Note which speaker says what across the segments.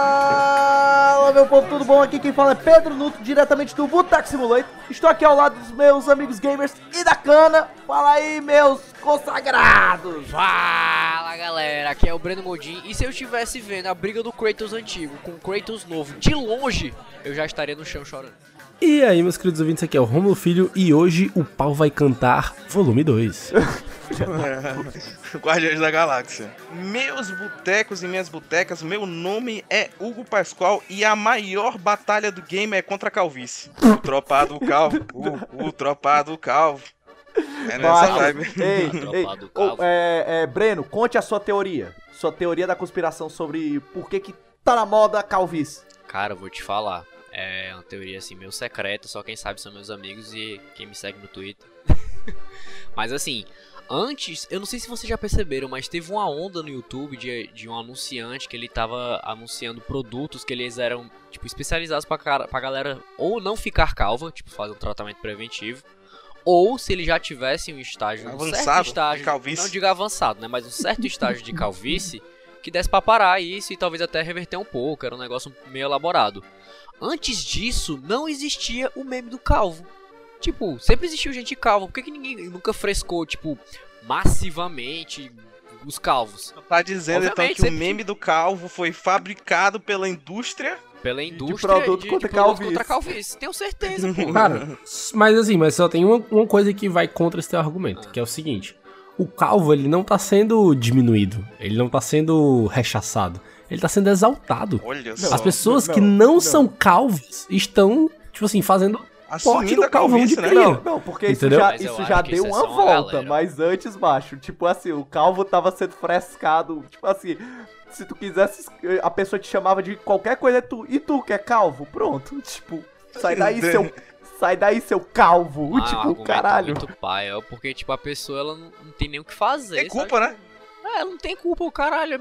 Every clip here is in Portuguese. Speaker 1: Fala, meu povo, tudo bom? Aqui quem fala é Pedro Nuto, diretamente do Boteco Simulator. Estou aqui ao lado dos meus amigos gamers e da cana. Fala aí, meus consagrados!
Speaker 2: Fala galera, aqui é o Breno Modin e se eu estivesse vendo a briga do Kratos antigo com o Kratos novo de longe, eu já estaria no chão chorando.
Speaker 3: E aí, meus queridos ouvintes, aqui é o Romulo Filho e hoje o pau vai cantar, volume 2.
Speaker 4: Guardiões da Galáxia. Meus botecos e minhas botecas, meu nome é Hugo Pascoal e a maior batalha do game é contra a calvície. O tropado calvo, o, o tropado calvo. É nessa
Speaker 1: Vai,
Speaker 4: vibe.
Speaker 1: ei,
Speaker 2: Tropa
Speaker 1: ei.
Speaker 2: do
Speaker 1: Ô,
Speaker 2: Calvo.
Speaker 1: é, é, Breno, conte a sua teoria. Sua teoria da conspiração sobre por que, que tá na moda a calvície.
Speaker 2: Cara, eu vou te falar. É uma teoria assim meio secreta, só quem sabe são meus amigos e quem me segue no Twitter. mas assim, antes, eu não sei se vocês já perceberam, mas teve uma onda no YouTube de, de um anunciante que ele tava anunciando produtos que eles eram, tipo, especializados pra, cara, pra galera ou não ficar calva, tipo, fazer um tratamento preventivo. Ou se ele já tivesse um estágio, um certo
Speaker 4: Avançado de
Speaker 2: estágio,
Speaker 4: calvície.
Speaker 2: não digo avançado, né, mas um certo estágio de calvície, que desse pra parar isso e talvez até reverter um pouco, era um negócio meio elaborado. Antes disso, não existia o meme do calvo. Tipo, sempre existiu gente calva, por que, que ninguém nunca frescou, tipo, massivamente os calvos?
Speaker 4: Tá dizendo então
Speaker 2: Obviamente,
Speaker 4: que o
Speaker 2: sempre-
Speaker 4: meme do calvo foi fabricado pela indústria?
Speaker 2: Pela
Speaker 1: de
Speaker 2: indústria
Speaker 1: produto contra calvície.
Speaker 2: contra calvície. Tenho certeza, pô.
Speaker 3: Cara, s- mas assim, mas só tem uma, uma coisa que vai contra esse teu argumento, que é o seguinte. O calvo, ele não tá sendo diminuído, ele não tá sendo rechaçado, ele tá sendo exaltado.
Speaker 4: Olha
Speaker 1: Não,
Speaker 4: só.
Speaker 3: As pessoas
Speaker 1: não,
Speaker 3: que não,
Speaker 1: não.
Speaker 3: são calvas estão, tipo assim, fazendo... porte
Speaker 4: Assumindo
Speaker 3: do
Speaker 4: a
Speaker 3: calvão de
Speaker 4: calvície, né?
Speaker 3: cria.
Speaker 4: Não.
Speaker 3: Não.
Speaker 1: Não, porque isso
Speaker 3: Entendeu?
Speaker 1: já,
Speaker 2: Mas eu
Speaker 1: isso
Speaker 2: acho
Speaker 1: já
Speaker 2: que
Speaker 1: deu
Speaker 2: isso é
Speaker 1: uma
Speaker 2: só uma
Speaker 1: volta,
Speaker 2: galera.
Speaker 1: mas antes, macho, tipo assim, o calvo tava sendo frescado, tipo assim, se tu quisesse, a pessoa te chamava de qualquer coisa, e tu, e tu que é calvo? Pronto, tipo, sai daí seu, sai daí seu calvo,
Speaker 2: Ah, é um
Speaker 1: tipo,
Speaker 2: argumento
Speaker 1: caralho.
Speaker 2: Muito pai, é porque, tipo, a pessoa ela não, não tem nem o que fazer.
Speaker 4: É
Speaker 2: sabe?
Speaker 4: culpa, né?
Speaker 2: Ah, ela não tem culpa, o caralho.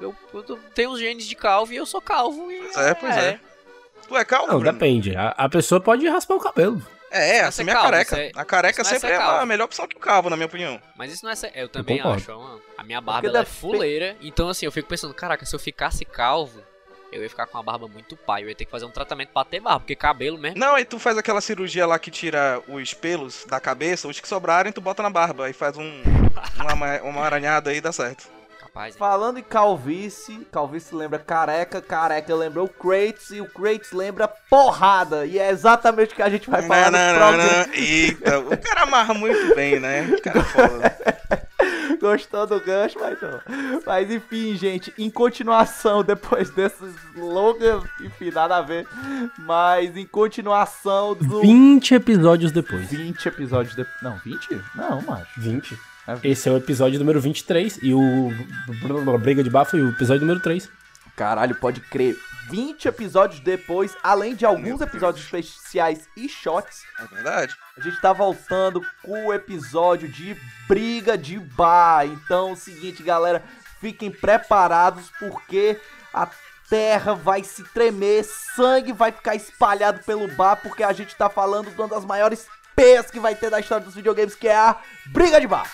Speaker 2: Eu, eu tô- tenho os genes de calvo e eu sou calvo. E
Speaker 4: Pois é, pois é. Tu é calvo,
Speaker 3: Não,
Speaker 4: Bruno?
Speaker 3: depende, a, a pessoa pode raspar o cabelo.
Speaker 4: É,
Speaker 2: Isso não é
Speaker 4: assim
Speaker 2: ser
Speaker 4: minha
Speaker 2: calvo,
Speaker 4: careca.
Speaker 2: isso é-
Speaker 4: A careca
Speaker 2: isso não é
Speaker 4: sempre
Speaker 2: ser
Speaker 4: é
Speaker 2: calvo.
Speaker 4: a melhor opção que o calvo, na minha opinião.
Speaker 2: Mas isso não é. sé- Eu também
Speaker 3: concordo.
Speaker 2: acho. mano. A minha barba
Speaker 1: Porque
Speaker 2: ela é
Speaker 1: deve-
Speaker 2: fuleira. Então, assim, eu fico pensando: caraca, se eu ficasse calvo, eu ia ficar com uma barba muito pai. Eu ia ter que fazer um tratamento pra ter barba. Porque cabelo mesmo.
Speaker 4: Não, aí tu faz aquela cirurgia lá que tira os pelos da cabeça, os que sobrarem, tu bota na barba. Aí faz um. Uma, ama- uma aranhada aí dá certo.
Speaker 2: Capaz. né?
Speaker 1: Falando em calvície, calvície lembra careca, careca lembra o Kratos e o Kratos lembra porrada. E é exatamente o que a gente vai falar no próximo
Speaker 4: Eita, o cara amarra muito bem, né? O cara é foda.
Speaker 1: Gostou do gancho, mas não. Mas enfim, gente, em continuação, depois desses longas, enfim, nada a ver. Mas em continuação do.
Speaker 3: 20 episódios depois.
Speaker 1: 20 episódios depois. Não, 20? Não, macho.
Speaker 3: 20.
Speaker 1: É 20.
Speaker 3: Esse é o episódio número 23 e o Briga de Bar foi o episódio número 3.
Speaker 1: Caralho, pode crer. 20 episódios depois, além de alguns
Speaker 4: Meu
Speaker 1: episódios especiais e shots,
Speaker 4: É verdade.
Speaker 1: a gente tá voltando com o episódio de briga de bar. Então, é o seguinte, galera, fiquem preparados porque a terra vai se tremer, sangue vai ficar espalhado pelo bar porque a gente tá falando de uma das maiores peias que vai ter da história dos videogames, que é a briga de bar.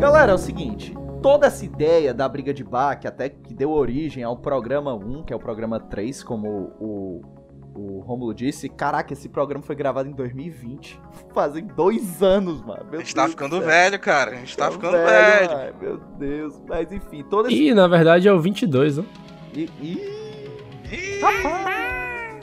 Speaker 1: Galera, é o seguinte, toda essa ideia da briga um, de bar, que até que deu origem ao programa 1, que é o programa 3, como o o Rômulo disse, caraca, esse programa foi gravado em 2020. Fazem dois anos, mano. Meu
Speaker 4: A gente tá
Speaker 1: Deus
Speaker 4: ficando
Speaker 1: do céu.
Speaker 4: velho, cara. A gente tá
Speaker 1: Tô
Speaker 4: ficando velho.
Speaker 1: ai, meu Deus. Mas enfim, todo esse.
Speaker 3: E na verdade é o 22, né?
Speaker 1: E, e-
Speaker 4: Ih,
Speaker 1: Tá né?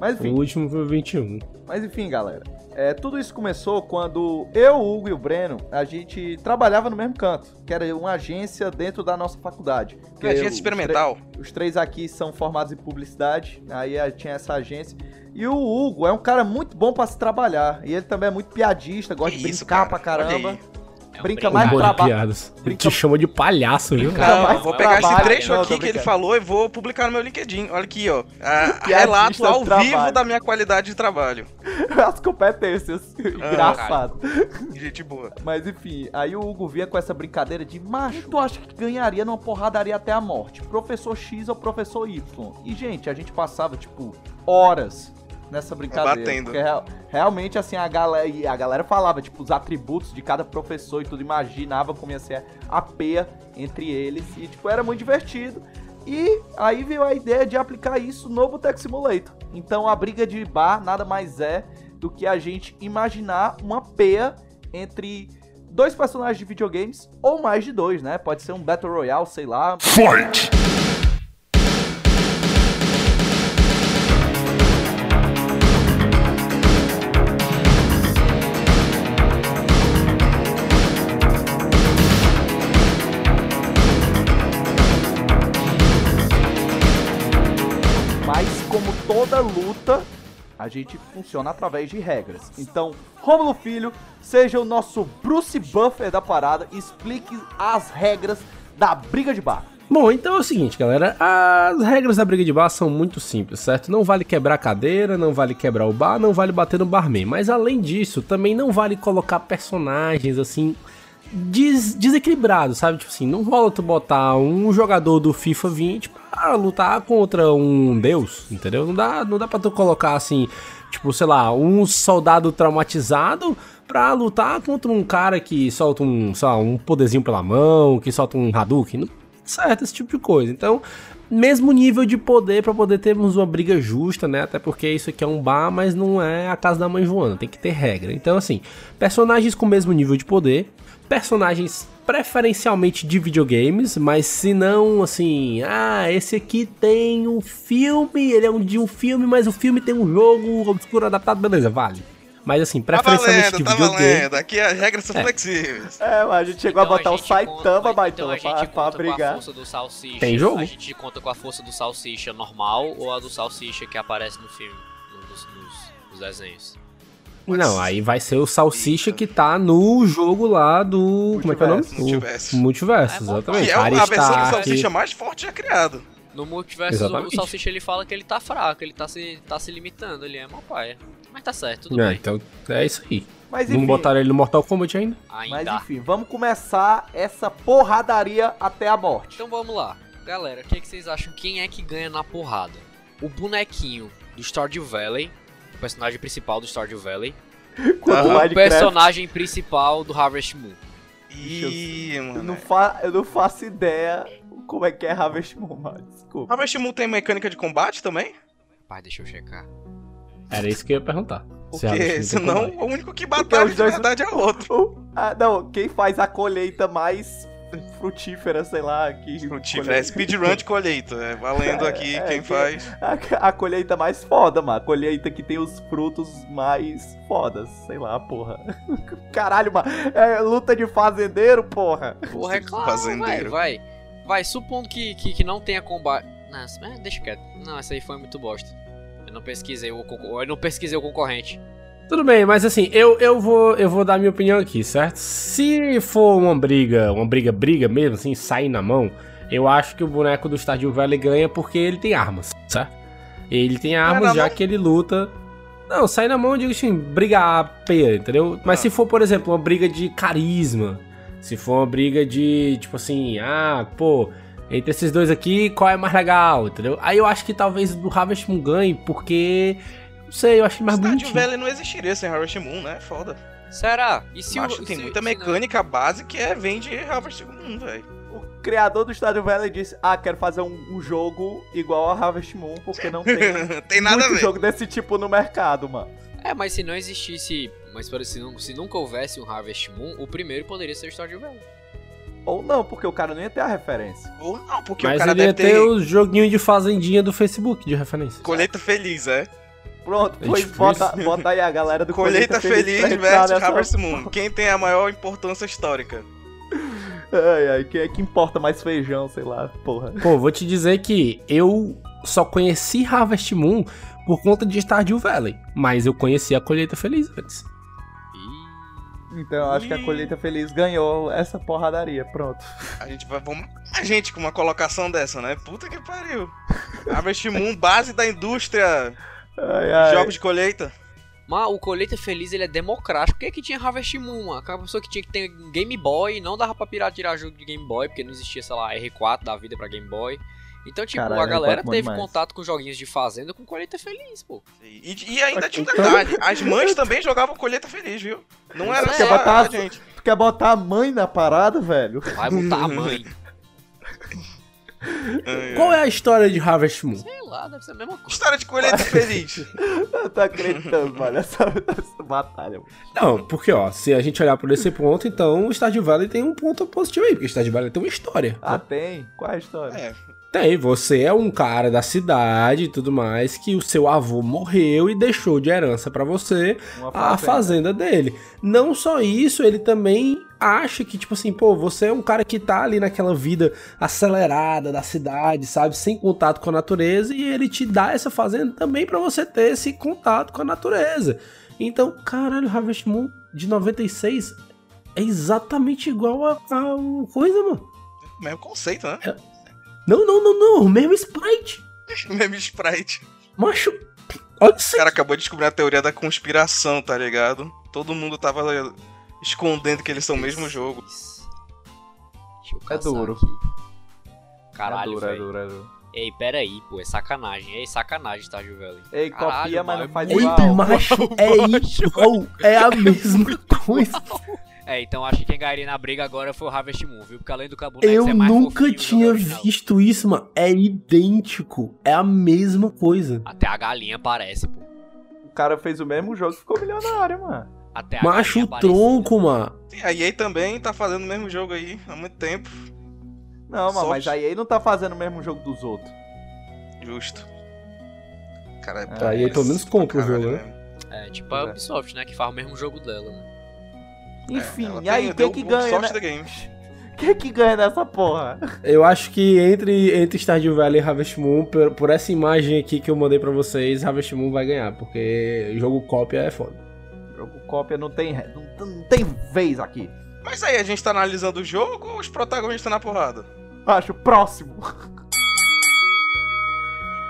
Speaker 1: Mas
Speaker 3: O
Speaker 1: enfim,
Speaker 3: último foi o 21.
Speaker 1: mas enfim, galera. É, tudo isso começou quando eu, o Hugo e o Breno, a gente trabalhava no mesmo canto, que era uma agência dentro da nossa faculdade.
Speaker 4: que agência
Speaker 1: Eu-
Speaker 4: experimental.
Speaker 1: Os três aqui são formados em publicidade, aí a- tinha essa agência. E o Hugo é um cara muito bom pra se trabalhar. E ele também é muito piadista, gosta
Speaker 4: Que
Speaker 1: de
Speaker 4: isso,
Speaker 1: brincar
Speaker 4: cara.
Speaker 1: pra
Speaker 4: Olha
Speaker 1: caramba.
Speaker 4: aí.
Speaker 2: É um
Speaker 1: Brinca
Speaker 2: brinco.
Speaker 1: mais
Speaker 3: Humor de
Speaker 1: traba-
Speaker 3: piadas. Ele
Speaker 1: brinca-
Speaker 3: te chama de palhaço, viu?
Speaker 1: Brinca-
Speaker 4: Não,
Speaker 1: mais
Speaker 4: eu vou pegar esse
Speaker 1: trabalho.
Speaker 4: trecho
Speaker 1: Não, tô
Speaker 4: aqui que ele
Speaker 1: brincando.
Speaker 4: falou e vou publicar no meu LinkedIn. Olha aqui, ó. Ah,
Speaker 1: Piadista
Speaker 4: relato ao
Speaker 1: do trabalho.
Speaker 4: vivo da minha qualidade de trabalho.
Speaker 1: As competências.
Speaker 4: Ah,
Speaker 1: Engraçado.
Speaker 4: Gente boa.
Speaker 1: Mas enfim, aí o Hugo vinha com essa brincadeira de macho, tu acha que ganharia numa porradaria até a morte? Professor X ou professor Y? E, gente, a gente passava, tipo, horas nessa brincadeira.
Speaker 4: Batendo.
Speaker 1: Porque real- realmente, assim, a galera, e a galera falava, tipo, os atributos de cada professor e tudo, imaginava como ia ser a peia entre eles. E, tipo, era muito divertido. E aí veio a ideia de aplicar isso no Boteco Simulator. Então a briga de bar nada mais é do que a gente imaginar uma peia entre dois personagens de videogames ou mais de dois, né? Pode ser um Battle Royale, sei lá. Mas como toda luta, a gente funciona através de regras. Então, Rômulo Filho, seja o nosso Bruce Buffer da parada e explique as regras da briga de bar.
Speaker 3: Bom, então é o seguinte, galera. As regras da briga de bar são muito simples, certo? Não vale quebrar a cadeira, não vale quebrar o bar, não vale bater no barman. Mas além disso, também não vale colocar personagens assim. des- desequilibrados, sabe? Tipo assim, não rola tu botar um jogador do FIFA 20 pra lutar contra um deus, entendeu? Não dá, não dá pra tu colocar assim, tipo, sei lá, um soldado traumatizado pra lutar contra um cara que solta um, sei lá, um poderzinho pela mão, que solta um Hadouken. Não certo esse tipo de coisa. Então, mesmo nível de poder para poder termos uma briga justa, né? Até porque isso aqui é um bar, mas não é a casa da mãe Joana, tem que ter regra. Então, assim, personagens com o mesmo nível de poder, personagens preferencialmente de videogames, mas se não, assim, ah, esse aqui tem um filme, ele é um de um filme, mas o filme tem um jogo obscuro adaptado, beleza, vale. Mas assim,
Speaker 4: Tá
Speaker 3: preferencialmente
Speaker 1: tipo
Speaker 3: de
Speaker 4: valendo, tá
Speaker 3: videogame.
Speaker 4: valendo. Aqui as regras são flexíveis.
Speaker 1: É, mas a gente chegou a botar o Saitama baitona
Speaker 2: então a
Speaker 1: pra,
Speaker 2: gente
Speaker 1: pra
Speaker 2: conta Com a
Speaker 1: brigar.
Speaker 2: força do salsicha.
Speaker 3: Tem jogo?
Speaker 2: A gente conta com a força do salsicha normal ou a do salsicha que aparece no filme, no- nos, nos- nos desenhos.
Speaker 3: Não, aí vai ser o Salsicha que tá no jogo lá do. Como é que é o nome?
Speaker 4: Multiverso, multiverso.
Speaker 3: O multiverso,
Speaker 2: É bom,
Speaker 3: exatamente.
Speaker 4: Que é a versão do
Speaker 3: Aristark.
Speaker 4: salsicha mais forte já criado.
Speaker 2: No multiverso, o, o
Speaker 3: Exatamente.
Speaker 2: salsicha ele fala que ele tá fraco, ele tá se, tá se limitando, ele é uma paia. Mas tá certo, tudo
Speaker 3: É,
Speaker 2: bem.
Speaker 3: então é isso aí.
Speaker 1: Mas
Speaker 3: Não
Speaker 1: enfim,
Speaker 3: botaram ele no Mortal Kombat ainda?
Speaker 1: mas
Speaker 2: Ainda.
Speaker 1: enfim, vamos começar essa porradaria até a morte.
Speaker 2: Então vamos lá. Galera, o que, é que vocês acham? Quem é que ganha na porrada? O bonequinho do Stardew Valley, o personagem principal do Stardew Valley,
Speaker 1: Quando
Speaker 4: Aham.
Speaker 1: o
Speaker 2: ou o
Speaker 1: Minecraft-
Speaker 2: personagem principal do Harvest Moon.
Speaker 4: Ih,
Speaker 1: Eu
Speaker 4: mano.
Speaker 1: não, fa- eu não faço ideia como é que é Harvest Moon, mano. Desculpa.
Speaker 4: Harvest Moon tem mecânica de combate também?
Speaker 2: Pai, deixa eu checar.
Speaker 3: Era isso que eu ia perguntar. Se ela tinha
Speaker 4: Porque senão o único
Speaker 1: Porque
Speaker 4: que batalha
Speaker 1: os
Speaker 4: de
Speaker 1: dois-
Speaker 4: verdade é o outro.
Speaker 1: Ah, não, quem faz a colheita mais frutífera, sei lá, que.
Speaker 4: Tipo, é speedrun de colheita. É, valendo aqui
Speaker 1: É, é,
Speaker 4: quem
Speaker 1: que-
Speaker 4: faz.
Speaker 1: A, a colheita mais foda, mano. A colheita que tem os frutos mais fodas, sei lá, porra. Caralho, mano. É luta de fazendeiro, porra.
Speaker 2: Porra, é claro,
Speaker 4: fazendeiro.
Speaker 2: vai, vai. Vai, supondo que, que, que não tenha combate... Nossa, é, deixa quieto. Não, essa aí foi muito bosta. Eu não pesquisei o, concor- eu não pesquisei o concorrente.
Speaker 3: Tudo bem, mas assim, eu, eu, vou, eu vou dar minha opinião aqui, certo? Se for uma briga, uma briga, briga mesmo, assim, sair na mão, eu acho que o boneco do Stardew Valley ganha porque ele tem armas, certo? Ele tem armas
Speaker 4: na
Speaker 3: já
Speaker 4: mão?
Speaker 3: que ele luta. Não, sair na mão, eu digo assim, briga a peia, entendeu? Mas
Speaker 4: Ah.
Speaker 3: se for, por exemplo, uma briga de carisma, se for uma briga de, tipo assim, ah, pô, entre esses dois aqui, qual é mais legal, entendeu? Aí eu acho que talvez o do Harvest Moon ganhe, porque, não sei, eu achei mais
Speaker 4: Stardew
Speaker 3: bonitinho.
Speaker 4: Valley não existiria sem Harvest Moon, né? Foda.
Speaker 2: Será? E se
Speaker 4: Macho,
Speaker 2: o...
Speaker 4: tem
Speaker 2: se-
Speaker 4: muita
Speaker 2: se não-
Speaker 4: mecânica base que é, vem de Harvest Moon, velho.
Speaker 1: O criador do Estádio Velho disse: Ah, quero fazer um, um jogo igual a Harvest Moon, porque não tem
Speaker 4: Tem nada a
Speaker 1: muito
Speaker 4: ver.
Speaker 1: jogo desse tipo no mercado, mano.
Speaker 2: É, mas se não existisse. Mas por- se, não- se nunca houvesse um Harvest Moon, o primeiro poderia ser o Stardew Valley.
Speaker 1: Ou não, porque o cara nem ia ter a referência.
Speaker 4: Ou não, porque o
Speaker 3: Mas
Speaker 4: cara
Speaker 3: ele ia
Speaker 4: deve
Speaker 3: ter
Speaker 4: ter
Speaker 3: o joguinho de fazendinha do Facebook de referência.
Speaker 4: colheita feliz, é?
Speaker 1: Pronto,
Speaker 3: É
Speaker 1: pois
Speaker 3: difícil.
Speaker 1: bota, bota aí a galera do
Speaker 4: Colheita tá Feliz
Speaker 1: pra entrar
Speaker 4: versus
Speaker 1: nessa-
Speaker 4: Harvest Moon. Quem tem a maior importância histórica?
Speaker 1: Ai, ai, quem é que importa mais feijão, sei lá, porra.
Speaker 3: Pô, vou te dizer que eu só conheci Harvest Moon por conta de Stardew Valley, mas eu conheci a Colheita Feliz antes.
Speaker 2: Ih,
Speaker 1: Então eu acho que a
Speaker 4: Ih.
Speaker 1: colheita feliz ganhou essa porradaria, pronto.
Speaker 4: A gente vai. Vamos matar a gente com uma colocação dessa, né? Puta que pariu. Harvest Moon, base da indústria.
Speaker 1: Ai,
Speaker 4: de
Speaker 1: ai.
Speaker 4: Jogos de colheita.
Speaker 2: Mas o Colheita Feliz ele é democrático. Por que, que tinha Harvest Moon? mano? Aquela pessoa que tinha que ter um Game Boy não dava pra pirar tirar jogo de Game Boy, porque não existia, sei lá, R4 da vida pra Game Boy. Então, tipo,
Speaker 1: Caralho,
Speaker 2: a galera
Speaker 1: R4 bom
Speaker 2: teve
Speaker 1: demais.
Speaker 2: contato com joguinhos de fazenda com Colheita Feliz, pô.
Speaker 4: E, e ainda tinha um
Speaker 1: Então-
Speaker 4: detalhe: as mães também jogavam colheita feliz, viu? Não era
Speaker 2: Você
Speaker 4: só
Speaker 2: quer
Speaker 1: botar
Speaker 4: a
Speaker 1: as-
Speaker 4: gente.
Speaker 1: Tu quer botar a mãe na parada, velho?
Speaker 2: Vai botar a mãe.
Speaker 3: Qual é a história de Harvest Moon?
Speaker 2: Sei lá, deve ser a mesma coisa.
Speaker 4: História de colheita feliz.
Speaker 1: Eu tô acreditando, velho, essa, essa batalha. mano.
Speaker 3: Não, porque ó, se a gente olhar por esse ponto, então o Stardew Valley tem um ponto positivo aí, porque o Stardew Valley tem uma história.
Speaker 1: Ah, tem? Qual é a história?
Speaker 4: É,
Speaker 3: Tem, você é um cara da cidade e tudo mais, que o seu avô morreu e deixou de herança pra você
Speaker 4: É.
Speaker 1: Uma
Speaker 3: a fazenda dele. Não só isso, ele também acha que, tipo assim, pô, você é um cara que tá ali naquela vida acelerada da cidade, sabe? Sem contato com a natureza, e ele te dá essa fazenda também pra você ter esse contato com a natureza. Então, caralho, Harvest Moon de 96 é exatamente igual a, a coisa, mano.
Speaker 4: mesmo conceito, né?
Speaker 3: Não, não, não, não, o mesmo sprite.
Speaker 4: Mesmo sprite.
Speaker 3: Macho, olha isso
Speaker 4: O cara acabou de descobrir a teoria da conspiração, tá ligado? Todo mundo tava escondendo que eles são É o mesmo jogo.
Speaker 2: Deixa eu caçar
Speaker 1: É duro.
Speaker 2: aqui. Caralho,
Speaker 1: é duro, é
Speaker 2: velho.
Speaker 1: duro, é duro.
Speaker 2: Ei, peraí, pô, é sacanagem. Ei, sacanagem, tá, Velho.
Speaker 1: Ei,
Speaker 2: Caralho,
Speaker 1: copia, mas não
Speaker 2: mas
Speaker 1: faz
Speaker 2: muito
Speaker 1: igual.
Speaker 3: Ei, macho, é igual, é a mesma coisa.
Speaker 2: É, então acho que quem ganharia na briga agora foi o Harvest Moon, viu? Porque além do Cabunex
Speaker 3: Eu
Speaker 2: é mais
Speaker 3: nunca
Speaker 2: fofinho,
Speaker 3: tinha
Speaker 2: jogador original.
Speaker 3: visto isso, mano. É idêntico, é a mesma coisa.
Speaker 2: Até a galinha parece, pô.
Speaker 1: O cara fez o mesmo jogo e ficou milionário, mano.
Speaker 2: Até a
Speaker 3: Macho
Speaker 2: galinha
Speaker 3: o
Speaker 2: parecida.
Speaker 3: tronco, mano.
Speaker 4: Sim, a EA também tá fazendo o mesmo jogo aí há muito tempo.
Speaker 1: Não, mano, mas
Speaker 4: Sorte.
Speaker 1: aí ele não tá fazendo o mesmo jogo dos outros.
Speaker 4: Justo. Cara, é
Speaker 3: Aí eu pelo menos compro o
Speaker 4: caralho,
Speaker 3: jogo, né?
Speaker 4: né?
Speaker 2: É, tipo a Ubisoft, né? Que faz o mesmo jogo dela, né?
Speaker 1: Enfim,
Speaker 4: É, ela
Speaker 1: e aí, quem
Speaker 4: tem- deu
Speaker 1: que
Speaker 4: o
Speaker 1: ganha,
Speaker 4: sorte
Speaker 1: né?
Speaker 4: da game.
Speaker 1: Quem que ganha nessa porra?
Speaker 3: Eu acho que entre, entre Stardew Valley e Harvest Moon, por, por essa imagem aqui que eu mandei pra vocês, Harvest Moon vai ganhar, porque jogo cópia é foda.
Speaker 1: Jogo cópia não tem, re- não, não tem vez aqui.
Speaker 4: Mas aí, a gente tá analisando o jogo ou os protagonistas na porrada?
Speaker 1: Acho próximo.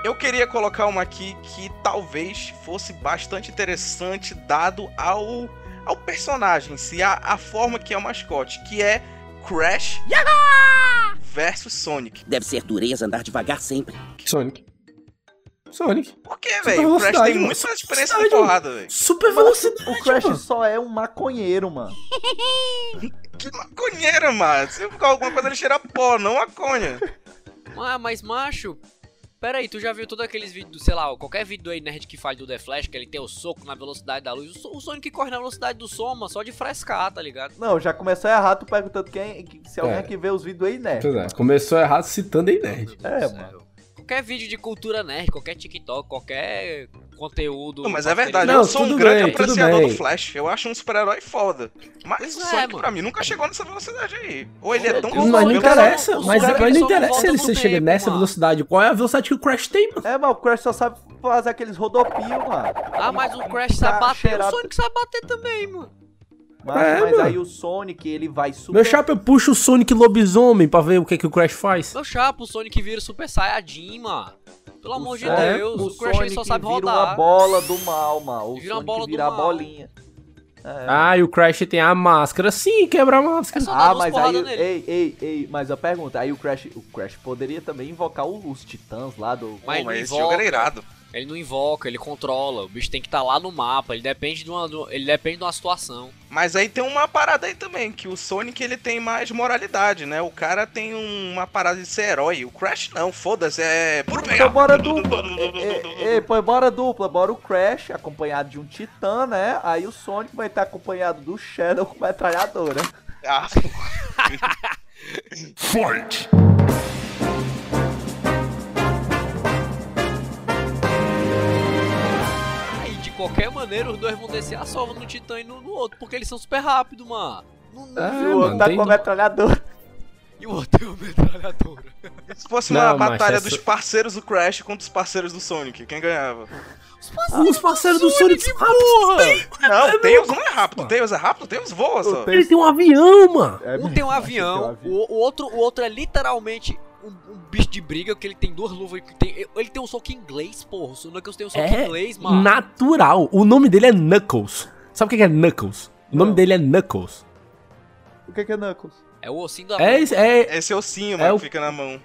Speaker 4: Eu queria colocar uma aqui que talvez fosse bastante interessante dado ao, ao personagem em si, a, a forma que é o mascote, que é Crash versus Sonic.
Speaker 5: Deve ser dureza andar devagar sempre.
Speaker 3: Sonic. Sonic.
Speaker 4: Por quê,
Speaker 3: Super
Speaker 4: velho? O Crash
Speaker 3: velocidade,
Speaker 4: tem
Speaker 3: mano.
Speaker 4: muita experiência na
Speaker 3: Velocidade,
Speaker 4: porrada, velho.
Speaker 3: Super
Speaker 1: Mano,
Speaker 3: velocidade,
Speaker 1: o Crash
Speaker 2: tipo-
Speaker 3: mano.
Speaker 1: só é um maconheiro, mano.
Speaker 4: Que maconheira, mano. Se eu ficar alguma coisa, ele cheira pó, não maconha.
Speaker 2: Ah, mas macho... Peraí, tu já viu todos aqueles vídeos do, sei lá, qualquer vídeo do aí nerd que fale do The Flash, que ele tem o soco na velocidade da luz. O, so- o Sonic corre na velocidade do som, mano, só de frescar, tá ligado?
Speaker 1: Não, já começou errado tu perguntando quem, que- se alguém
Speaker 3: É.
Speaker 1: que vê os vídeos aí, né?
Speaker 3: Pois é, Começou errado citando a
Speaker 2: Meu
Speaker 3: ideia.
Speaker 2: Deus
Speaker 1: É,
Speaker 2: do céu. Qualquer vídeo de cultura nerd, qualquer TikTok, qualquer conteúdo...
Speaker 4: Não, mas é verdade,
Speaker 3: Não,
Speaker 4: eu sou um
Speaker 3: tudo
Speaker 4: grande
Speaker 3: bem, tudo
Speaker 4: apreciador
Speaker 3: bem.
Speaker 4: do Flash. Eu acho um super-herói foda. Mas
Speaker 2: Pois
Speaker 4: o
Speaker 2: é,
Speaker 4: Sonic,
Speaker 2: mano.
Speaker 4: pra mim, nunca chegou nessa velocidade aí. Ou ele é
Speaker 2: Olha,
Speaker 4: tão
Speaker 3: Mas
Speaker 2: Mas
Speaker 3: não
Speaker 2: ele só-
Speaker 3: interessa,
Speaker 2: o
Speaker 3: mas,
Speaker 2: Sonic
Speaker 3: mas não
Speaker 2: só
Speaker 3: interessa se
Speaker 2: volta
Speaker 3: ele
Speaker 2: pro
Speaker 3: se chega
Speaker 2: tempo,
Speaker 3: nessa
Speaker 2: mano.
Speaker 3: velocidade. Qual é a velocidade que o Crash tem, mano?
Speaker 1: É, mas o Crash só sabe fazer aqueles rodopios, mano.
Speaker 2: Ah, mas o Crash sabe
Speaker 1: Tá
Speaker 2: bater, o
Speaker 1: cheirado.
Speaker 2: Sonic sabe bater também, mano.
Speaker 1: Mas,
Speaker 3: É,
Speaker 1: mas
Speaker 3: mano.
Speaker 1: aí o Sonic, ele vai super...
Speaker 3: Meu chapa, eu puxo o Sonic lobisomem pra ver o que, que o Crash faz.
Speaker 2: Meu chapa, o Sonic vira Super Saiyajin, mano. Pelo
Speaker 1: É, O
Speaker 2: amor de
Speaker 1: Sonic-
Speaker 2: Deus, é, o, Crash ele só
Speaker 1: Sonic
Speaker 2: sabe
Speaker 1: vira uma
Speaker 2: rodar.
Speaker 1: bola do mal, mano. O
Speaker 2: Vira uma
Speaker 1: Sonic
Speaker 2: bola do
Speaker 1: vira a
Speaker 2: mal.
Speaker 1: bolinha.
Speaker 3: Ah, e o Crash tem a máscara. Sim, quebra a
Speaker 2: É
Speaker 3: máscara.
Speaker 2: só dar
Speaker 1: Ah,
Speaker 2: duas
Speaker 1: mas aí...
Speaker 2: porradas nele.
Speaker 1: Ei, ei, ei. Mas a pergunta, aí o Crash... O Crash poderia também invocar o- os titãs lá do...
Speaker 4: Pô,
Speaker 2: Mas
Speaker 4: mas
Speaker 2: ele
Speaker 4: esse jogo era
Speaker 2: volta.
Speaker 4: irado.
Speaker 2: Ele não invoca, ele controla. O bicho tem que estar lá no mapa. Ele depende de uma, do- ele depende de uma situação.
Speaker 4: Mas aí tem uma parada aí também, que o Sonic ele tem mais moralidade, né? O cara tem um- uma parada de ser herói. O Crash não, foda-se, é puro
Speaker 1: Então
Speaker 4: pegar.
Speaker 1: bora é, dupla. Ei, ei, põe bora dupla, bora o Crash, acompanhado de um Titã, né? Aí o Sonic vai estar acompanhado do Shadow com metralhadora.
Speaker 4: Ah,
Speaker 2: Aí, de qualquer maneira, os dois vão descer a sova no Titã e no, no outro, porque eles são super rápidos, É, mano. Não- não-
Speaker 1: e o outro
Speaker 3: mano,
Speaker 1: tá
Speaker 3: tem-
Speaker 1: com a metralhadora.
Speaker 2: E o outro é uma metralhadora.
Speaker 4: se fosse
Speaker 3: Não,
Speaker 4: uma
Speaker 3: mas
Speaker 4: batalha
Speaker 3: essa-
Speaker 4: dos parceiros do Crash contra os parceiros do Sonic, quem ganhava?
Speaker 3: Os parceiros do Sonic são rápidos, tem-
Speaker 4: Não, o Tails não é rápido. O Tails é rápido, o Tails voa só.
Speaker 3: Ele tem um avião, mano.
Speaker 1: É,
Speaker 2: Um tem um
Speaker 1: tem um
Speaker 2: avião,
Speaker 1: avião.
Speaker 2: o, o outro, o outro é literalmente um, um bicho de briga, que ele tem duas luvas. Que tem, ele tem um soco em inglês, porra. O Sonic tem um soco
Speaker 3: É
Speaker 2: em inglês, mano.
Speaker 3: Natural. O nome dele é Knuckles. Sabe o que que é Knuckles? O nome
Speaker 1: Não.
Speaker 3: dele é Knuckles.
Speaker 1: O que que é Knuckles?
Speaker 2: É o ossinho da
Speaker 3: É,
Speaker 2: mão.
Speaker 3: esse- é,
Speaker 4: Esse ossinho,
Speaker 3: É
Speaker 4: mano,
Speaker 3: o-
Speaker 4: que fica na mão.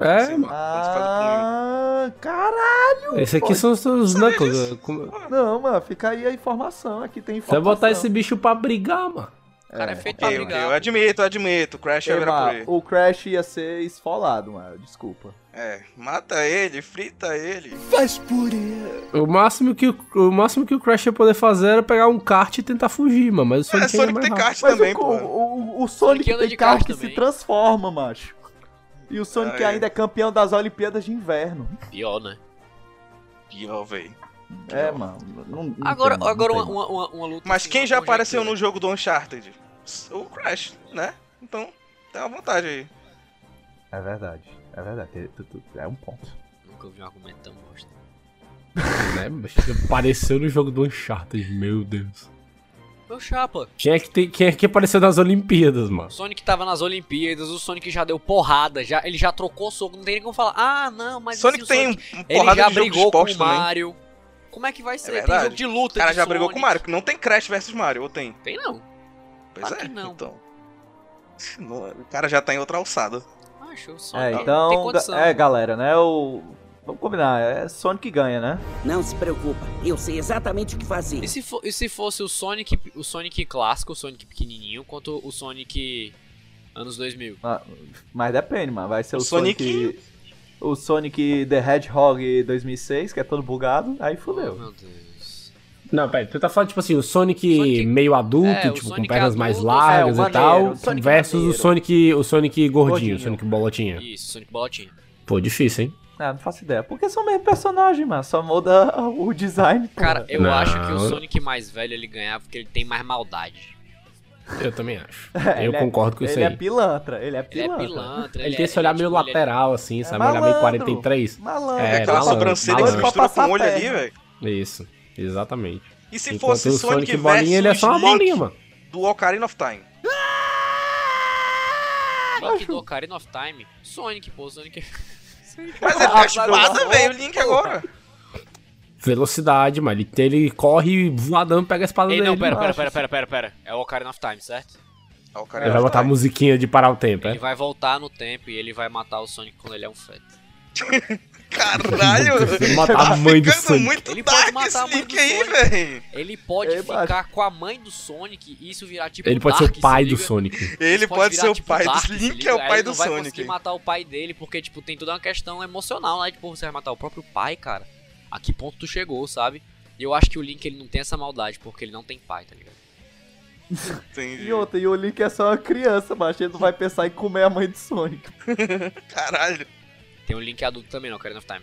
Speaker 3: é,
Speaker 4: Assim,
Speaker 3: mano.
Speaker 4: quando você faz o punho.
Speaker 1: Ah, caralho.
Speaker 3: Esse aqui são os- os
Speaker 4: Sabia
Speaker 3: Knuckles.
Speaker 4: disso?
Speaker 3: é, como- Você
Speaker 1: Não, mano, fica aí a informação. Aqui tem
Speaker 3: vai
Speaker 1: informação.
Speaker 3: botar esse bicho pra brigar, mano.
Speaker 2: O cara é feito pra
Speaker 4: Eu,
Speaker 2: brigar.
Speaker 4: eu admito, eu admito. O Crash
Speaker 1: Ei,
Speaker 4: era por
Speaker 1: mano,
Speaker 4: ele.
Speaker 1: o Crash ia ser esfolado, mano. Desculpa.
Speaker 4: É, mata ele, frita ele.
Speaker 3: O máximo, que o, o máximo que o Crash ia poder fazer era pegar um kart e tentar fugir, mano. Mas o
Speaker 4: É,
Speaker 3: Sonic, ainda
Speaker 4: Sonic
Speaker 3: mais
Speaker 4: tem
Speaker 3: rápido.
Speaker 4: kart
Speaker 1: Mas
Speaker 4: também,
Speaker 1: o, o,
Speaker 4: pô.
Speaker 1: o- o Sonic
Speaker 2: Sonic anda
Speaker 1: tem
Speaker 2: de
Speaker 1: carro
Speaker 2: carro
Speaker 1: que se
Speaker 2: também.
Speaker 1: transforma, macho. E o Sonic
Speaker 4: Ah, é.
Speaker 1: ainda é campeão das Olimpíadas de Inverno.
Speaker 2: Pior, né?
Speaker 4: Pior, velho.
Speaker 1: É, mano. não- não
Speaker 2: Agora,
Speaker 1: tem, não
Speaker 2: agora
Speaker 1: tem.
Speaker 2: uma, uma, uma, uma luta.
Speaker 4: Mas
Speaker 2: assim,
Speaker 4: quem
Speaker 2: uma
Speaker 4: já apareceu no
Speaker 2: conjectura.
Speaker 4: jogo do Uncharted? O Crash, né? Então, tem uma vantagem aí.
Speaker 1: É verdade. É verdade. tu- tu- tu- É um ponto.
Speaker 2: Nunca vi um argumento tão bosta.
Speaker 3: né, bicho? Apareceu no jogo do Uncharted, meu Deus.
Speaker 2: Meu chapa.
Speaker 3: Quem é que, tem- quem é que apareceu nas Olimpíadas,
Speaker 2: O
Speaker 3: mano?
Speaker 2: Sonic tava nas Olimpíadas, o Sonic já deu porrada, já, ele já trocou soco, não tem nem como falar. Ah, não, mas.
Speaker 4: Sonic
Speaker 2: assim, o
Speaker 4: tem
Speaker 2: Sonic,
Speaker 4: um
Speaker 2: Ele
Speaker 4: porrada
Speaker 2: já
Speaker 4: de jogo de
Speaker 2: brigou com
Speaker 4: esporte
Speaker 2: o
Speaker 4: também.
Speaker 2: Mario. Como é que vai ser? tem
Speaker 4: verdade.
Speaker 2: jogo de luta.
Speaker 4: O cara
Speaker 2: de
Speaker 4: já brigou
Speaker 2: Sonic.
Speaker 4: com o Mario. Não tem Crash versus Mario, ou tem?
Speaker 2: Tem não.
Speaker 4: Pois
Speaker 2: Claro
Speaker 4: é,
Speaker 2: que não.
Speaker 4: então. Não, O cara já tá em outra alçada.
Speaker 2: Acho, o Sonic
Speaker 1: É,
Speaker 2: não tá- tem
Speaker 1: então.
Speaker 2: condição.
Speaker 1: É, galera, né? O. Vamos combinar, é Sonic que ganha, né?
Speaker 5: Não se preocupa, eu sei exatamente o que fazer.
Speaker 2: E se, fo- e se fosse o Sonic, o Sonic clássico, o Sonic pequenininho, quanto o Sonic anos 2000?
Speaker 1: Mas depende, mano. Vai ser o,
Speaker 4: O
Speaker 1: Sonic. O Sonic The Hedgehog 2006, que é todo bugado. Aí
Speaker 2: Oh,
Speaker 1: fudeu.
Speaker 2: meu Deus.
Speaker 3: Não, pera, tu tá falando, tipo assim, o Sonic,
Speaker 2: Sonic-
Speaker 3: meio adulto,
Speaker 2: é, o
Speaker 3: tipo, com
Speaker 2: Sonic
Speaker 3: pernas mais
Speaker 2: adulto,
Speaker 3: largas
Speaker 1: é, o
Speaker 3: e tal,
Speaker 1: maneiro, o Sonic
Speaker 3: versus
Speaker 1: maneiro.
Speaker 3: o Sonic, o Sonic gordinho,
Speaker 1: Gordinho.
Speaker 3: o Sonic bolotinha.
Speaker 2: Isso, Sonic Bolotinha.
Speaker 3: Pô, difícil, hein?
Speaker 1: Ah, não faço ideia. Porque são o mesmo personagem, mano. Só muda o design. porra.
Speaker 2: Cara, eu
Speaker 3: É. Não.
Speaker 2: acho que o Sonic mais velho ele ganhava porque ele tem mais maldade.
Speaker 3: Eu também acho.
Speaker 1: É,
Speaker 3: Eu
Speaker 1: ele é-
Speaker 3: concordo com isso
Speaker 1: ele
Speaker 3: aí.
Speaker 1: é pilantra, ele é
Speaker 2: Ele
Speaker 1: pilantra.
Speaker 2: é pilantra.
Speaker 3: Ele tem esse olhar
Speaker 2: é,
Speaker 3: meio
Speaker 2: tipo, ele é-
Speaker 3: lateral, assim, sabe? Um olhar meio
Speaker 1: malandro.
Speaker 3: 43.
Speaker 1: Malandro.
Speaker 3: É,
Speaker 4: Aquela
Speaker 3: malandro,
Speaker 4: sobrancelha que se
Speaker 3: malandro.
Speaker 4: mistura com
Speaker 1: Pra
Speaker 4: o olho
Speaker 1: passar
Speaker 4: ali, velho.
Speaker 3: Isso, exatamente.
Speaker 4: E se
Speaker 3: Enquanto
Speaker 4: fosse
Speaker 3: o
Speaker 4: Sonic,
Speaker 3: Sonic
Speaker 4: versus
Speaker 3: bolinha, ele é só uma
Speaker 4: Link
Speaker 3: bolinha, mano.
Speaker 4: do Ocarina of Time?
Speaker 2: Sonic do Ocarina of Time. Sonic, pô, Sonic. é Sonic
Speaker 4: Mas é ele tem a espada, velho, o Link agora.
Speaker 3: Velocidade, mano. Ele, ele corre voadão, pega a espada
Speaker 2: Ei,
Speaker 3: dele.
Speaker 2: não, pera,
Speaker 3: mano.
Speaker 2: pera, pera, pera, pera, pera. É o Ocarina of Time, certo?
Speaker 4: Ah, o cara
Speaker 3: Ele vai botar a musiquinha de parar o tempo,
Speaker 2: Ele
Speaker 3: é?
Speaker 2: vai voltar no tempo e ele vai matar o Sonic quando ele é um feto.
Speaker 4: Caralho,
Speaker 3: Ele vai matar a mãe do
Speaker 4: tá ficando
Speaker 3: Sonic.
Speaker 4: muito
Speaker 2: Ele pode
Speaker 4: dark
Speaker 2: matar a
Speaker 4: esse
Speaker 2: mãe
Speaker 4: Link
Speaker 2: do
Speaker 4: aí,
Speaker 2: Sonic.
Speaker 4: velho.
Speaker 2: Ele pode
Speaker 1: Ei,
Speaker 2: ficar com a mãe do Sonic e isso virar tipo
Speaker 3: Ele pode ser
Speaker 2: Dark,
Speaker 3: o pai
Speaker 2: se
Speaker 3: do
Speaker 2: liga?
Speaker 3: Sonic.
Speaker 4: Ele pode
Speaker 2: virar,
Speaker 4: ser o
Speaker 2: tipo,
Speaker 4: pai
Speaker 2: Dark,
Speaker 4: do
Speaker 2: se
Speaker 4: Link,
Speaker 2: liga?
Speaker 4: é o
Speaker 2: Aí
Speaker 4: pai
Speaker 2: ele
Speaker 4: do
Speaker 2: não vai conseguir
Speaker 4: Sonic.
Speaker 2: matar o pai dele, porque, tipo, tem toda uma questão emocional, né? Tipo, você vai matar o próprio pai, cara. A que ponto tu chegou, sabe? E eu acho que o Link, ele não tem essa maldade, porque ele não tem pai, tá ligado?
Speaker 4: Entendi.
Speaker 1: E outra, e o Link é só uma criança, macho. Ele não vai pensar em comer a mãe do Sonic.
Speaker 4: Caralho.
Speaker 2: Tem um Link adulto também, não, Ocarina of Time.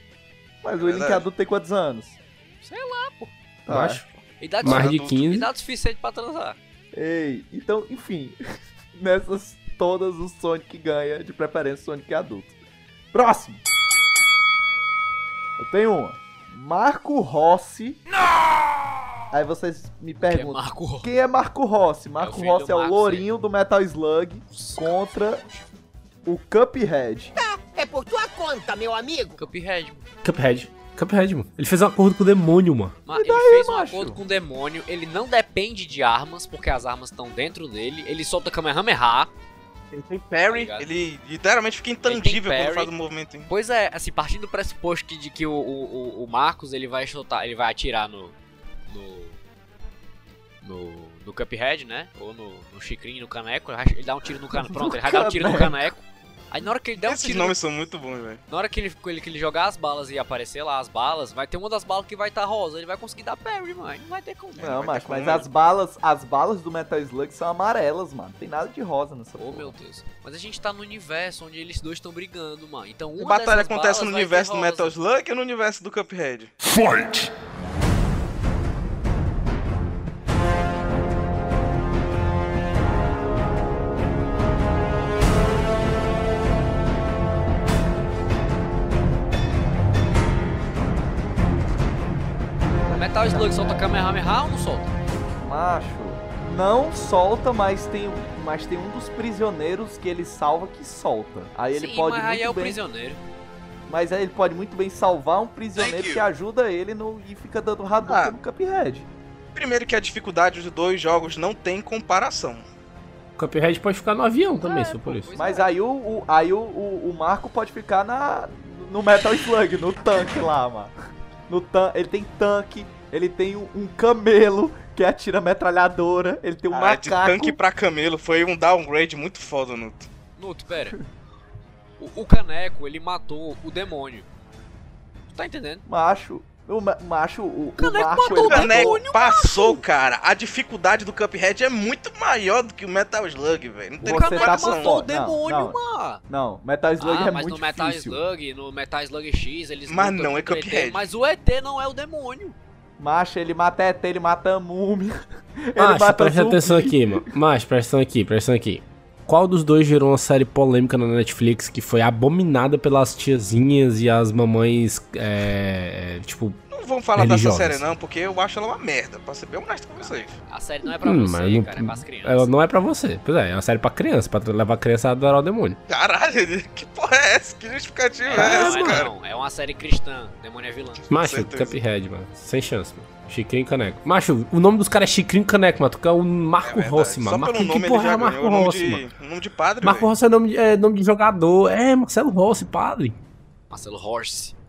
Speaker 1: Mas o
Speaker 4: É
Speaker 1: Link
Speaker 4: verdade.
Speaker 1: adulto tem quantos anos? Tá.
Speaker 2: Sei
Speaker 1: lá,
Speaker 2: pô.
Speaker 3: Eu acho.
Speaker 2: Idade,
Speaker 3: Mais de
Speaker 4: adulto.
Speaker 3: 15.
Speaker 2: idade suficiente pra transar.
Speaker 1: Ei, então, enfim. Nessas todas o Sonic ganha, de preferência o Sonic é adulto. Próximo. Eu tenho uma. Marco Rossi. Aí vocês me
Speaker 2: Que é
Speaker 1: perguntam.
Speaker 2: Marco Rossi.
Speaker 1: Quem é Marco Rossi?
Speaker 2: É o
Speaker 1: Marco
Speaker 2: filho
Speaker 1: Rossi
Speaker 2: do
Speaker 1: é o
Speaker 2: Marco,
Speaker 1: lourinho do Metal Slug contra o Cuphead.
Speaker 6: É por tua conta, meu amigo.
Speaker 2: é Cuphead.
Speaker 3: Cuphead. Cuphead, mano. Ele fez um acordo com o demônio, mano.
Speaker 2: Ma- ele fez um
Speaker 1: macho?
Speaker 2: acordo com o demônio, ele não depende de armas, porque as armas estão dentro dele, ele solta Kamehameha,
Speaker 4: Ele tem parry,
Speaker 2: Obrigado.
Speaker 4: ele literalmente fica
Speaker 2: tem
Speaker 4: intangível quando
Speaker 2: parry.
Speaker 4: faz o movimento. hein?
Speaker 2: Pois é, assim, partindo do pressuposto que- de que o, o, o- o Marcos ele vai chutar, ele vai atirar no. no. no, no Cuphead, né? Ou no, no Chicrinho, no caneco. ele vai- Ele dá um tiro no caneco. Pronto, ele vai dar um tiro no caneco. Aí na hora que ele der um
Speaker 4: Esses
Speaker 2: tiro. no-
Speaker 4: nomes são muito bons, velho.
Speaker 2: Na hora que ele, que ele- que ele jogar as balas e aparecer lá as balas, vai ter uma das balas que vai estar rosa. Ele vai conseguir dar parry, mano. Não vai ter como.
Speaker 4: vai
Speaker 1: Não,
Speaker 4: ter
Speaker 1: macho,
Speaker 4: como,
Speaker 1: mas
Speaker 4: né?
Speaker 1: as balas, as balas do Metal Slug são amarelas, mano. Tem nada de rosa nessa
Speaker 2: Oh
Speaker 1: porra.
Speaker 2: meu Deus. Mas a gente tá no universo onde eles dois estão brigando, mano. Então uma
Speaker 4: A batalha
Speaker 2: dessas balas
Speaker 4: acontece
Speaker 2: vai
Speaker 4: no
Speaker 2: ter
Speaker 4: universo do
Speaker 2: rosa.
Speaker 4: Metal Slug ou no universo do Cuphead?
Speaker 2: Metal Slug solta Kamehameha ou não solta?
Speaker 1: Macho, não solta, mas tem, mas tem um dos prisioneiros que ele salva que solta. Aí ele
Speaker 2: Sim,
Speaker 1: pode
Speaker 2: mas
Speaker 1: muito
Speaker 2: aí é o
Speaker 1: bem,
Speaker 2: prisioneiro.
Speaker 1: mas aí ele pode muito bem salvar um prisioneiro
Speaker 4: Thank you.
Speaker 1: que ajuda ele no, e fica dando Hadouken
Speaker 4: Ah.
Speaker 1: no Cuphead.
Speaker 4: Primeiro que a dificuldade dos dois jogos não tem comparação.
Speaker 3: O Cuphead pode ficar no avião também,
Speaker 2: É,
Speaker 3: só por
Speaker 2: pô,
Speaker 3: isso.
Speaker 2: pois
Speaker 1: Mas
Speaker 2: é.
Speaker 1: aí o, o- aí o, o, o Marco pode ficar na no Metal Slug, no tanque lá, mano. No tan ele tem tanque, ele tem um, um camelo que atira metralhadora, ele tem um
Speaker 4: Ah, de
Speaker 1: macaco.
Speaker 4: tanque pra camelo foi um downgrade muito foda, Nuto.
Speaker 2: é. Nuto, pera. O, o caneco, ele matou o demônio. Tu tá entendendo?
Speaker 1: Macho, o ma- macho, o, o é um
Speaker 2: Caneco
Speaker 1: Marco
Speaker 2: matou
Speaker 4: O
Speaker 1: ele
Speaker 4: Caneco passou, cara. A dificuldade do Cuphead é muito maior do que o Metal Slug, velho. Não tem
Speaker 2: o
Speaker 1: Você
Speaker 2: caneco
Speaker 1: tá
Speaker 4: comparação.
Speaker 2: matou o
Speaker 1: fora. Não,
Speaker 2: demônio,
Speaker 1: não.
Speaker 2: mano.
Speaker 1: Não, Metal Slug
Speaker 2: ah,
Speaker 1: é
Speaker 2: mas
Speaker 1: muito
Speaker 2: no Metal
Speaker 1: difícil.
Speaker 2: Slug, no Metal Slug X, eles
Speaker 4: Mas
Speaker 2: lutam
Speaker 4: não é
Speaker 2: contra ET,
Speaker 4: Cuphead.
Speaker 2: Mas o ET não é o demônio.
Speaker 1: Macho, ele mata ET, ele mata a múmia. Ele
Speaker 3: Macho,
Speaker 1: mata zumbi.
Speaker 3: presta Ah, atenção aqui, mano. Macho, presta atenção aqui, presta atenção aqui. Qual dos dois gerou uma série polêmica na Netflix que foi abominada pelas tiazinhas e as mamães, é, tipo...
Speaker 4: Não vamos falar dessa
Speaker 3: Religiosas.
Speaker 4: série, não, porque eu acho ela uma merda. Pra ser bem honesto com vocês.
Speaker 2: A série não é pra
Speaker 3: Hum,
Speaker 2: você,
Speaker 3: mas não-
Speaker 2: cara, é pras crianças.
Speaker 3: Ela não é pra você. Pois é, é uma série pra criança, pra levar a criança a adorar o demônio.
Speaker 4: Caralho, que porra é essa? Que justificativa é,
Speaker 2: É, não
Speaker 4: essa,
Speaker 2: é,
Speaker 4: cara?
Speaker 2: não. É uma série cristã. Demônio é vilão.
Speaker 3: Macho,
Speaker 4: certeza.
Speaker 3: Cuphead, mano. Sem chance, mano. Chicrinho e Caneco. Macho, o nome dos caras é Chicrinho e Caneco, mano. Tu quer o Marco
Speaker 4: É verdade.
Speaker 3: Rossi, mano.
Speaker 4: Só
Speaker 3: Marco,
Speaker 4: pelo nome
Speaker 3: que
Speaker 4: ele
Speaker 3: porra é
Speaker 4: já ganhou
Speaker 3: Marco
Speaker 4: o nome
Speaker 3: Rossi,
Speaker 4: de,
Speaker 3: mano?
Speaker 4: nome de padre,
Speaker 3: Marco
Speaker 4: velho.
Speaker 3: Rossi é nome, de, é nome de jogador. É, Marcelo Rossi, padre.
Speaker 2: Marcelo Horse.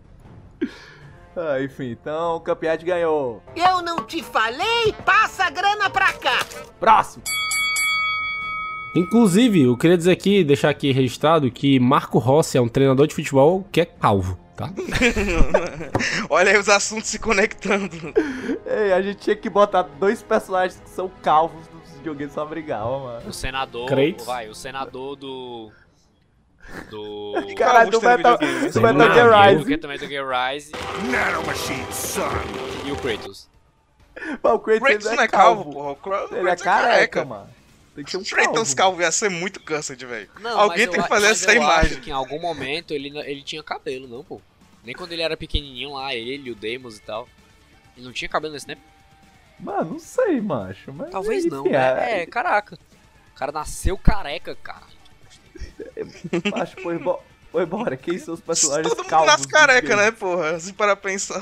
Speaker 1: Ah, enfim, então o Cuphead ganhou.
Speaker 6: Eu não te falei? Passa a grana pra cá.
Speaker 1: Próximo.
Speaker 3: Inclusive, eu queria dizer aqui, deixar aqui registrado que Marco Rossi é um treinador de futebol que é calvo, tá?
Speaker 4: Olha aí os assuntos se conectando.
Speaker 1: Ei, a gente tinha que botar dois personagens que são calvos dos videogames só brigava, mano.
Speaker 2: O senador.
Speaker 3: Kratos.
Speaker 2: Vai, o senador do. Do.
Speaker 1: Caralho, do
Speaker 4: Calvos tem
Speaker 1: Metal,
Speaker 4: videogame. é
Speaker 1: do Metal
Speaker 3: Tem
Speaker 1: Gear
Speaker 3: nada,
Speaker 1: Rising.
Speaker 2: Porque também do Gear Rise. E o Kratos.
Speaker 1: Mas O Kratos,
Speaker 4: Kratos
Speaker 1: ele
Speaker 4: não é calvo, porra. O Kratos
Speaker 1: Ele é
Speaker 4: Kratos
Speaker 1: careca, mano. Tem que ser um
Speaker 4: Kratos
Speaker 1: calvo.
Speaker 4: é calvo ia ser muito câncer, velho.
Speaker 2: Não,
Speaker 4: Alguém
Speaker 2: mas eu
Speaker 4: tem que
Speaker 2: a-
Speaker 4: fazer
Speaker 2: mas
Speaker 4: essa
Speaker 2: eu
Speaker 4: imagem.
Speaker 2: Acho que em algum momento ele, não- ele tinha cabelo, não, pô. Nem quando ele era pequenininho lá, ele, o Demos e tal. Ele não tinha cabelo nesse tempo?
Speaker 1: Mano, não sei, macho. Mas
Speaker 2: Talvez não,
Speaker 1: enfim,
Speaker 2: né? É, caraca. O cara nasceu careca, cara.
Speaker 1: Macho, foi, bo... foi embora. Quem são os personagens
Speaker 4: Todo mundo
Speaker 1: calvos?
Speaker 4: nasce careca,
Speaker 1: dos
Speaker 4: né, porra? Se para pensar.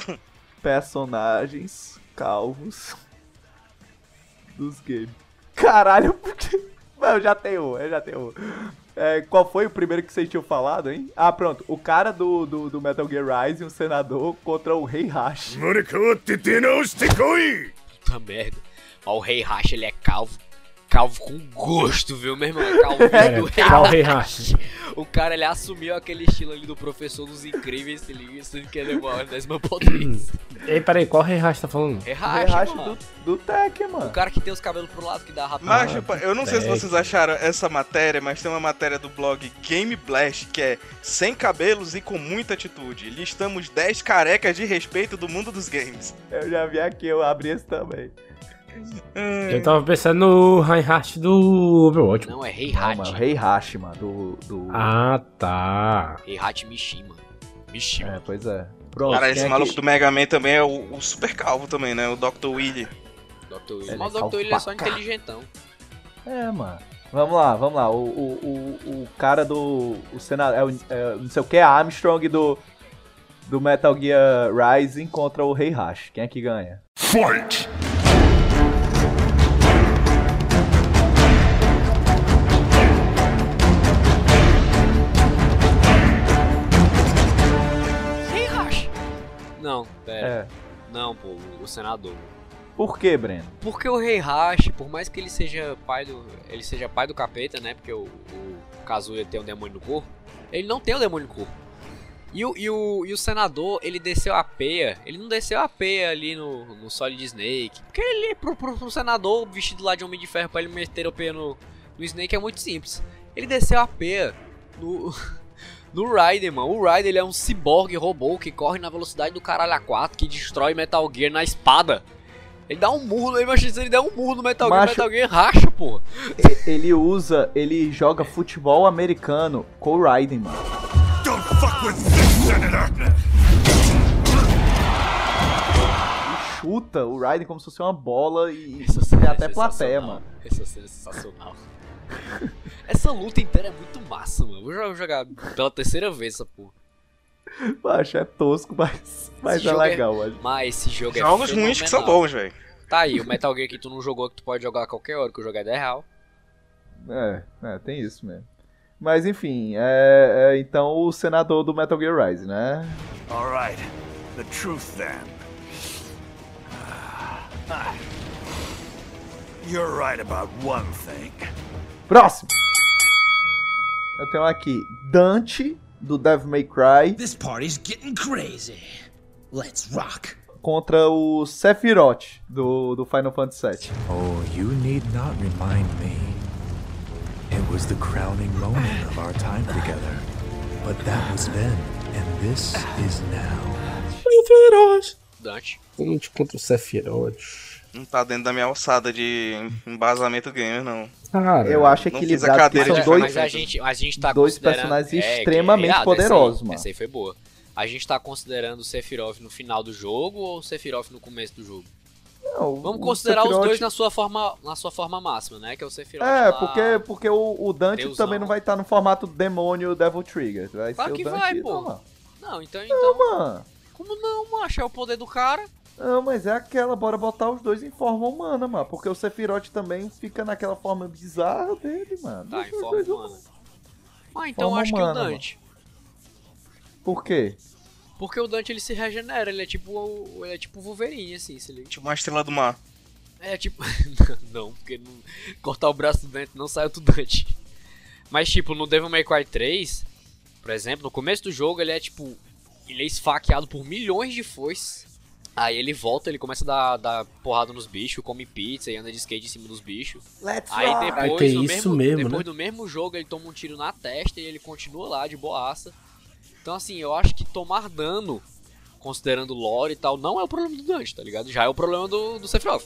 Speaker 1: personagens calvos dos games. Caralho, porque- Não, eu já tenho um, eu já tenho um. É, qual foi o primeiro que vocês tinham falado, hein? Ah, pronto. O cara do, do, do Metal Gear Rising, o senador, contra o Rei Hash.
Speaker 2: Puta merda. Ó, o Rei Racha, ele é calvo. Calvo com gosto, viu, meu irmão? É Calvinho do Rei
Speaker 3: calvo Rei
Speaker 2: Hashi. O cara, ele assumiu aquele estilo ali do professor dos incríveis, se liga, sendo que ele é uma décima potência.
Speaker 3: Ei, peraí, qual Rei Racha tá falando?
Speaker 2: Rei
Speaker 1: Rei
Speaker 2: Racha,
Speaker 1: Hash
Speaker 2: mano.
Speaker 1: do, do Tech,
Speaker 2: O
Speaker 1: mano.
Speaker 2: cara que tem os cabelos pro lado, que dá rapaz.
Speaker 4: Mas, tipo, eu não sei se
Speaker 3: moleque.
Speaker 4: vocês acharam essa matéria, mas tem uma matéria do blog Game Blast que é sem cabelos e com muita atitude. Listamos 10 carecas de respeito do mundo dos games.
Speaker 1: Eu já vi aqui, eu abri esse também.
Speaker 4: Hum.
Speaker 3: Eu tava pensando no Rei Racha do Overwatch.
Speaker 2: Não, é Rei
Speaker 1: Não, mano,
Speaker 2: Hachi.
Speaker 1: Rei Hash, mano, do... do...
Speaker 3: Ah, tá.
Speaker 2: Rei Hachi Mishima. Mishima.
Speaker 1: É, pois é. Pronto,
Speaker 4: Cara,
Speaker 1: quem
Speaker 4: esse
Speaker 1: é que-
Speaker 4: maluco do Mega Man também é o, o super calvo também, né? O Dr. Willy.
Speaker 2: Dr. Will.
Speaker 1: Ele
Speaker 2: Mas
Speaker 1: é
Speaker 2: o Dr. Will é só
Speaker 1: alpaca.
Speaker 2: inteligentão.
Speaker 1: É, mano. Vamos lá, vamos lá. O, o, o, o cara do. O senador. É, o- é, não sei o que, Armstrong do. Do Metal Gear Rising contra o Rei Hash. Quem é que ganha? É.
Speaker 2: Pera. Não, pô, o- o senador.
Speaker 1: Por que, Breno?
Speaker 2: Porque o Rei Hashi, por mais que ele seja pai do. ele seja pai do capeta, né? Porque o, o Kazuya tem um demônio no corpo. Ele não tem o demônio no corpo. E o, e o, e o senador, ele desceu a peia. Ele não desceu a peia ali no, no Solid Snake. Porque ele, pro, pro, pro senador, vestido lá de homem de ferro, pra ele meter a peia no, no Snake é muito simples. Ele desceu a peia no. No Raiden, mano. O Raiden ele é um ciborgue robô que corre na velocidade do caralho A4, que destrói Metal Gear na espada. Ele dá um murro, ele, imagina, se ele der um murro no Metal Gear, o
Speaker 1: Macho-
Speaker 2: Metal Gear racha, porra.
Speaker 1: E- Ele usa, ele joga futebol americano com o Raiden, mano. Ele Chuta o Raiden como se fosse uma bola e,
Speaker 2: Essa
Speaker 1: e
Speaker 2: cena é
Speaker 1: até plateia,
Speaker 2: sensacional.
Speaker 1: mano.
Speaker 2: Essa cena é sensacional. essa luta inteira é muito massa, mano. Eu vou jogar pela terceira vez essa porra.
Speaker 1: Macho, é tosco, mas, mas é
Speaker 2: jogo é-
Speaker 1: legal, mano.
Speaker 2: Mas esse jogo é
Speaker 4: Jogos ruins que são
Speaker 2: fenomenal.
Speaker 4: bons, velho.
Speaker 2: Tá aí, o Metal Gear que tu não jogou, que tu pode jogar a qualquer hora, que o jogo é 10 real.
Speaker 1: É, é, tem isso mesmo. Mas enfim, é, é, então o senador do Metal Gear Rise, né?
Speaker 7: All right. The truth then. Ah. You're right about one thing.
Speaker 1: Próximo! Eu tenho aqui Dante, do Devil May Cry,
Speaker 8: This party's getting crazy. Let's rock.
Speaker 1: contra o Sephiroth, do, do Final Fantasy VII.
Speaker 7: Oh, you need not remind me. It was the crowning moment of our time together. But that was then, and this is now.
Speaker 2: Dante.
Speaker 3: Dante contra o Sephiroth.
Speaker 4: Não tá dentro da minha alçada de embasamento gamer, não.
Speaker 3: Cara,
Speaker 1: Eu acho
Speaker 4: Não fiz a
Speaker 1: equilibrado, porque
Speaker 4: cadeira
Speaker 1: são
Speaker 4: de
Speaker 1: dois...
Speaker 2: mas a gente, a gente tá
Speaker 1: dois
Speaker 2: considerando-
Speaker 1: personagens
Speaker 2: que
Speaker 1: extremamente
Speaker 2: irado,
Speaker 1: poderosos,
Speaker 2: essa aí,
Speaker 1: mano.
Speaker 2: Essa aí foi boa. A gente tá considerando o Sephiroth no final do jogo ou o Sephiroth no começo do jogo?
Speaker 1: Não,
Speaker 2: Vamos
Speaker 1: o
Speaker 2: considerar os
Speaker 1: Sephiroth-
Speaker 2: dois na sua forma, na sua forma máxima, né? Que é o Sephiroth
Speaker 1: É,
Speaker 2: lá-
Speaker 1: porque, porque o, o Dante
Speaker 2: Deusão.
Speaker 1: também não vai estar no formato demônio Devil Trigger. Vai
Speaker 2: Claro
Speaker 1: ser
Speaker 2: que
Speaker 1: o Dante.
Speaker 2: vai,
Speaker 1: não,
Speaker 2: pô.
Speaker 1: mano.
Speaker 2: Não, então, então
Speaker 1: Mano,
Speaker 2: como não, macho? É o poder do cara.
Speaker 1: Não, mas é aquela, bora botar os dois em forma humana, mano. Porque o Sephiroth também fica naquela forma bizarra dele, mano.
Speaker 2: Tá,
Speaker 1: Deixa
Speaker 2: em
Speaker 1: os
Speaker 2: forma
Speaker 1: dois
Speaker 2: humana. Ah, então
Speaker 1: Forma
Speaker 2: acho que
Speaker 1: humana,
Speaker 2: o Dante.
Speaker 1: Por quê?
Speaker 2: Porque o Dante ele se regenera, ele é tipo o- ele é tipo o Wolverine, assim, se liga.
Speaker 4: Tipo uma estrela do mar.
Speaker 2: É tipo. não, porque não- cortar o braço do Dante não sai do Dante. Mas tipo, no Devil May Cry 3, por exemplo, no começo do jogo ele é tipo. Ele é esfaqueado por milhões de foices. Aí ele volta, ele começa a dar, dar porrada nos bichos, come pizza e anda de skate em cima dos bichos.
Speaker 1: Let's
Speaker 2: Aí
Speaker 1: rock!
Speaker 2: depois,
Speaker 3: Aí tem
Speaker 2: no
Speaker 3: isso
Speaker 2: mesmo,
Speaker 3: mesmo,
Speaker 2: depois
Speaker 3: né?
Speaker 2: do mesmo jogo, ele toma um tiro na testa e ele continua lá de boaça. Então, assim, eu acho que tomar dano, considerando o lore e tal, não é o problema do Dante, tá ligado? Já é o problema do, do Sephiroth,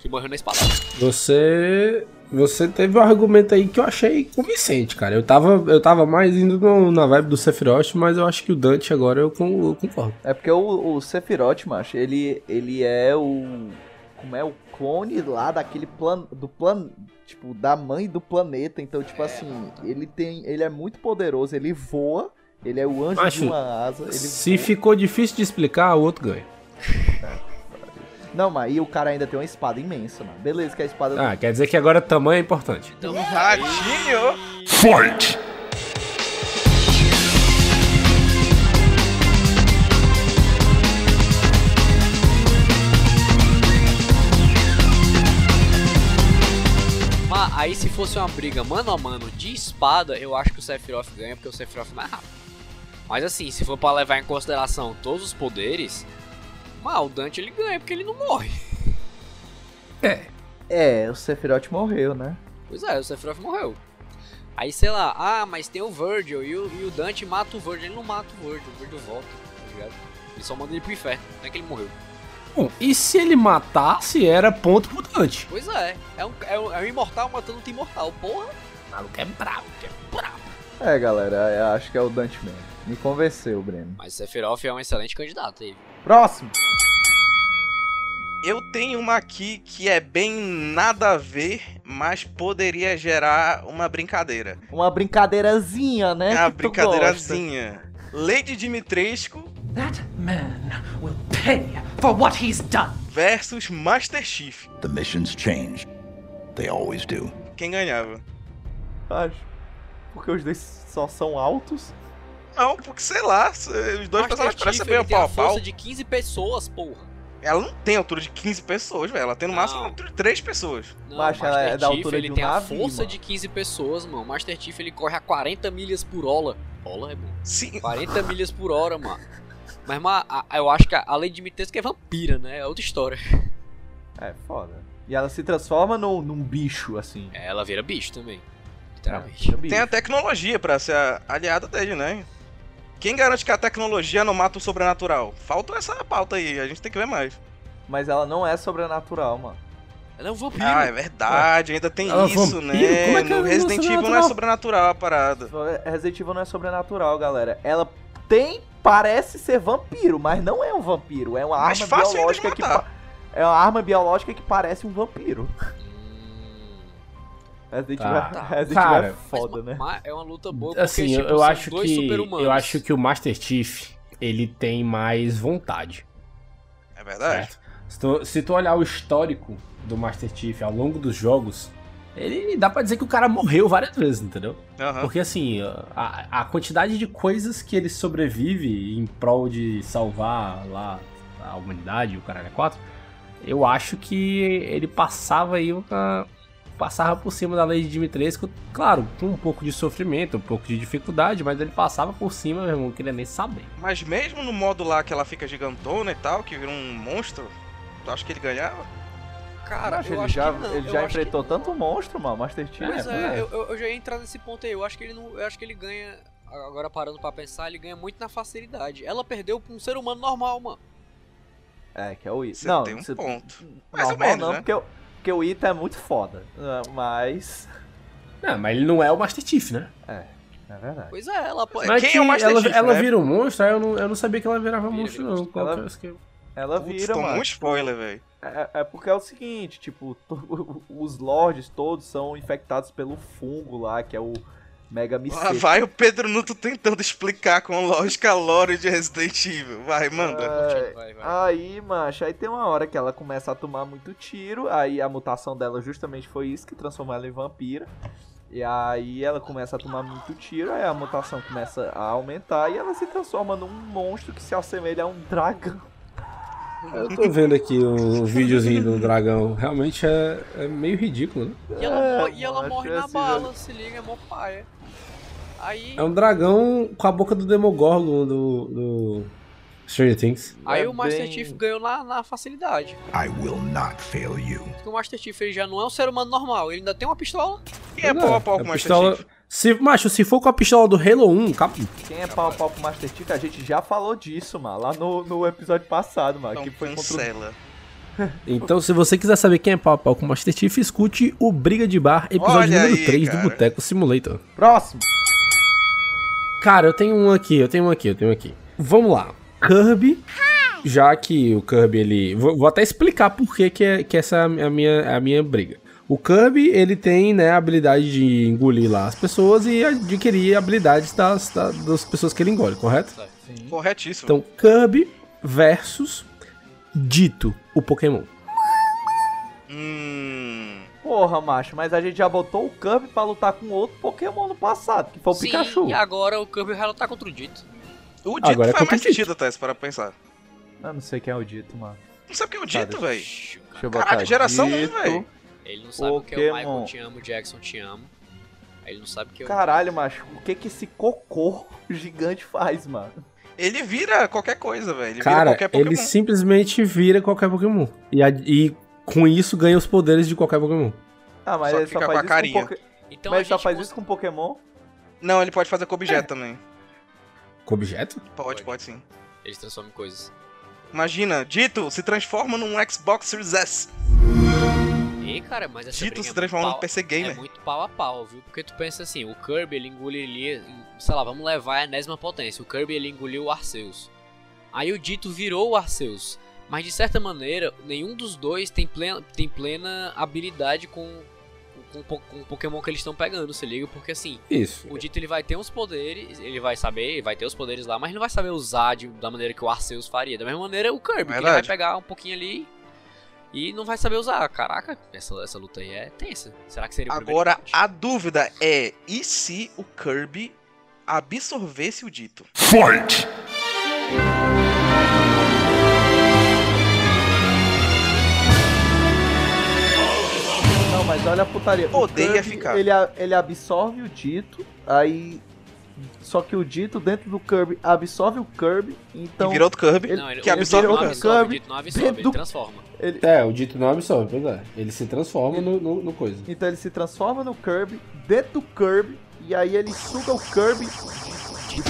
Speaker 2: que morreu na espada.
Speaker 3: Você. Você teve um argumento aí que eu achei convincente, cara. Eu tava, eu tava mais indo no- na vibe do Sephiroth, mas eu acho que o Dante agora eu, con- eu concordo.
Speaker 1: É porque o, o Sephiroth, macho, ele, ele é o. Como é? O clone lá daquele plano. Do plano. Tipo, da mãe do planeta. Então, tipo assim, ele tem. Ele é muito poderoso, ele voa. Ele é o anjo
Speaker 3: Macho,
Speaker 1: de uma asa. Ele
Speaker 3: Se
Speaker 1: voa.
Speaker 3: ficou difícil de explicar, o outro ganha.
Speaker 1: Não, mas e o cara ainda tem uma espada imensa, mano. Beleza, que a espada.
Speaker 3: Ah, quer dizer que agora tamanho é importante.
Speaker 2: Então,
Speaker 4: Ratinho!
Speaker 7: Fight!
Speaker 2: ma- aí se fosse uma briga mano a mano de espada, eu acho que o Sephiroth ganha, porque o Sephiroth é mais rápido. Mas assim, se for pra levar em consideração todos os poderes, ma, o Dante ele ganha, porque ele não morre.
Speaker 1: É, o Sephiroth morreu, né?
Speaker 2: Pois é, o Sephiroth morreu. Aí, sei lá, ah, mas tem o Virgil e o, e o Dante mata o Virgil. Ele não mata o Virgil, o Virgil volta, tá ligado? Ele só manda ele pro inferno, não é que ele morreu.
Speaker 3: Bom, Então, e se ele matasse, era ponto pro Dante.
Speaker 2: Pois é, é um, é um, é um imortal matando outro imortal, porra.
Speaker 1: É, galera, eu acho que é o Dante mesmo. Me convenceu, Breno.
Speaker 2: Mas o Sephiroth é um excelente candidato aí.
Speaker 1: Próximo!
Speaker 4: Eu tenho uma aqui que é bem nada a ver, mas poderia gerar uma brincadeira.
Speaker 1: Uma brincadeirazinha, né?
Speaker 4: É uma
Speaker 1: que tu
Speaker 4: brincadeirazinha. Lady Dimitrescu
Speaker 9: That man will pay for what he's done.
Speaker 4: versus Master Chief.
Speaker 7: The mission's changed. They always do.
Speaker 4: Quem ganhava?
Speaker 1: gosta. Acho. Porque os dois só são altos.
Speaker 4: Não, porque sei lá, os dois
Speaker 2: Master
Speaker 4: personagens parecem
Speaker 2: Chief,
Speaker 4: bem
Speaker 2: ele
Speaker 4: ao
Speaker 2: tem a
Speaker 4: pau
Speaker 2: força
Speaker 4: pau.
Speaker 2: de 15 pessoas, porra.
Speaker 4: Ela não tem altura de 15 pessoas, velho. Ela tem no máximo
Speaker 2: Não.
Speaker 4: altura de 3 pessoas.
Speaker 2: Não,
Speaker 1: Macho, ela
Speaker 2: Master
Speaker 1: é da
Speaker 2: Chief,
Speaker 1: altura
Speaker 2: ele
Speaker 1: de um
Speaker 2: tem a
Speaker 1: navio,
Speaker 2: força
Speaker 1: mano.
Speaker 2: de 15 pessoas, mano. Master Chief, ele corre a 40 milhas por hora. Ola é bom.
Speaker 4: Sim,
Speaker 2: 40 milhas por hora, mano. Mas, mano, a- a- eu acho que a, a Lady Mitesca é vampira, né? É outra história.
Speaker 1: É foda. E ela se transforma num, num bicho, assim.
Speaker 2: É, Ela vira bicho também.
Speaker 1: É,
Speaker 2: Literalmente.
Speaker 1: bicho.
Speaker 4: tem a tecnologia pra ser a aliada dele, né? Quem garante que a tecnologia não mata o sobrenatural? Falta essa pauta aí, a gente tem que ver mais.
Speaker 1: Mas ela não é sobrenatural, mano.
Speaker 2: Ela é um vampiro.
Speaker 4: Ah, é verdade, ainda tem
Speaker 3: Ela é
Speaker 4: isso,
Speaker 3: vampiro? Como
Speaker 4: né?
Speaker 3: é que ela
Speaker 4: no
Speaker 3: não é
Speaker 4: Resident Evil não é
Speaker 3: sobrenatural?
Speaker 4: sobrenatural a parada.
Speaker 1: Resident Evil não é sobrenatural, galera. Ela tem, parece ser vampiro, mas não é um vampiro. É uma
Speaker 4: Mais
Speaker 1: arma
Speaker 4: fácil ainda de
Speaker 1: biológica que
Speaker 4: matar.
Speaker 1: pa- é uma arma biológica que parece um vampiro.
Speaker 2: Hum,
Speaker 1: Resident
Speaker 3: Tá.
Speaker 1: Evil, é-
Speaker 2: Tá.
Speaker 1: Resident Evil é
Speaker 3: Cara,
Speaker 1: foda,
Speaker 2: mas,
Speaker 1: né?
Speaker 2: mas é uma luta boa porque,
Speaker 3: Assim, eu,
Speaker 2: tipo,
Speaker 3: eu
Speaker 2: são
Speaker 3: acho
Speaker 2: dois
Speaker 3: que
Speaker 2: super-humanos.
Speaker 3: eu acho que o Master Chief ele tem mais vontade,
Speaker 4: É verdade.
Speaker 3: certo? Se tu, se tu olhar o histórico do Master Chief ao longo dos jogos, ele dá pra dizer que o cara morreu várias vezes, entendeu?
Speaker 4: Aham.
Speaker 3: Porque assim, a, a quantidade de coisas que ele sobrevive em prol de salvar lá a humanidade, o caralho 4, eu acho que ele passava aí uma- passava por cima da lei de Dimitrescu, claro, com um pouco de sofrimento, um pouco de dificuldade, mas ele passava por cima, meu irmão, não queria nem saber.
Speaker 4: Mas mesmo no modo lá que ela fica gigantona e tal, que vira um monstro, tu acha que ele ganhava?
Speaker 2: Cara,
Speaker 1: Macho,
Speaker 2: eu
Speaker 1: ele
Speaker 2: acho
Speaker 1: já,
Speaker 2: que não,
Speaker 1: ele
Speaker 2: eu
Speaker 1: já
Speaker 2: acho que
Speaker 1: enfrentou
Speaker 2: não.
Speaker 1: tanto monstro, mano. Master Chief.
Speaker 2: Pois
Speaker 3: É,
Speaker 2: é,
Speaker 3: é.
Speaker 2: Eu, eu- eu já ia entrar nesse ponto aí. Eu acho que ele não. Eu acho que ele ganha. Agora parando pra pensar, ele ganha muito na facilidade. Ela perdeu pra um ser humano normal, mano.
Speaker 1: É, que é o Ita.
Speaker 4: Você
Speaker 1: Não,
Speaker 4: tem um
Speaker 1: você-
Speaker 4: ponto. Mais ou
Speaker 1: normal
Speaker 4: menos,
Speaker 1: não,
Speaker 4: né?
Speaker 1: porque, o- porque o Ita é muito foda. É, Mas.
Speaker 3: Não, mas ele não é o Master Chief, né?
Speaker 1: É verdade.
Speaker 2: Pois é, ela pô,
Speaker 3: Mas
Speaker 4: quem
Speaker 3: que
Speaker 4: é o Master
Speaker 3: ela,
Speaker 4: Chief,
Speaker 3: ela
Speaker 4: né?
Speaker 3: vira um monstro, aí eu não, eu não sabia que ela virava monstro,
Speaker 2: vira
Speaker 3: não. Qual
Speaker 1: Ela-
Speaker 3: que é o esquema?
Speaker 1: Ela
Speaker 4: Putz,
Speaker 1: vira,
Speaker 4: tomou
Speaker 1: mano.
Speaker 4: um spoiler, velho.
Speaker 1: É, é porque é o seguinte, tipo, to- os lords todos são infectados pelo fungo lá, que é o Mega
Speaker 4: Lá
Speaker 1: Miceta.
Speaker 4: vai o Pedro Nuto tentando explicar com lógica a lore de Resident Evil. Vai, manda.
Speaker 3: Ah,
Speaker 1: É,
Speaker 2: vai, vai.
Speaker 1: Aí, macho, aí tem uma hora que ela começa a tomar muito tiro, aí a mutação dela justamente foi isso que transformou ela em vampira. E aí ela começa a tomar muito tiro, aí a mutação começa a aumentar e ela se transforma num monstro que se assemelha a um dragão.
Speaker 3: Eu tô vendo aqui um videozinho do dragão. Realmente é, é meio ridículo, né?
Speaker 2: E ela,
Speaker 1: É,
Speaker 2: morre, e ela
Speaker 1: mano,
Speaker 2: morre
Speaker 1: acho
Speaker 2: na
Speaker 1: assim,
Speaker 2: bala, se liga, é mó paia. Aí,
Speaker 3: É um dragão com a boca do Demogorgon do, do Stranger Things.
Speaker 2: aí
Speaker 1: é
Speaker 2: o Master
Speaker 1: bem-
Speaker 2: Chief ganhou na, na facilidade.
Speaker 7: I will not fail you.
Speaker 2: Porque o Master Chief ele já não é um ser humano normal, ele ainda tem uma pistola.
Speaker 4: Quem é pau a pau com o Master
Speaker 3: pistola...
Speaker 4: Chief?
Speaker 3: Se, macho, se for com a pistola do Halo 1, capim.
Speaker 1: Quem é pau a pau com o Master Chief, a gente já falou disso, mano, lá no, no episódio passado, mano,
Speaker 4: Então
Speaker 1: que foi contra o
Speaker 4: cancela.
Speaker 3: Então, se você quiser saber quem é pau a pau com o Master Chief, escute o Briga de Bar, episódio
Speaker 4: Olha
Speaker 3: número
Speaker 4: aí,
Speaker 3: 3
Speaker 4: cara.
Speaker 3: do Boteco Simulator.
Speaker 1: próximo.
Speaker 3: Cara, eu tenho um aqui, eu tenho um aqui, eu tenho um aqui. Vamos lá. Kirby. Já que o Kirby, ele. Vou, vou até explicar por que, que, é, que essa é a minha, a minha briga. O Kirby, ele tem né, a habilidade de engolir lá as pessoas e adquirir habilidades das, da- das pessoas que ele engole, correto?
Speaker 4: Corretíssimo.
Speaker 3: Então, Kirby versus Dito, o Pokémon.
Speaker 4: Hum.
Speaker 1: Porra, macho, mas a gente já botou o Kirby pra lutar com outro Pokémon no passado, que foi o
Speaker 2: Sim,
Speaker 1: um Pikachu.
Speaker 2: e agora o Kirby já tá contra o Dito.
Speaker 4: O Dito
Speaker 3: Agora é
Speaker 4: faz
Speaker 3: contra
Speaker 4: mais
Speaker 3: o Dito.
Speaker 4: sentido, Thais, para pensar.
Speaker 1: Eu não sei quem é o Dito, mano.
Speaker 4: Não sabe o que é o Dito, velho.
Speaker 2: Ixi, cara.
Speaker 1: Deixa eu
Speaker 4: Caralho, geração um,
Speaker 1: Dito.
Speaker 4: velho.
Speaker 2: Ele não sabe o que é o
Speaker 1: Pokémon.
Speaker 2: Michael Te Amo, Jackson Te Amo. Ele não sabe o que é o.
Speaker 1: Caralho, macho, o que que esse cocô gigante faz, mano?
Speaker 4: Ele vira qualquer coisa, velho. Ele
Speaker 3: Cara,
Speaker 4: vira qualquer Pokémon.
Speaker 3: ele simplesmente vira qualquer Pokémon. E, a- e com isso ganha os poderes de qualquer Pokémon.
Speaker 1: Ah, mas
Speaker 4: Só
Speaker 1: ele
Speaker 4: que
Speaker 1: só faz
Speaker 4: fica com
Speaker 1: isso
Speaker 4: a
Speaker 1: com
Speaker 4: carinha.
Speaker 1: Poké-
Speaker 2: Então
Speaker 1: mas
Speaker 2: a
Speaker 1: ele só
Speaker 2: gente
Speaker 1: faz
Speaker 2: cons-
Speaker 1: isso com Pokémon?
Speaker 4: Não, ele pode fazer com objeto
Speaker 3: É.
Speaker 4: também.
Speaker 3: Com objeto?
Speaker 4: Pode,
Speaker 2: Pode.
Speaker 4: pode sim.
Speaker 2: Ele se transforma em coisas.
Speaker 4: Imagina, Dito se transforma num Xbox Series S.
Speaker 2: E cara, mas essa
Speaker 4: Dito
Speaker 2: briga é
Speaker 4: se
Speaker 2: muito
Speaker 4: transforma num
Speaker 2: pau-
Speaker 4: PC
Speaker 2: É
Speaker 4: Gamer.
Speaker 2: muito pau a pau, viu? Porque tu pensa assim, o Kirby ele engoliria, sei lá, vamos levar a enésima potência. O Kirby ele engoliu o Arceus. Aí o Dito virou o Arceus. Mas de certa maneira, nenhum dos dois tem plena, tem plena habilidade com, com, po- com o Pokémon que eles estão pegando, se liga? Porque assim,
Speaker 3: Isso.
Speaker 2: o Dito ele vai ter uns poderes, ele vai saber, ele vai ter os poderes lá, mas não vai saber usar de- da maneira que o Arceus faria. Da mesma maneira o Kirby, que ele vai
Speaker 4: Verdade.
Speaker 2: pegar um pouquinho ali e não vai saber usar. Caraca, essa, essa luta aí é tensa. Será que seria o primeiro
Speaker 4: Agora,
Speaker 2: combate?
Speaker 4: a dúvida é: e se o Kirby absorvesse o dito.
Speaker 10: Fight!
Speaker 1: Não, mas olha a putaria.
Speaker 4: Poder
Speaker 1: O
Speaker 4: ia
Speaker 1: Kirby,
Speaker 4: ficar.
Speaker 1: Ele, a- ele absorve o dito, aí. Só que o dito dentro do Kirby absorve o Kirby, então.
Speaker 4: e virou outro Kirby,
Speaker 1: ele-
Speaker 2: Não, ele,
Speaker 4: que
Speaker 2: o
Speaker 4: absorve
Speaker 2: Dito
Speaker 4: o
Speaker 2: não
Speaker 1: outro
Speaker 4: Kirby.
Speaker 2: absorve,
Speaker 1: Kirby
Speaker 2: o Dito não absorve,
Speaker 1: dentro-
Speaker 2: ele transforma.
Speaker 1: ele-
Speaker 3: É, o dito não absorve, pois é. Ele se transforma no, no, no coisa.
Speaker 1: Então ele se transforma no Kirby, dentro do Kirby, e aí ele suga o Kirby.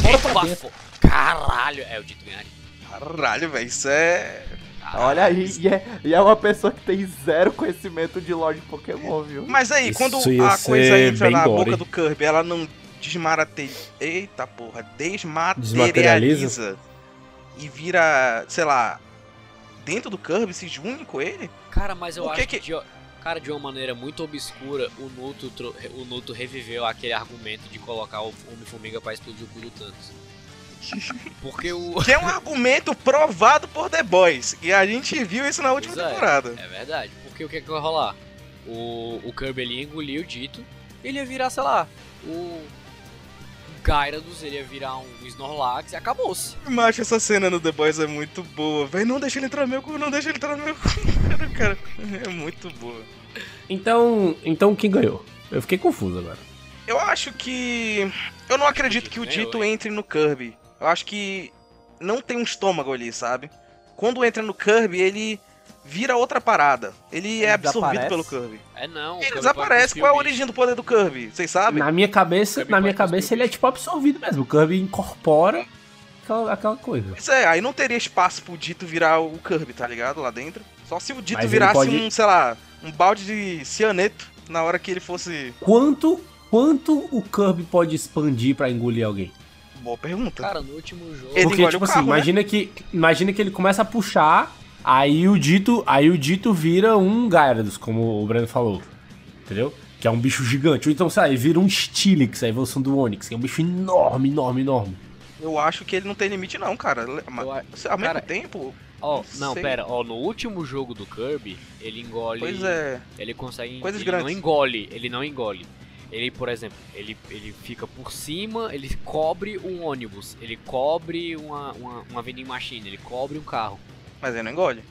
Speaker 2: Epa, fo- Caralho, é o Dito ganharia.
Speaker 4: Caralho, velho, isso é...
Speaker 2: Caralho.
Speaker 1: Olha aí, e é, e é uma pessoa que tem zero conhecimento de lore de Pokémon, viu?
Speaker 4: Mas aí,
Speaker 3: Isso
Speaker 4: quando
Speaker 3: ia
Speaker 4: a
Speaker 3: ser
Speaker 4: coisa entra
Speaker 3: bem
Speaker 4: na
Speaker 3: gore.
Speaker 4: boca do Kirby, ela não desmarate... Eita porra, desmaterializa
Speaker 3: Desmaterializa?
Speaker 4: e vira, sei lá, dentro do Kirby, se une com ele?
Speaker 2: Cara, mas eu
Speaker 4: O que
Speaker 2: acho
Speaker 4: que-
Speaker 2: que. de- Cara, de uma maneira muito obscura, o Nuto, tro- o Nuto reviveu aquele argumento de colocar o Homem-Formiga pra explodir o cu do Thanos. Porque o.
Speaker 4: Que é um argumento provado por The Boys. E a gente viu isso na última
Speaker 2: Pois é.
Speaker 4: temporada.
Speaker 2: É verdade, porque o que, que vai rolar? O, o Kirby ele ia engolir o Dito, ele ia virar, sei lá, o Gyarados, ele ia virar um Snorlax e acabou-se.
Speaker 4: Macho, essa cena no The Boys é muito boa. Véi, não deixa ele entrar no meu cu, não deixa ele entrar no meu cu. Cara, cara, é muito boa.
Speaker 3: Então, então quem ganhou? Eu fiquei confuso agora.
Speaker 4: Eu acho que. Eu não acredito que o Dito entre no Kirby. Eu acho que não tem um estômago ali, sabe? Quando entra no Kirby, ele vira outra parada. Ele
Speaker 1: Ele
Speaker 4: é absorvido
Speaker 1: desaparece?
Speaker 4: pelo Kirby.
Speaker 2: É não. o
Speaker 4: Ele
Speaker 2: Kirby
Speaker 4: desaparece.
Speaker 2: pode
Speaker 4: Qual é a
Speaker 2: cuspir
Speaker 4: origem do poder do Kirby? Vocês sabem?
Speaker 3: Na minha cabeça,
Speaker 2: Kirby
Speaker 3: na minha
Speaker 2: pode cuspir o
Speaker 3: cabeça ele é
Speaker 2: bicho.
Speaker 3: tipo absorvido mesmo. O Kirby incorpora aquela, aquela coisa.
Speaker 4: Pois é, aí não teria espaço pro Dito virar o Kirby, tá ligado? Lá dentro. Só se o Dito
Speaker 3: Mas ele
Speaker 4: virasse
Speaker 3: pode-
Speaker 4: um, sei lá, um balde de cianeto na hora que ele fosse.
Speaker 3: Quanto quanto o Kirby pode expandir pra engolir alguém?
Speaker 4: Boa pergunta.
Speaker 2: Cara, no último jogo.
Speaker 4: Ele
Speaker 3: Porque
Speaker 4: engole
Speaker 3: tipo
Speaker 4: o
Speaker 3: assim,
Speaker 4: carro, né?
Speaker 3: imagina que imagina que ele começa a puxar, aí o dito, aí o dito vira um Gyarados, como o Breno falou. Entendeu? Que é um bicho gigante. Ou então, sei lá, ele vira um Stilix, a evolução do Onix, que é um bicho enorme, enorme, enorme.
Speaker 4: Eu acho que ele não tem limite, não, cara. Le- Mas,
Speaker 2: Eu a-
Speaker 4: ao mesmo
Speaker 2: cara,
Speaker 4: tempo.
Speaker 2: Ó, não,
Speaker 4: sei.
Speaker 2: pera, ó, no último jogo do Kirby, ele engole.
Speaker 4: Pois é.
Speaker 2: Ele consegue.
Speaker 4: Coisas
Speaker 2: ele não
Speaker 4: grandes.
Speaker 2: engole, ele não engole. Ele, por exemplo, ele, ele fica por cima, ele cobre um ônibus, ele cobre uma, uma, uma vending machine, ele cobre um carro.
Speaker 4: Mas ele não engole.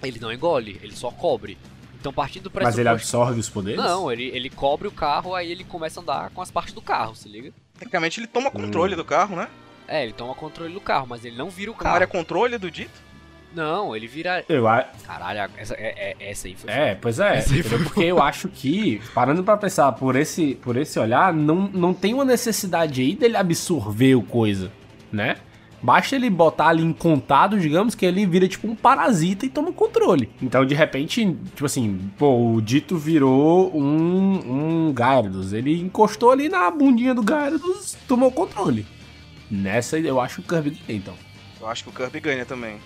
Speaker 2: Ele não engole, ele só cobre. Então, partindo do
Speaker 3: Mas ele é
Speaker 2: pressuposto...
Speaker 3: absorve os poderes?
Speaker 2: Não, ele, ele cobre o carro, aí ele começa a andar com as partes do carro, se liga?
Speaker 4: Tecnicamente ele toma
Speaker 3: Hum.
Speaker 4: controle do carro, né?
Speaker 2: É, ele toma controle do carro, mas ele não vira o
Speaker 4: Tomara
Speaker 2: carro.
Speaker 4: controle do dito.
Speaker 2: Não, ele vira...
Speaker 3: Eu, a-
Speaker 2: Caralho, essa, é, é- essa aí foi...
Speaker 3: é, pois é.
Speaker 2: Esse aí
Speaker 3: entendeu? Porque eu acho que, parando pra pensar por esse, por esse olhar, não, não tem uma necessidade aí dele absorver o coisa, né? Basta ele botar ali em contado, digamos, que ele vira tipo um parasita e toma o controle. Então, de repente, tipo assim, pô, o Dito virou um, um Gyarados. Ele encostou ali na bundinha do Gyarados, tomou o controle. Nessa, eu acho que o Kirby ganha, então.
Speaker 4: Eu acho que o Kirby ganha também.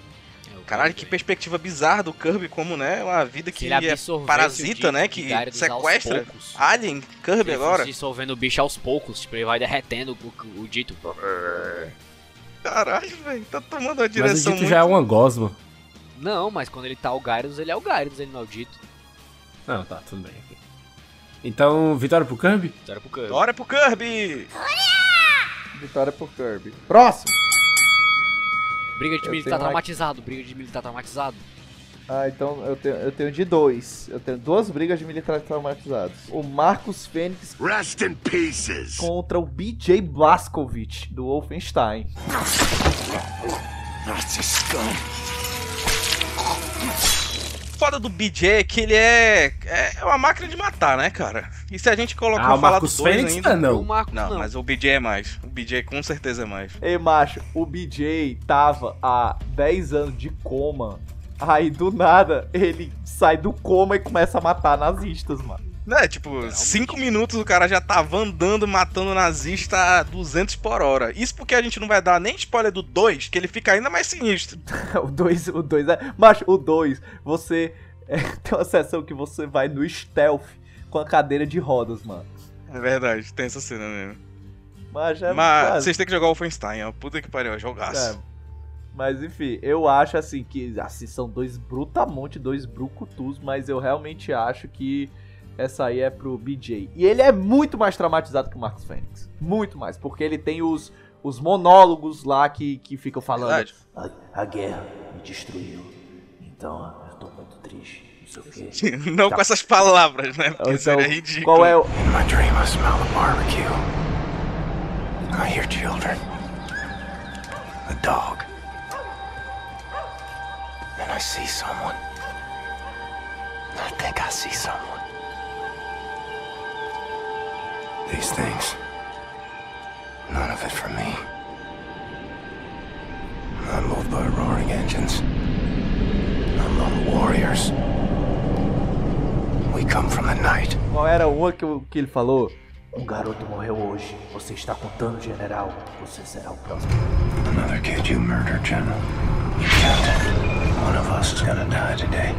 Speaker 2: É, o
Speaker 4: Caralho, que
Speaker 2: Kirby.
Speaker 4: perspectiva bizarra do Kirby, como, né? Uma vida
Speaker 2: Se
Speaker 4: que
Speaker 2: ele
Speaker 4: é
Speaker 2: absorvesse o
Speaker 4: parasita,
Speaker 2: Dito
Speaker 4: né?
Speaker 2: de
Speaker 4: Que
Speaker 2: Gyarados aos
Speaker 4: sequestra. Ah, é
Speaker 2: poucos,
Speaker 4: Alien Kirby
Speaker 2: ele
Speaker 4: agora.
Speaker 2: fosse dissolvendo o bicho aos poucos, tipo, ele vai derretendo o, o dito.
Speaker 4: Caralho, velho. Tá tomando uma
Speaker 3: Mas o Dito
Speaker 4: direção muito...
Speaker 3: já é uma gosma.
Speaker 2: Não, mas quando ele tá o Gyarados, ele é o Gyarados, ele não é o dito.
Speaker 3: Não, tá, tudo bem. Então, vitória pro Kirby?
Speaker 2: Isso era pro
Speaker 3: um-
Speaker 2: Kirby.
Speaker 4: Bora pro Kirby!
Speaker 1: Vitória pro Kirby. Próximo!
Speaker 2: Briga de
Speaker 1: Eu
Speaker 2: militar
Speaker 1: tenho uma-
Speaker 2: traumatizado, briga de militar traumatizado.
Speaker 1: Ah, então eu tenho, eu tenho de dois. Eu tenho duas brigas de militares traumatizados. O Marcos Fênix
Speaker 10: Rest in pieces!
Speaker 1: contra o BJ Blazkowicz do Wolfenstein.
Speaker 4: Foda do BJ é que ele é... É uma máquina de matar, né, cara? E se a gente colocar
Speaker 3: Ah, o
Speaker 4: falar
Speaker 3: Marcos
Speaker 4: do dois
Speaker 3: Fênix?
Speaker 4: ainda...
Speaker 3: Ah,
Speaker 2: O
Speaker 3: não.
Speaker 2: Marcos não.
Speaker 4: Não, mas o BJ é mais. O BJ com certeza é mais.
Speaker 1: Ei, macho, o BJ tava há 10 anos de coma. Aí do nada ele sai do coma e começa a matar nazistas, mano.
Speaker 4: Né, tipo, cinco minutos o cara já tava andando, matando nazista a 200 por hora. Isso porque a gente não vai dar nem spoiler do 2, que ele fica ainda mais sinistro.
Speaker 1: O 2, o 2 é. Macho, o 2, você é, tem uma sessão que você vai no stealth com a cadeira de rodas, mano.
Speaker 4: É verdade, tem essa cena mesmo.
Speaker 1: Mas é
Speaker 4: Mas
Speaker 1: quase-
Speaker 4: vocês têm que jogar o Wolfenstein, ó. Puta que pariu, é jogaço.
Speaker 1: É. Mas enfim, eu acho assim que assim, são dois brutamonte, dois brucutus, mas eu realmente acho que Essa aí é pro BJ. E ele é muito mais traumatizado que o Marcos Fênix. Muito mais. Porque ele tem os, os monólogos lá que, que ficam falando.
Speaker 4: Verdade.
Speaker 11: A, a guerra me destruiu. Então eu tô muito triste. Não sei o quê.
Speaker 4: Não com essas palavras, né? Porque
Speaker 1: Ou então,
Speaker 4: seria ridículo.
Speaker 1: qual Tá. é o.
Speaker 7: I dream I smell the barbecue. I hear children. A dog. And I see someone. I think I see someone. These things. None of it for me. I'm moved by roaring engines. I'm on warriors. We come from the night.
Speaker 1: Qual era uma que, o- que ele falou?
Speaker 11: Um garoto morreu hoje. Você está contando, general. Você será o próximo.
Speaker 7: Another kid you murdered, General. You killed him. One of us is gonna die today.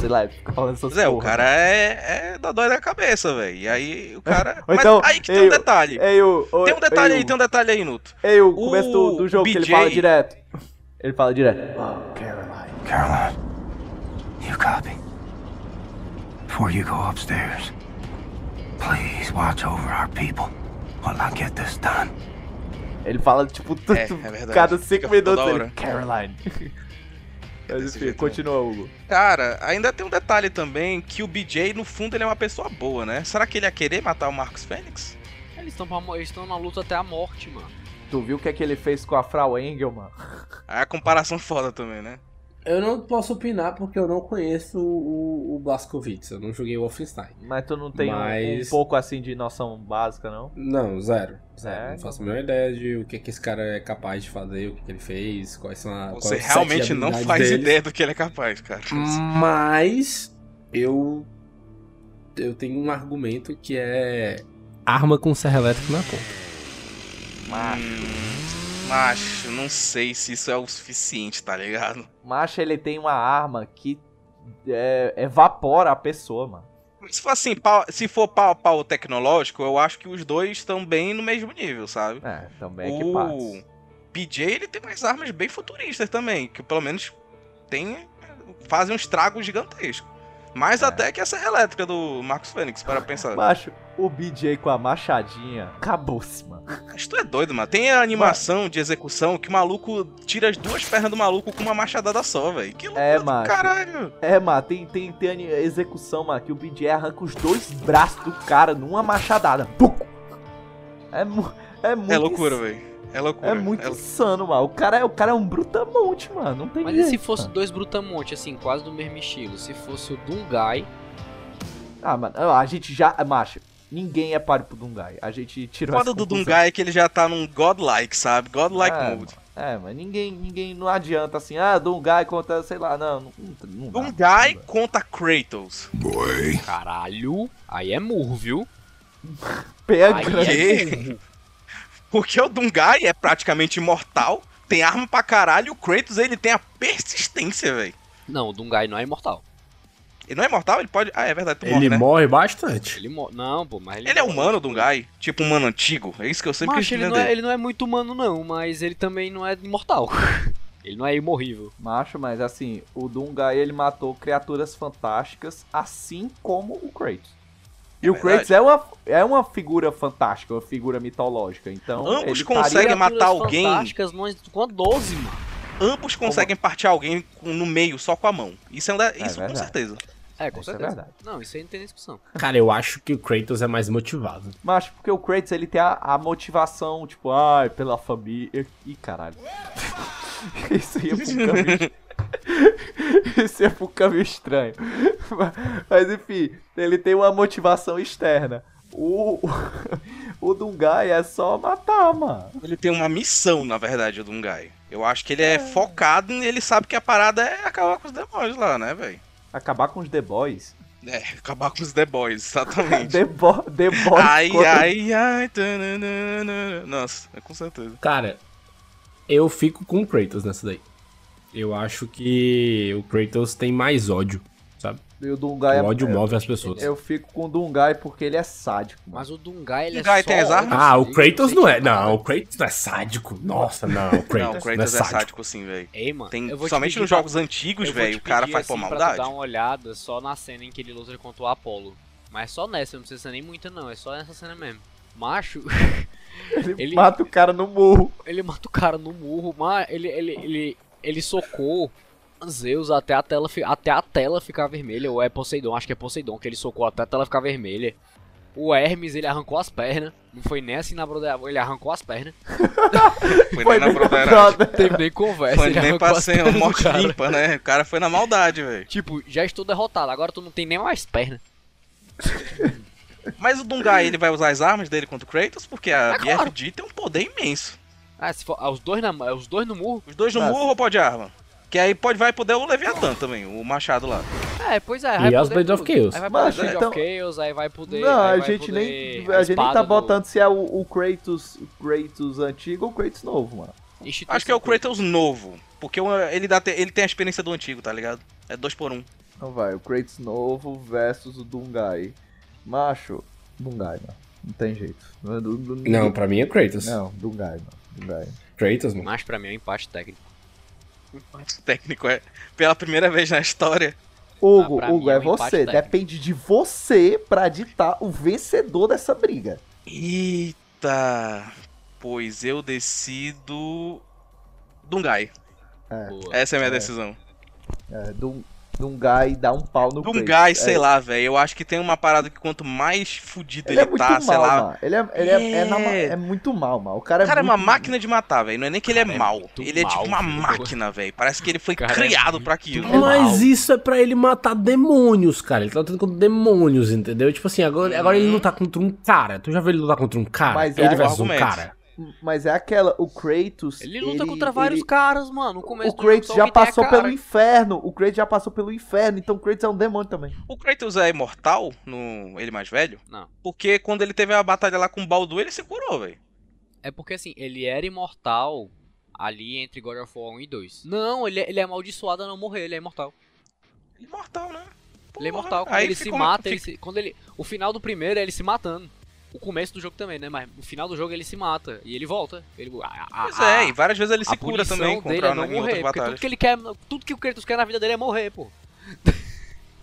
Speaker 1: Sei lá, ele fica falando essas
Speaker 4: Pois é, o
Speaker 1: porra.
Speaker 4: cara é, é da dói da cabeça, velho. E aí o cara.
Speaker 1: Ou então,
Speaker 4: Mas aí que tem
Speaker 1: ei,
Speaker 4: um detalhe.
Speaker 1: Ei, o, o-
Speaker 4: Tem um detalhe
Speaker 1: ei,
Speaker 4: aí,
Speaker 1: o-
Speaker 4: tem um detalhe aí, Nuto.
Speaker 1: Ei, o começo do, do
Speaker 4: O
Speaker 1: jogo que ele
Speaker 4: BJ.
Speaker 1: fala direto. Ele fala direto.
Speaker 11: Oh, Caroline.
Speaker 7: Caroline, you copy? Before you go upstairs, please watch over our people while I get this done.
Speaker 1: Ele fala, tipo, tudo,
Speaker 4: É, é verdade.
Speaker 1: cada cinco
Speaker 4: Fica
Speaker 1: minutos
Speaker 4: toda
Speaker 1: ele,
Speaker 4: hora.
Speaker 1: Caroline. Mas
Speaker 4: desse
Speaker 1: enfim,
Speaker 4: jeito né?
Speaker 1: continua, Hugo.
Speaker 4: Cara, ainda tem um detalhe também que o BJ, no fundo, ele é uma pessoa boa, né? Será que ele ia querer matar o Marcos Fênix?
Speaker 2: Eles estão eles tão na luta até a morte, mano.
Speaker 1: Tu viu o que é que ele fez com a Frau Engel, mano?
Speaker 4: Aí a comparação foda também, né?
Speaker 3: Eu não posso opinar porque eu não conheço o, o Blazkowicz, eu não joguei o Wolfenstein.
Speaker 1: Mas tu não tem um- um,
Speaker 3: Mas-
Speaker 1: pouco assim de noção básica, não?
Speaker 3: Não, zero. Zero.
Speaker 1: É,
Speaker 3: não faço a menor ideia de o que, que esse cara é capaz de fazer, o que, que ele fez, quais são a, qual é
Speaker 4: Você
Speaker 3: o set de
Speaker 4: realmente não
Speaker 3: habilidades
Speaker 4: faz
Speaker 3: dele.
Speaker 4: ideia do que ele é capaz, cara.
Speaker 3: Hum. Mas eu eu tenho um argumento que é arma com serra elétrica na ponta.
Speaker 4: Hum, macho, não sei se isso é o suficiente, tá ligado?
Speaker 1: Macha, ele tem uma arma que é, evapora a pessoa, mano.
Speaker 4: Se for assim, pau- se for pau a pau tecnológico, eu acho que os dois estão bem no mesmo nível, sabe?
Speaker 1: É, também é que
Speaker 4: o
Speaker 1: passa.
Speaker 4: PJ, ele tem umas armas bem futuristas também, que pelo menos tem, fazem um estrago gigantesco. Mais
Speaker 1: É. Ah,
Speaker 4: até que essa elétrica do Marcos Fênix, para pensar.
Speaker 1: Macho, o BJ com a machadinha, acabou-se, mano.
Speaker 4: Mas tu é doido, mano. Tem a animação de execução que o maluco tira as duas pernas do maluco com uma machadada só, velho. Que loucura
Speaker 1: É,
Speaker 4: do
Speaker 1: macho.
Speaker 4: caralho.
Speaker 1: É, mano, tem, tem, tem ani- execução, mano, que o BJ arranca os dois braços do cara numa machadada. Pum! É, mu- é muito
Speaker 4: É loucura, velho. É loucura.
Speaker 1: É muito
Speaker 4: loucura.
Speaker 1: insano, mano. O cara, é, o cara é um brutamonte, mano. Não tem
Speaker 2: Mas e
Speaker 1: jeito,
Speaker 2: se fosse
Speaker 1: mano.
Speaker 2: dois Brutamonte, assim, quase do mesmo estilo? Se fosse o Dungai,
Speaker 1: Ah, mano, a gente já. Macho, ninguém é páreo pro Dungai. A gente
Speaker 4: O
Speaker 1: tirou
Speaker 4: foda
Speaker 1: essa
Speaker 4: do
Speaker 1: conclusão.
Speaker 4: Dungai é que ele já tá num godlike, sabe? Godlike
Speaker 1: É,
Speaker 4: mode.
Speaker 1: É, mas ninguém, ninguém. Não adianta assim, ah, Dungai contra, sei lá, não. não, não dá.
Speaker 4: Dungai contra Kratos.
Speaker 2: caralho, aí é murro, viu?
Speaker 4: É
Speaker 2: é
Speaker 1: Pega.
Speaker 4: Que? Porque o Dungai é praticamente imortal, tem arma pra caralho, e o Kratos ele tem a persistência, velho.
Speaker 2: Não, o Dungai não é imortal.
Speaker 4: Ele não é imortal? Ele pode. Ah, é verdade, tu morre,
Speaker 3: Ele
Speaker 4: né?
Speaker 3: morre bastante.
Speaker 2: Ele mo- Não, pô, mas ele.
Speaker 4: Ele é humano, Dungai. Tipo um humano antigo. É isso que eu sempre
Speaker 2: Macho,
Speaker 4: quis
Speaker 2: ele
Speaker 4: entender.
Speaker 2: não, é, ele não é muito humano, não, mas ele também não é imortal. ele não é imorrível.
Speaker 1: Macho, mas assim, o Dungai ele matou criaturas fantásticas, assim como o Kratos. E o
Speaker 4: É verdade.
Speaker 1: Kratos é uma, é uma figura fantástica, uma figura mitológica. Então,
Speaker 4: Ambos
Speaker 1: ele
Speaker 4: conseguem
Speaker 1: estaria-
Speaker 4: matar
Speaker 2: Criaturas
Speaker 4: alguém?
Speaker 2: Fantásticas, numa, com a 12, mano.
Speaker 4: Ambos conseguem partir alguém com- no meio só com a mão. Isso, é um da- isso com
Speaker 1: verdade.
Speaker 4: certeza.
Speaker 2: É, com
Speaker 1: Isso é
Speaker 2: certeza.
Speaker 1: verdade.
Speaker 2: Não, isso aí não tem nem discussão.
Speaker 3: Cara, eu acho que o Kratos é mais motivado.
Speaker 1: Mas porque o Kratos ele tem a, a motivação, tipo, ai, pela família. Ih, caralho. Isso ia pro caminho. Isso ia pro caminho estranho. Mas enfim, ele tem uma motivação externa. O, o Dungai é só matar, mano.
Speaker 4: Ele tem uma missão, na verdade, o Dungai. Eu acho que ele é, focado e ele sabe que a parada é acabar com os demônios lá, né, velho?
Speaker 1: Acabar com os The Boys.
Speaker 4: É, acabar com os The Boys, exatamente.
Speaker 1: The, Bo The Boys.
Speaker 4: Ai,
Speaker 1: contra-
Speaker 4: ai, ai. tananana. Nossa, é com certeza.
Speaker 3: Cara, eu fico com o Kratos nessa daí. Eu acho que o Kratos tem mais ódio, sabe?
Speaker 1: E o Dungai é-
Speaker 3: o ódio
Speaker 1: é-
Speaker 3: move as pessoas.
Speaker 1: Eu fico com o Dungai porque ele é sádico. mano.
Speaker 2: Mas o Dungai, ele
Speaker 4: Dungai
Speaker 2: é só...
Speaker 4: tem as armas?
Speaker 3: Ah, o
Speaker 2: Ele
Speaker 3: Kratos
Speaker 2: tem
Speaker 3: não é.
Speaker 2: nada.
Speaker 3: Não, o Kratos não é sádico. Nossa, não, o Kratos,
Speaker 4: não, o Kratos
Speaker 3: não
Speaker 4: é,
Speaker 3: é sádico.
Speaker 4: sádico sim, velho.
Speaker 2: Ei, mano,
Speaker 4: Tem,
Speaker 2: eu vou te
Speaker 4: principalmente
Speaker 2: pedir
Speaker 4: nos
Speaker 2: pra-
Speaker 4: jogos antigos,
Speaker 2: eu vou te
Speaker 4: velho, o cara
Speaker 2: pedir,
Speaker 4: faz por
Speaker 2: assim, pra tu
Speaker 4: maldade.
Speaker 2: dar uma olhada só na cena em que ele luta contra o Apollo. Mas só nessa, não precisa ser nem muita não, é só nessa cena mesmo. Macho.
Speaker 1: ele, mata o cara no murro.
Speaker 2: Ele mata o cara no murro, mas ele, ele, ele, ele socou Zeus até a tela fi- até a tela ficar vermelha, ou é Poseidon, acho que é Poseidon que ele socou até a tela ficar vermelha. O Hermes, ele arrancou as pernas. Não foi nem assim na broderagem, ele arrancou as pernas.
Speaker 4: Foi, nem é na broderagem.
Speaker 2: Teve nem conversa,
Speaker 4: Foi
Speaker 2: ele
Speaker 4: nem
Speaker 2: arrancou
Speaker 4: pra
Speaker 2: as
Speaker 4: ser um uma
Speaker 2: pernas é do
Speaker 4: morte
Speaker 2: cara.
Speaker 4: limpa, né? O cara foi na maldade, velho.
Speaker 2: Tipo, já estou derrotado, agora tu não tem nem mais perna.
Speaker 4: Mas o Dungai, ele vai usar as armas dele contra o Kratos, porque a
Speaker 2: Ah, claro.
Speaker 4: BFG tem um poder imenso.
Speaker 2: Ah, se for, ah, os, dois na, ah, os dois no murro?
Speaker 4: Os dois no
Speaker 2: Tá.
Speaker 4: murro ou pode arma? Que aí pode vai poder o Leviatã também, o machado lá.
Speaker 2: É, pois é.
Speaker 3: E
Speaker 2: vai
Speaker 3: as
Speaker 2: poder
Speaker 3: Blades of
Speaker 2: tudo.
Speaker 3: Chaos.
Speaker 2: Aí vai
Speaker 1: Mas,
Speaker 2: poder Blade
Speaker 1: então-
Speaker 2: of Chaos, aí vai poder...
Speaker 1: não,
Speaker 2: aí
Speaker 1: a
Speaker 2: vai
Speaker 1: gente
Speaker 2: poder
Speaker 1: nem. A gente nem tá
Speaker 2: espada do-
Speaker 1: botando se é o, o Kratos, o Kratos antigo ou o Kratos novo, mano.
Speaker 2: Instituição
Speaker 4: Acho que é o Kratos novo, porque o- ele, dá, te- ele tem a experiência do antigo, tá ligado? É dois por um.
Speaker 1: Então vai, o Kratos novo versus o Dungai. Macho, Dungai, mano. Não tem jeito. Não, du- du-
Speaker 3: Não, pra mim é Kratos.
Speaker 1: Não, Dungai, mano. Dungai.
Speaker 3: Kratos, mano.
Speaker 2: Mas pra mim é um empate técnico.
Speaker 4: Esse técnico é pela primeira vez na história.
Speaker 1: Hugo,
Speaker 2: pra
Speaker 1: Hugo,
Speaker 2: mim é
Speaker 1: é
Speaker 2: um empate
Speaker 1: você.
Speaker 2: técnico.
Speaker 1: Depende de você pra ditar o vencedor dessa briga.
Speaker 4: Eita! Pois eu decido. Dungai.
Speaker 1: É.
Speaker 2: Boa.
Speaker 4: Essa é a minha decisão.
Speaker 1: É, Dun- Dungai dá um pau no Kratos.
Speaker 4: Dungai, sei
Speaker 1: É,
Speaker 4: lá, velho. Eu acho que tem uma parada que quanto mais fudido
Speaker 1: Ele
Speaker 4: ele,
Speaker 1: é muito
Speaker 4: tá,
Speaker 1: mal,
Speaker 4: sei lá.
Speaker 1: mano. Ele é, ele é, é na ma-
Speaker 4: É.
Speaker 1: é muito mal, mano. O
Speaker 4: O
Speaker 1: cara,
Speaker 4: cara é
Speaker 1: muito
Speaker 4: uma máquina de matar, velho. Não é nem que ele é
Speaker 2: Cara, é
Speaker 4: mau.
Speaker 2: muito
Speaker 4: ele é tipo
Speaker 2: mal,
Speaker 4: uma
Speaker 2: filho.
Speaker 4: máquina, velho. Parece que ele foi
Speaker 2: Cara, é
Speaker 4: criado
Speaker 2: muito
Speaker 4: pra aquilo.
Speaker 2: mal.
Speaker 3: Mas isso é pra ele matar demônios, cara. Ele tá lutando contra demônios, entendeu? Tipo assim, agora, agora
Speaker 4: Uhum.
Speaker 3: ele lutar contra um cara. Tu já viu ele lutar contra um cara?
Speaker 1: Mas é
Speaker 3: ele
Speaker 1: o
Speaker 3: versus um
Speaker 4: argumento.
Speaker 3: cara.
Speaker 1: Mas é aquela, o Kratos.
Speaker 2: Ele luta contra vários
Speaker 1: É, ele-
Speaker 2: caras, mano. No começo
Speaker 1: O Kratos já passou pelo
Speaker 2: inferno.
Speaker 1: inferno. O Kratos já passou pelo inferno. Então o Kratos é um demônio também.
Speaker 4: O Kratos é imortal, no... ele mais velho?
Speaker 2: Não.
Speaker 4: Porque quando ele teve a batalha lá com o Baldur, ele se curou, velho.
Speaker 2: É porque assim, ele era imortal ali entre God of War 1 e 2. Não, ele é, ele é amaldiçoado a não morrer, ele é imortal.
Speaker 4: Imortal, né?
Speaker 2: Ele é
Speaker 4: Porra.
Speaker 2: imortal, quando
Speaker 4: Aí
Speaker 2: ele se
Speaker 4: ficou-
Speaker 2: mata, ele
Speaker 4: fica-
Speaker 2: se, quando ele, o final do primeiro é ele se matando. O começo do jogo também, né? Mas no final do jogo ele se mata e ele volta. Ele, a, a,
Speaker 4: Pois é,
Speaker 2: a-
Speaker 4: e várias vezes ele
Speaker 2: Ah, a
Speaker 4: se cura
Speaker 2: punição
Speaker 4: também
Speaker 2: dele
Speaker 4: contra
Speaker 2: é
Speaker 4: a
Speaker 2: não
Speaker 4: em outras
Speaker 2: morrer, porque tudo
Speaker 4: batalhas.
Speaker 2: que ele quer, tudo que o Kratos quer na vida dele é morrer, pô.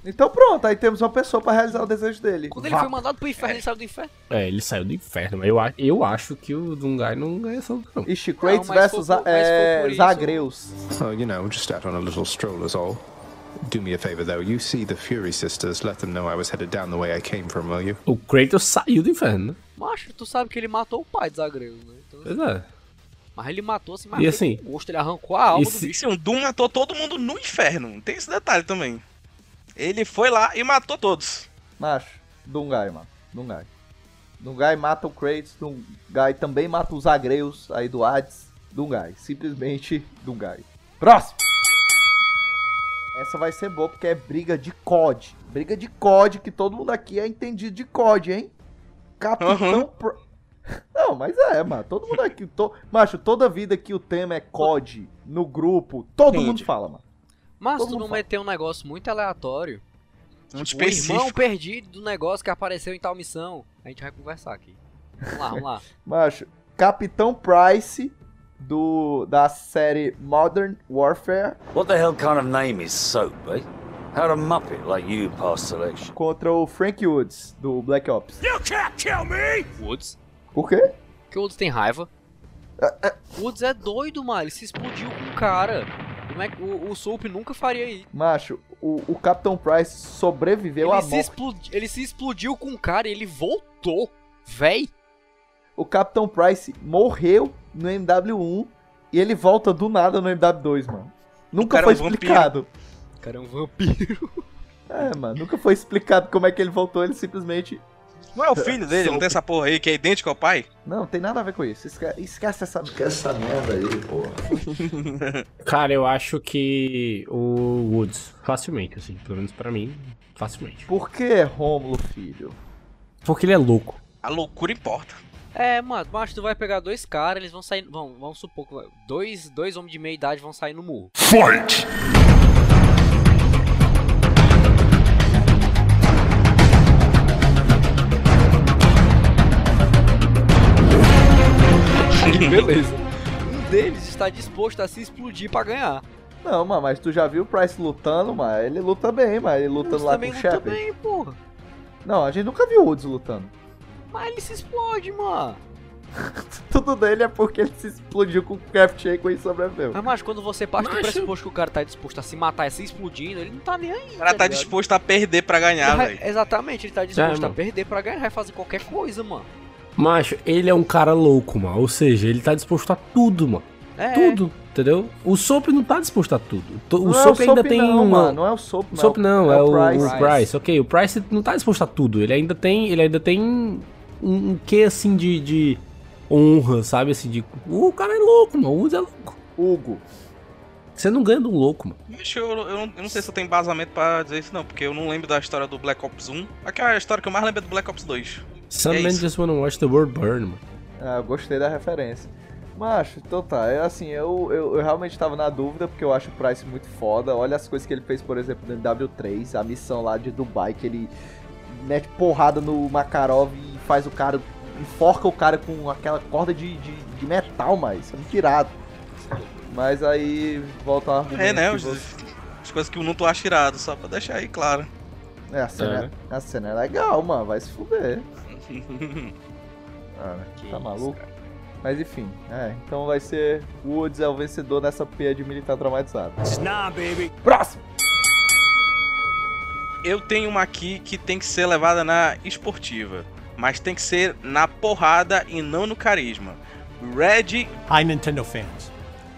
Speaker 1: Então pronto, aí temos uma pessoa pra realizar o desejo dele.
Speaker 2: Quando ele
Speaker 1: Vá.
Speaker 2: foi mandado pro inferno, ele saiu do inferno.
Speaker 3: É, ele saiu do inferno. Mas eu, a- eu acho que o Dungai não ganha essa luta, não.
Speaker 1: Ixi, Kratos
Speaker 2: Não, mas
Speaker 1: versus
Speaker 2: foi por- mas
Speaker 1: é,
Speaker 2: foi por isso.
Speaker 1: Zagreus.
Speaker 7: Oh, you know, just out on a little stroll is all. Do me a favor, though. You see the Fury sisters. Let them know I was headed down the way I came from, will you?
Speaker 3: O Kratos saiu do inferno, né?
Speaker 2: Macho, tu sabe que ele matou o pai de Zagreus, né? Então,
Speaker 3: Pois é.
Speaker 2: mas ele matou assim, mas
Speaker 3: E
Speaker 2: ele
Speaker 3: assim,
Speaker 2: com gosto, ele arrancou a alma
Speaker 3: e
Speaker 2: do
Speaker 3: se-
Speaker 2: bicho.
Speaker 4: Sim, o um Doom matou todo mundo no inferno. Tem esse detalhe também. Ele foi lá e matou todos.
Speaker 1: Macho, Dungai, mano. Dungai. Dungai mata o Kratos. Dungai também mata os Zagreus aí do Hades. Dungai. Simplesmente Dungai. Próximo! Essa vai ser boa porque é briga de COD. Briga de COD, que todo mundo aqui é entendido de COD, hein? Capitão.
Speaker 4: Aham.
Speaker 1: Pro- Não, mas é, mano. Todo mundo aqui. To... Macho, toda vida que o tema é COD no grupo, todo
Speaker 4: Entendi.
Speaker 1: mundo fala, mano.
Speaker 2: Mas
Speaker 1: Todo
Speaker 2: tu
Speaker 1: mundo
Speaker 2: não
Speaker 1: fala.
Speaker 2: meteu um negócio muito aleatório.
Speaker 4: Muito
Speaker 2: Tipo, o irmão
Speaker 4: específico.
Speaker 2: perdido do negócio que apareceu em tal missão. A gente vai conversar aqui. Vamos lá, vamos lá.
Speaker 1: Macho, Capitão Price do da série Modern Warfare
Speaker 11: What the hell kind of name is soap, eh? How'd a muppet like you pass selection?
Speaker 1: contra o Frank Woods do Black Ops.
Speaker 2: Woods.
Speaker 1: Por quê?
Speaker 2: Porque o Woods tem raiva. O Woods é doido, mano. Ele se explodiu com o cara. Como é que o, o Soap nunca faria isso?
Speaker 1: Macho, o, o Capitão Price sobreviveu
Speaker 2: Ele
Speaker 1: à
Speaker 2: se,
Speaker 1: morte.
Speaker 2: explodi- ele se explodiu com o cara e ele voltou. Véi.
Speaker 1: O Capitão Price morreu no MW1 e ele volta do nada no MW2, mano. Nunca
Speaker 4: cara
Speaker 1: foi
Speaker 4: é um vampiro.
Speaker 1: explicado.
Speaker 2: O cara é um vampiro.
Speaker 1: É, mano, nunca foi explicado como é que ele voltou, ele simplesmente.
Speaker 4: Não é o filho dele, não tem essa porra aí que é idêntico ao pai?
Speaker 1: Não, tem nada a ver com isso. Esque- Esquece essa.
Speaker 11: Essa merda aí, porra.
Speaker 3: Cara, eu acho que o Woods, facilmente, assim. Pelo menos pra mim, facilmente.
Speaker 1: Por que Rômulo, filho?
Speaker 3: Porque ele é louco.
Speaker 4: A loucura importa.
Speaker 2: É, mano, macho, tu vai pegar dois caras, eles vão sair. Vão, vamos supor que vai- dois, dois homens de meia idade vão sair no murro. Fight! Beleza. Um deles está disposto a se explodir pra ganhar.
Speaker 1: Não, mano, mas tu já viu o Price lutando, mano? Ele luta bem, mano. Ele lutando
Speaker 2: Mas
Speaker 1: lá com
Speaker 2: também
Speaker 1: o
Speaker 2: luta
Speaker 1: Shepard.
Speaker 2: bem, porra.
Speaker 1: Não, a gente nunca viu o Woods lutando.
Speaker 2: Mas ele se explode, mano.
Speaker 1: Tudo dele é porque ele se explodiu com o Craft Shaker e sobreviveu.
Speaker 3: Ah,
Speaker 2: Mas, macho, quando você parte do pressuposto que o cara tá disposto a se matar e se explodindo, ele não tá nem aí.
Speaker 4: O cara tá
Speaker 2: ligado?
Speaker 4: disposto a perder pra ganhar,
Speaker 2: Ele vai-
Speaker 4: velho.
Speaker 2: Exatamente, ele tá disposto a
Speaker 3: mano.
Speaker 2: perder pra ganhar, vai fazer qualquer coisa, mano.
Speaker 3: Macho, ele é um cara louco, mano. Ou seja, ele tá disposto a tudo, mano.
Speaker 2: É.
Speaker 3: Tudo, entendeu? O Soap não tá disposto a tudo. To- O
Speaker 1: Não é
Speaker 3: Soap ainda
Speaker 1: Soap
Speaker 3: tem
Speaker 1: não,
Speaker 3: uma.
Speaker 1: Mano. Não é o Soap, não.
Speaker 3: Soap não, é, o, o Price.
Speaker 1: Price.
Speaker 3: Ok, o Price não tá disposto a tudo. Ele ainda tem, ele ainda tem um, um quê assim de, de honra, sabe? Assim, de, o cara é louco, mano. O Uzi é louco.
Speaker 1: Hugo.
Speaker 3: Você não ganha de um louco, mano.
Speaker 4: Bicho, eu, eu não, eu não sei se eu tenho embasamento pra dizer isso, não, porque eu não lembro da história do Black Ops 1. Aqui é a história que eu mais lembro é do Black Ops 2.
Speaker 3: Some
Speaker 4: é
Speaker 3: men
Speaker 4: isso.
Speaker 3: just wanna watch the world burn, mano.
Speaker 1: Ah, eu gostei da referência. Macho, então tá, é assim, eu, eu, eu realmente tava na dúvida, porque eu acho o Price muito foda. Olha as coisas que ele fez, por exemplo, no W3, a missão lá de Dubai, que ele mete porrada no Makarov e faz o cara. enforca o cara com aquela corda de, de, de metal, mas é muito irado. Mas aí volta um argumento.
Speaker 4: É, né?
Speaker 1: que
Speaker 4: Os-
Speaker 1: você-
Speaker 4: As coisas que eu não tô irado, só pra deixar aí claro.
Speaker 1: É, a cena, a cena é legal, mano, vai se fuder. Cara, tá maluco? Mas enfim, é, então vai ser o Woods é o vencedor nessa peia de militar traumatizado. Próximo!
Speaker 4: Eu tenho uma aqui que tem que ser levada na esportiva, mas tem que ser na porrada e não no carisma. Reggie
Speaker 12: Hi, Nintendo fans.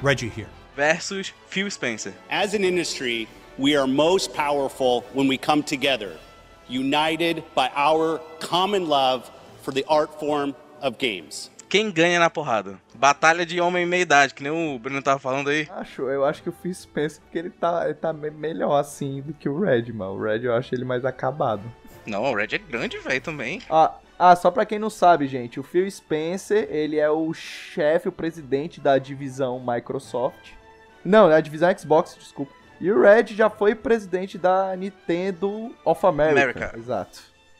Speaker 12: Reggie here.
Speaker 4: versus Phil Spencer.
Speaker 13: As an industry, we are most powerful when we come together, united by our common love for the art form of games.
Speaker 4: Quem ganha na porrada? Batalha de homem e meia-idade, que nem o Bruno tava falando aí.
Speaker 1: Acho, eu acho que o Phil Spencer, porque ele tá, ele tá me- melhor assim do que o Red, mano. O Red eu acho ele mais acabado.
Speaker 4: Não, o Reggie é grande, velho, também.
Speaker 1: Ah, ah, só pra quem não sabe, gente, o Phil Spencer, ele é o chefe, o presidente da divisão Microsoft. Não, é a divisão Xbox, desculpa. E o Red já foi presidente da Nintendo of America.
Speaker 4: America.
Speaker 1: Exato.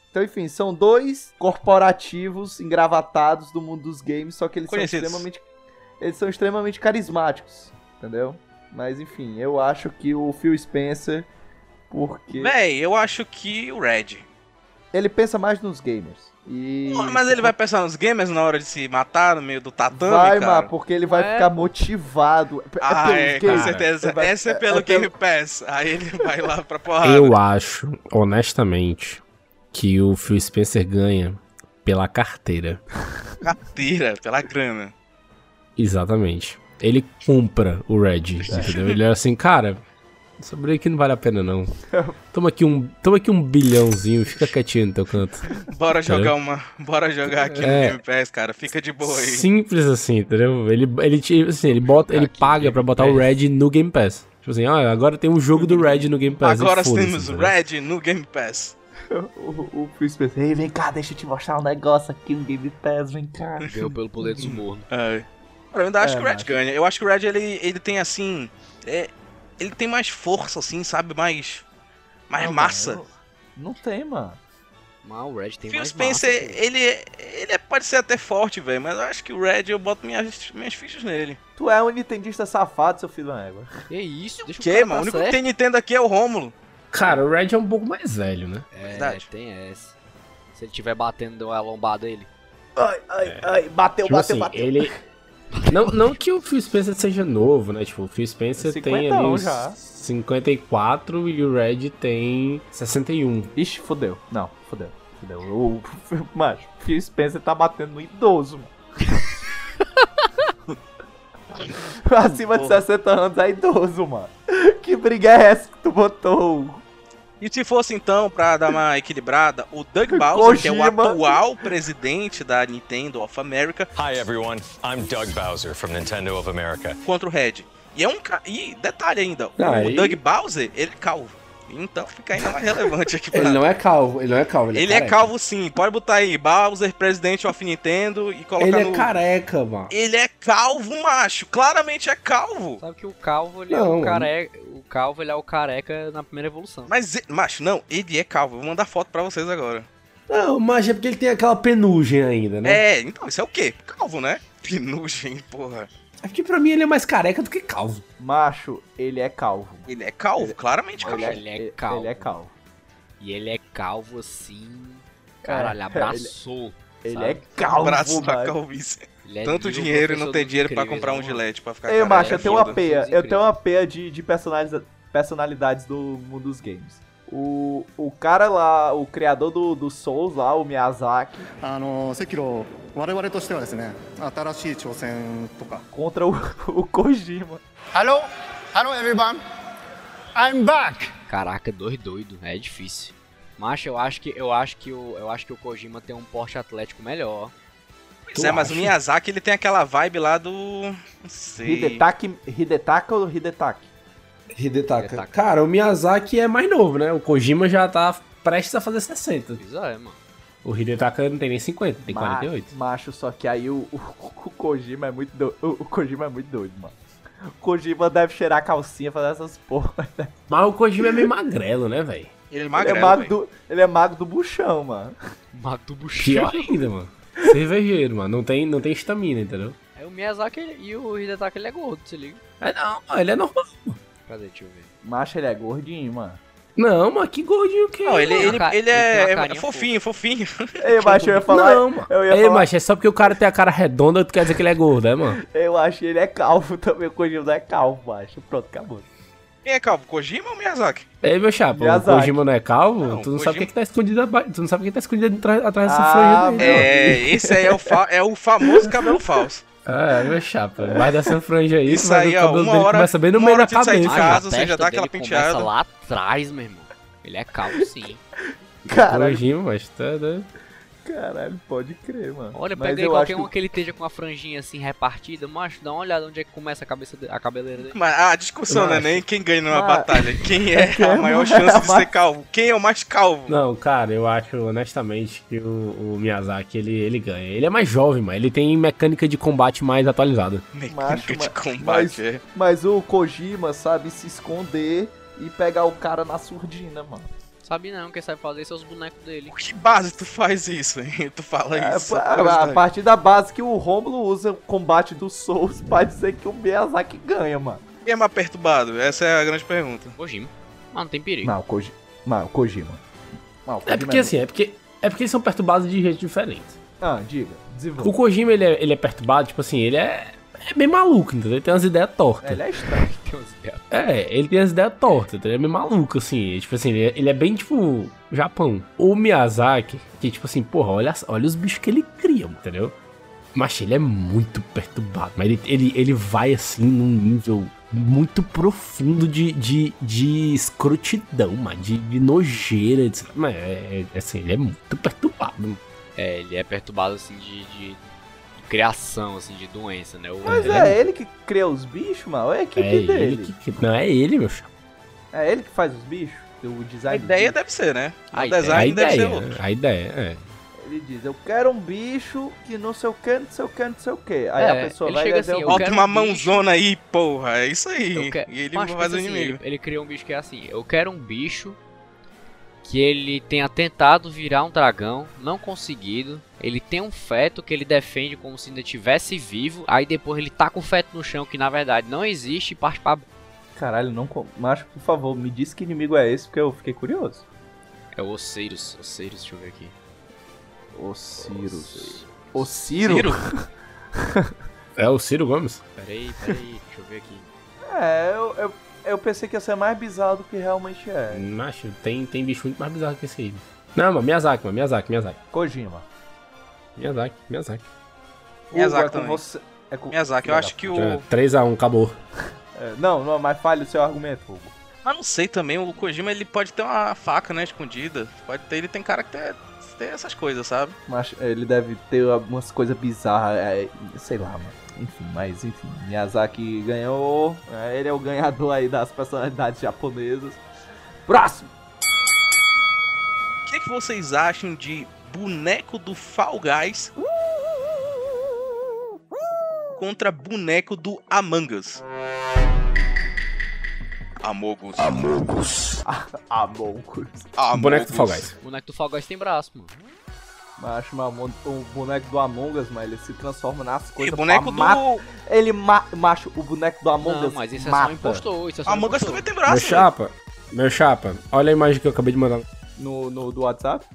Speaker 1: Então, enfim, são dois corporativos engravatados do mundo dos games, só que eles
Speaker 4: Conhecidos.
Speaker 1: são extremamente eles são extremamente carismáticos, entendeu? Mas enfim, eu acho que o Phil Spencer porque
Speaker 4: Véi, eu acho que o Reggie.
Speaker 1: ele pensa mais nos gamers. E
Speaker 4: Porra, mas ele vai pensar nos gamers na hora de se matar no meio do tatame,
Speaker 1: Vai,
Speaker 4: cara?
Speaker 1: mano, porque ele vai
Speaker 4: É.
Speaker 1: ficar motivado. É
Speaker 4: Ah,
Speaker 1: pelos
Speaker 4: é, com
Speaker 1: games.
Speaker 4: certeza.
Speaker 1: Ele vai-
Speaker 4: Essa é pelo Game
Speaker 1: pelo-
Speaker 4: Pass. Aí ele vai lá pra porrada.
Speaker 3: Eu acho, honestamente, que o Phil Spencer ganha pela carteira.
Speaker 4: Carteira, pela grana.
Speaker 3: Exatamente. Ele compra o Red, entendeu? Ele é assim, cara, essa briga aqui não vale a pena não. Toma aqui um, toma aqui um bilhãozinho e fica quietinho no teu canto.
Speaker 4: Bora jogar
Speaker 3: Entendeu?
Speaker 4: uma. Bora jogar aqui
Speaker 3: É.
Speaker 4: no Game Pass, cara. Fica de boa aí.
Speaker 3: Simples assim, entendeu? Ele, ele, te- assim, ele, bota, ele paga pra botar o Red no Game Pass. Tipo assim, ah, agora tem um jogo do Red no Game Pass. e
Speaker 4: Agora
Speaker 3: foda-se, né?
Speaker 4: temos
Speaker 3: entendeu?
Speaker 4: Red no Game Pass.
Speaker 1: O, o Phil Spencer, ei, vem cá, deixa eu te mostrar um negócio aqui, um Game Pass, vem cá.
Speaker 2: Ganhou pelo poder do suborno.
Speaker 4: É. Cara, eu ainda acho
Speaker 1: É,
Speaker 4: que o Red
Speaker 1: macho.
Speaker 4: ganha. Eu acho que o Red ele, ele tem assim. é, ele tem mais força, assim, sabe? Mais. Mais
Speaker 1: Não,
Speaker 4: massa.
Speaker 1: mano, Não tem, mano.
Speaker 2: Mas o Red tem
Speaker 4: Phil
Speaker 2: mais
Speaker 4: Spencer,
Speaker 2: massa, pô.
Speaker 4: ele, ele é- pode ser até forte, velho, mas eu acho que o Red eu boto minhas, minhas fichas nele.
Speaker 1: Tu é um nintendista safado, seu filho da égua.
Speaker 2: Que isso, deixa o
Speaker 4: Que,
Speaker 2: cara
Speaker 4: mano?
Speaker 2: tá
Speaker 4: O único que
Speaker 2: certo.
Speaker 4: tem Nintendo aqui é o Rômulo.
Speaker 3: Cara, o Red é um pouco mais velho, né?
Speaker 2: É, tem essa. Se ele tiver batendo a lombada ele.
Speaker 1: Ai, ai, ai, bateu,
Speaker 3: Tipo assim, ele. Não, não que o Phil Spencer seja novo, né? Tipo, o Phil Spencer tem ali
Speaker 1: Cinquentão
Speaker 3: uns
Speaker 1: já.
Speaker 3: 54 e o Red tem 61.
Speaker 1: Ixi, fodeu. Não, fodeu. Fodeu. O, o, mano, Phil Spencer tá batendo no idoso, mano. Acima de
Speaker 4: Porra.
Speaker 1: 60 anos é idoso, mano. Que briga é essa que tu botou?
Speaker 4: E se fosse então, pra dar uma equilibrada, o Doug Bowser, que é o
Speaker 1: Kojima.
Speaker 4: atual presidente da Nintendo of America,
Speaker 14: Hi, everyone. I'm Doug Bowser from Nintendo of America.
Speaker 4: contra o Red. E é um ca... E detalhe ainda,
Speaker 3: Ah,
Speaker 4: o
Speaker 3: e-
Speaker 4: Doug Bowser, ele é calvo. Então fica ainda mais relevante aqui pra
Speaker 3: Ele não é calvo, ele não é calvo. Ele,
Speaker 4: Ele
Speaker 3: é,
Speaker 4: é
Speaker 3: careca.
Speaker 4: calvo sim, pode botar aí Bowser, presidente of Nintendo e colocar
Speaker 3: Ele
Speaker 4: no.
Speaker 3: é careca, mano.
Speaker 4: Ele é calvo, macho. Claramente é calvo.
Speaker 2: Sabe que o calvo, ele é
Speaker 3: Não.
Speaker 2: o careca. O calvo, ele é o careca na primeira evolução.
Speaker 4: Mas, e- macho, não, ele é calvo. Eu Vou mandar foto pra vocês agora.
Speaker 3: Não, mas é porque ele tem aquela penugem ainda, né?
Speaker 4: É, então, isso é o quê? Calvo, né? Pinugem, porra.
Speaker 3: É porque pra mim ele é mais careca do que calvo.
Speaker 1: Macho, ele é calvo.
Speaker 4: Ele é calvo, claramente
Speaker 2: Ele
Speaker 4: calvo.
Speaker 2: é calvo.
Speaker 1: Ele é calvo.
Speaker 2: E E ele é calvo assim. Caralho,
Speaker 1: É,
Speaker 2: abraçou.
Speaker 1: ele- ele
Speaker 2: sabe?
Speaker 1: é calvo,
Speaker 4: Um Abraço da
Speaker 1: mano.
Speaker 4: calvície.
Speaker 2: Ele é
Speaker 4: Tanto
Speaker 2: mil
Speaker 3: um
Speaker 4: dinheiro e não
Speaker 2: professor
Speaker 4: ter
Speaker 2: dos
Speaker 4: dinheiro pra
Speaker 2: incríveis,
Speaker 4: comprar um
Speaker 3: né?
Speaker 2: vamos lá.
Speaker 4: gilete pra ficar
Speaker 1: Ei,
Speaker 4: careca.
Speaker 1: macho, eu tenho uma
Speaker 4: é Foda.
Speaker 1: peia. Eu
Speaker 2: incríveis.
Speaker 1: tenho uma peia de, de personaliza- personalidades do mundo dos games. O, o cara lá, o criador do, do Souls lá, o Miyazaki,
Speaker 15: あの赤炉我々としてはですね新しい挑戦とか
Speaker 1: contra o, o Kojima.
Speaker 15: Hello Hello everyone I'm back
Speaker 2: Caraca, dois doido, é difícil. Mas eu acho que eu acho que o eu acho que o Kojima tem um porte atlético melhor.
Speaker 4: Pois é, mas o Miyazaki ele tem aquela vibe lá do. Não sei.
Speaker 1: Hidetaki, Hidetaka ou Hidetaki?
Speaker 3: Hidetaka. Cara, o Miyazaki é mais novo, né? O Kojima já tá prestes a fazer 60.
Speaker 2: Pois é, mano.
Speaker 3: O Hidetaka não tem nem 50, tem
Speaker 1: Ma-
Speaker 3: 48.
Speaker 1: Macho, só que aí o, o- o Kojima é muito doido. O, o Kojima é muito doido, mano. O Kojima deve cheirar calcinha, fazer essas porra. né?
Speaker 3: Mas o Kojima é meio magrelo, né, velho?
Speaker 4: Ele é
Speaker 1: ele, é
Speaker 4: magrelo.
Speaker 1: mago
Speaker 4: velho.
Speaker 1: do, ele é mago do buchão, mano.
Speaker 2: Mato o buchão.
Speaker 3: Pior ainda, mano. Cervejeiro, mano. Não tem, não tem estamina, entendeu?
Speaker 2: É o Miyazaki ele- e o Hidetaka ele é gordo, se liga.
Speaker 3: É não, mano, ele é normal.
Speaker 2: Cadê, deixa eu ver.
Speaker 1: Macho, ele é gordinho, mano.
Speaker 3: Não, mano, que gordinho que é,
Speaker 4: Não, ele,
Speaker 3: mano.
Speaker 4: ele, ele
Speaker 2: Ele
Speaker 4: é,
Speaker 2: tem uma carinha
Speaker 4: fofinho, fofinho.
Speaker 1: Ei, macho, eu ia falar.
Speaker 3: Não, mano.
Speaker 1: eu ia
Speaker 3: Ei,
Speaker 1: falar-
Speaker 3: macho, é só porque o cara tem a cara redonda, tu quer dizer que ele é gordo, é, mano?
Speaker 1: Eu acho que ele é calvo também. O Kojima é calvo, macho. Pronto, acabou.
Speaker 4: Quem é calvo? Kojima ou Miyazaki?
Speaker 3: Ei, meu chapa, o
Speaker 1: Miyazaki.
Speaker 3: Kojima não é calvo?
Speaker 4: Não,
Speaker 3: tu não
Speaker 4: Kojima-
Speaker 3: sabe o que, que tá escondido abaixo. Tu não sabe o que tá escondido atrás, atrás dessa
Speaker 1: Ah,
Speaker 3: franja dele.
Speaker 4: É, esse aí é o, fa- é o famoso cabelo falso.
Speaker 3: Ah, meu chapa. Mais dessa franja aí,
Speaker 4: Isso
Speaker 3: tu vai ver
Speaker 4: aí,
Speaker 3: o
Speaker 4: ó,
Speaker 3: cabelo
Speaker 4: uma
Speaker 3: dele
Speaker 4: hora-
Speaker 3: começa bem no
Speaker 4: uma
Speaker 3: meio da
Speaker 4: hora de sair de
Speaker 3: cabeça.
Speaker 4: casa.
Speaker 3: cara.
Speaker 4: Caso, você já dá aquela penteada.
Speaker 2: penteada. lá atrás, meu irmão. Ele é calvo sim.
Speaker 1: Caralho,
Speaker 3: Kojima, macho, tá doido.
Speaker 1: caralho, pode crer, mano.
Speaker 2: Olha,
Speaker 1: Mas
Speaker 2: pega aí
Speaker 1: eu
Speaker 2: qualquer
Speaker 1: acho
Speaker 2: um que ele esteja com a franjinha assim repartida, macho, dá uma olhada onde é que começa a cabeça de- a cabeleira dele.
Speaker 4: Mas a discussão
Speaker 3: Eu
Speaker 4: não é nem quem ganha numa
Speaker 1: Ah.
Speaker 4: batalha. Quem é
Speaker 1: Quem
Speaker 4: a
Speaker 1: é
Speaker 4: maior
Speaker 1: mais-
Speaker 4: chance de ser calvo? Quem é o mais calvo?
Speaker 3: Não, cara, eu acho honestamente que o, o Miyazaki ele, ele ganha. Ele é mais jovem, mas ele tem mecânica de combate mais atualizada.
Speaker 1: Macho,
Speaker 4: Mecânica de
Speaker 1: mas-
Speaker 4: combate. é.
Speaker 1: Mas o Kojima sabe se esconder e pegar o cara na surdina, mano.
Speaker 2: Sabe não, quem sabe fazer são os bonecos dele.
Speaker 4: Que base tu faz isso, hein? Tu fala
Speaker 1: É,
Speaker 4: isso.
Speaker 1: a-
Speaker 4: só
Speaker 1: a,
Speaker 4: curiosidade.
Speaker 1: partir da base que o Romulo usa o combate do Souls pra dizer que o Miyazaki ganha, mano.
Speaker 4: Quem é mais perturbado? Essa é a grande pergunta.
Speaker 2: Kojima. Ah, não tem perigo.
Speaker 1: Não, o Kojima. Não, o Kojima. Não, o Kojima
Speaker 3: É porque assim, é porque, é porque eles são perturbados de jeito diferente.
Speaker 1: Ah, diga,
Speaker 3: O
Speaker 1: desenvolva.
Speaker 3: Kojima ele é, ele é perturbado, tipo assim, ele é, é bem maluco, entendeu? Ele tem umas ideias tortas.
Speaker 1: Ele é estranho.
Speaker 2: Tem umas ideias.
Speaker 3: É, ele tem as ideias tortas, ele é meio maluco, assim. é, Tipo assim, ele é, ele é bem tipo Japão. O Miyazaki, que tipo assim, porra, olha, as- olha os bichos que ele cria, entendeu? Mas ele é muito perturbado. Mas ele, ele, ele vai assim num nível muito profundo de, de, de escrotidão, mano, de, de nojeira. De, mas é, é- assim, ele é muito perturbado. mano.
Speaker 2: É, ele é perturbado assim de, de- de criação, assim, de doença, né? O-
Speaker 1: Mas
Speaker 3: Ele
Speaker 1: é ele que cria os bichos, mano? Ou é a equipe
Speaker 3: É
Speaker 1: dele?
Speaker 3: ele que, que- Não, é ele, meu chapa.
Speaker 1: É ele que faz os bichos? O
Speaker 4: A
Speaker 1: design dos
Speaker 4: ideia deve ser, né?
Speaker 2: A
Speaker 4: O
Speaker 2: ideia-
Speaker 3: A
Speaker 4: design deve ser
Speaker 3: ideia,
Speaker 4: outro.
Speaker 3: a ideia, é.
Speaker 1: Ele diz, eu quero um bicho que não sei o que, não sei o que, não sei o que. Aí
Speaker 2: É,
Speaker 1: a pessoa
Speaker 2: ele
Speaker 1: vai
Speaker 2: chega
Speaker 1: e diz,
Speaker 2: assim,
Speaker 1: eu-
Speaker 2: eu
Speaker 4: Bota
Speaker 2: quero
Speaker 4: uma
Speaker 2: um bicho.
Speaker 4: mãozona aí, porra. É isso
Speaker 2: Eu
Speaker 4: aí.
Speaker 2: que-
Speaker 4: E ele
Speaker 2: Mas, tipo
Speaker 4: faz o
Speaker 2: assim,
Speaker 4: inimigo.
Speaker 2: Ele, ele cria um bicho que é assim, eu quero um bicho que ele tenha tentado virar um dragão, não conseguido. Ele tem um feto que ele defende como se ainda tivesse vivo, aí depois ele taca o feto no chão, que na verdade não existe, e parte pra...
Speaker 1: Caralho, não. co- Macho, por favor, me diz que inimigo é esse, porque eu fiquei curioso.
Speaker 2: É o Osiris, Osiris, deixa eu ver aqui.
Speaker 1: Osiris. Osiris?
Speaker 4: Ciro?
Speaker 3: É o Ciro Gomes?
Speaker 2: Peraí, peraí, deixa eu ver aqui.
Speaker 1: É, eu, eu, eu pensei que ia ser mais bizarro do que realmente é.
Speaker 3: Macho, tem, tem bicho muito mais bizarro que esse aí. Não, mano, Miyazaki, mano, Miyazaki, Miyazaki.
Speaker 1: Kojima.
Speaker 3: Miyazaki, Miyazaki.
Speaker 4: Miyazaki
Speaker 1: é com
Speaker 4: também.
Speaker 1: você. É com...
Speaker 4: Miyazaki, eu acho que o.
Speaker 3: É, 3x1, acabou.
Speaker 1: É, não, não, mas falha o seu argumento, Hugo.
Speaker 4: Mas não sei também, o Kojima ele pode ter uma faca, né, escondida. Pode ter, ele tem cara que tem, tem essas coisas, sabe?
Speaker 1: Mas é, ele deve ter algumas coisas bizarras, é, sei lá, mano. Enfim, mas enfim, Miyazaki ganhou. é, Ele é o ganhador aí das personalidades japonesas. Próximo!
Speaker 4: O que, que vocês acham de boneco do Fall Guys contra boneco do Among Us? Amogus. Amogus.
Speaker 1: Amoncus.
Speaker 3: O boneco do Fall Guys.
Speaker 2: O boneco do Fall Guys tem braço, mano.
Speaker 1: Acho mamon- o boneco do Among Us, mano, ele se transforma nas
Speaker 4: E
Speaker 1: coisas.
Speaker 4: o
Speaker 1: pra
Speaker 4: boneco do.
Speaker 1: ma- Ele ma macho, o boneco do Among
Speaker 2: Não,
Speaker 1: Us.
Speaker 2: mas isso é só
Speaker 1: mata.
Speaker 2: um impostor, isso é só um
Speaker 4: Among Us
Speaker 2: impostor.
Speaker 4: também tem né?
Speaker 3: Meu
Speaker 4: braço. velho.
Speaker 3: chapa, meu chapa, olha a imagem que eu acabei de mandar.
Speaker 1: no, no do WhatsApp?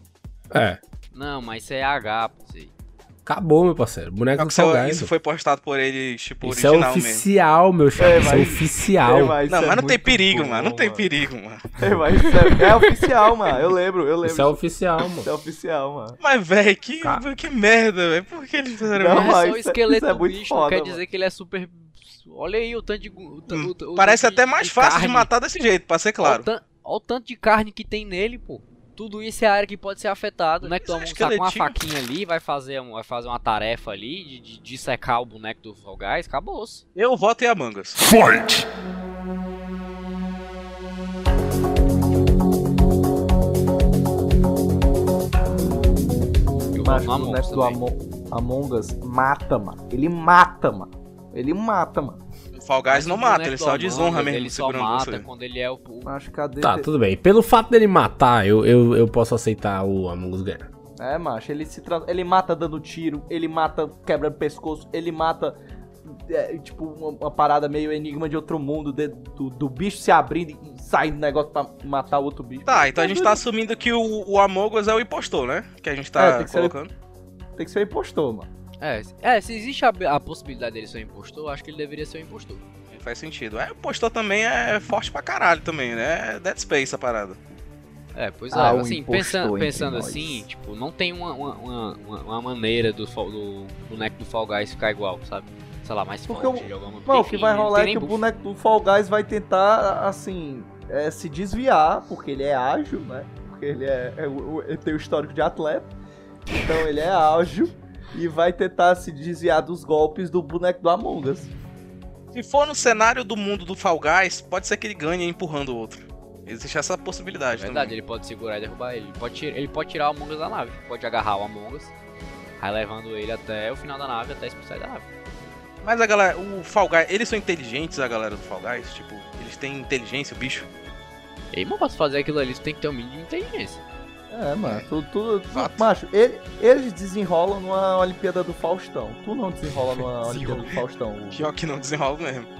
Speaker 3: É.
Speaker 2: Não, mas isso é H, pô, isso aí.
Speaker 3: Acabou, meu parceiro. Boneco do
Speaker 4: Isso,
Speaker 3: Salgado.
Speaker 4: É isso foi postado por ele, tipo,
Speaker 3: Isso é
Speaker 4: original
Speaker 3: oficial, é meu chapa. Isso é oficial.
Speaker 4: mesmo. Não, mas não tem perigo, mano. Não tem perigo, mano.
Speaker 1: É, mas isso é, é oficial, mano. Eu lembro, eu lembro.
Speaker 3: Isso é oficial, mano.
Speaker 1: Isso é oficial, mano.
Speaker 4: Mas, velho, que, que merda, velho. Por que eles fizeram
Speaker 1: Não,
Speaker 4: isso?
Speaker 2: Não é
Speaker 1: mas
Speaker 2: só o
Speaker 1: isso é-
Speaker 2: esqueleto
Speaker 1: isso é
Speaker 2: do
Speaker 1: muito
Speaker 2: bicho, não
Speaker 1: foda,
Speaker 2: quer
Speaker 1: mano.
Speaker 2: dizer que ele é super. Olha aí o tanto de. gu- o ta- o ta- o
Speaker 4: Hum, Parece
Speaker 2: tanto de-
Speaker 4: até mais
Speaker 2: de
Speaker 4: fácil de
Speaker 2: carne.
Speaker 4: matar desse jeito, pra ser claro.
Speaker 2: Olha o, tan- olha o tanto de carne que tem nele, pô. Tudo isso é área que pode ser afetada. O boneco do Amon tá com uma
Speaker 4: esqueletinho.
Speaker 2: faquinha ali, vai fazer, um- vai fazer uma tarefa ali de, de, de secar o boneco do Fall Guys, acabou-se.
Speaker 4: Eu voto em Amangas.
Speaker 12: Fight!
Speaker 2: Eu
Speaker 1: Macho,
Speaker 2: vou
Speaker 1: o
Speaker 2: no
Speaker 1: boneco do
Speaker 2: também.
Speaker 1: Among, Among Us mata, mano. Ele mata, mano. Ele mata, mano.
Speaker 4: O Fall Guys não
Speaker 2: O
Speaker 4: mata,
Speaker 2: boneco
Speaker 4: ele
Speaker 2: do
Speaker 4: só
Speaker 2: Among
Speaker 4: desonra
Speaker 2: Us,
Speaker 4: mesmo,
Speaker 2: Ele só
Speaker 4: segurando você.
Speaker 2: mata quando ele é o. o-
Speaker 1: Acho que cadê?
Speaker 3: Tá, tudo bem. Pelo fato dele matar, eu, eu, eu posso aceitar o Among Us ganhar.
Speaker 1: É, macho, ele se tra... ele mata dando tiro, ele mata quebrando pescoço, ele mata é, tipo uma, uma parada meio enigma de outro mundo, de- do, do bicho se abrindo e saindo do negócio pra matar o outro bicho.
Speaker 4: Tá, então a gente tá assumindo que o, o Amogus é o impostor, né? Que a gente
Speaker 1: É,
Speaker 4: tá
Speaker 1: tem que ser-
Speaker 4: colocando.
Speaker 1: Tem que ser um impostor, mano.
Speaker 2: É, se- é, se existe a, a possibilidade dele ser um impostor, eu acho que ele deveria ser um impostor.
Speaker 4: Faz sentido. É, o impostor também é forte pra caralho também, né? É Dead Space a parada.
Speaker 2: É, pois
Speaker 1: Ah,
Speaker 2: é,
Speaker 1: um
Speaker 2: assim,
Speaker 1: impostor
Speaker 2: pensando,
Speaker 1: entre
Speaker 2: pensando
Speaker 1: nós.
Speaker 2: assim, tipo, não tem uma, uma, uma- uma- uma maneira do, Fall- do boneco do Fall Guys ficar igual, sabe? Sei lá, mais
Speaker 1: Porque
Speaker 2: forte,
Speaker 1: o-
Speaker 2: de alguma
Speaker 1: Mano, o
Speaker 2: enfim,
Speaker 1: que vai
Speaker 2: não
Speaker 1: rolar
Speaker 2: tem
Speaker 1: é
Speaker 2: nem
Speaker 1: que o
Speaker 2: buff.
Speaker 1: boneco do Fall Guys vai tentar, assim, é, se desviar, porque ele é ágil, né? Porque ele, é, é o- o- ele tem o histórico de atleta, então ele é ágil e vai tentar se desviar dos golpes do boneco do Among Us.
Speaker 4: Se for no cenário do mundo do Fall Guys, pode ser que ele ganhe empurrando o outro. Existe essa possibilidade
Speaker 2: Verdade, ele pode segurar e derrubar ele. Ele pode, tirar, ele pode tirar o Among Us da nave. Pode agarrar o Among Us, aí levando ele até o final da nave, até expulsar ele da nave.
Speaker 4: também. Mas a galera, o Fall Guys, eles são inteligentes, a galera do Fall Guys? Tipo, eles têm inteligência, o bicho?
Speaker 2: E aí, mano, pra tu fazer aquilo ali, tu tem que ter um mínimo de inteligência.
Speaker 1: É, mano, tu, tu, tu- macho, ele- eles desenrolam numa Olimpíada do Faustão. Tu não desenrola numa Olimpíada do Faustão.
Speaker 4: Pior que não desenrola mesmo.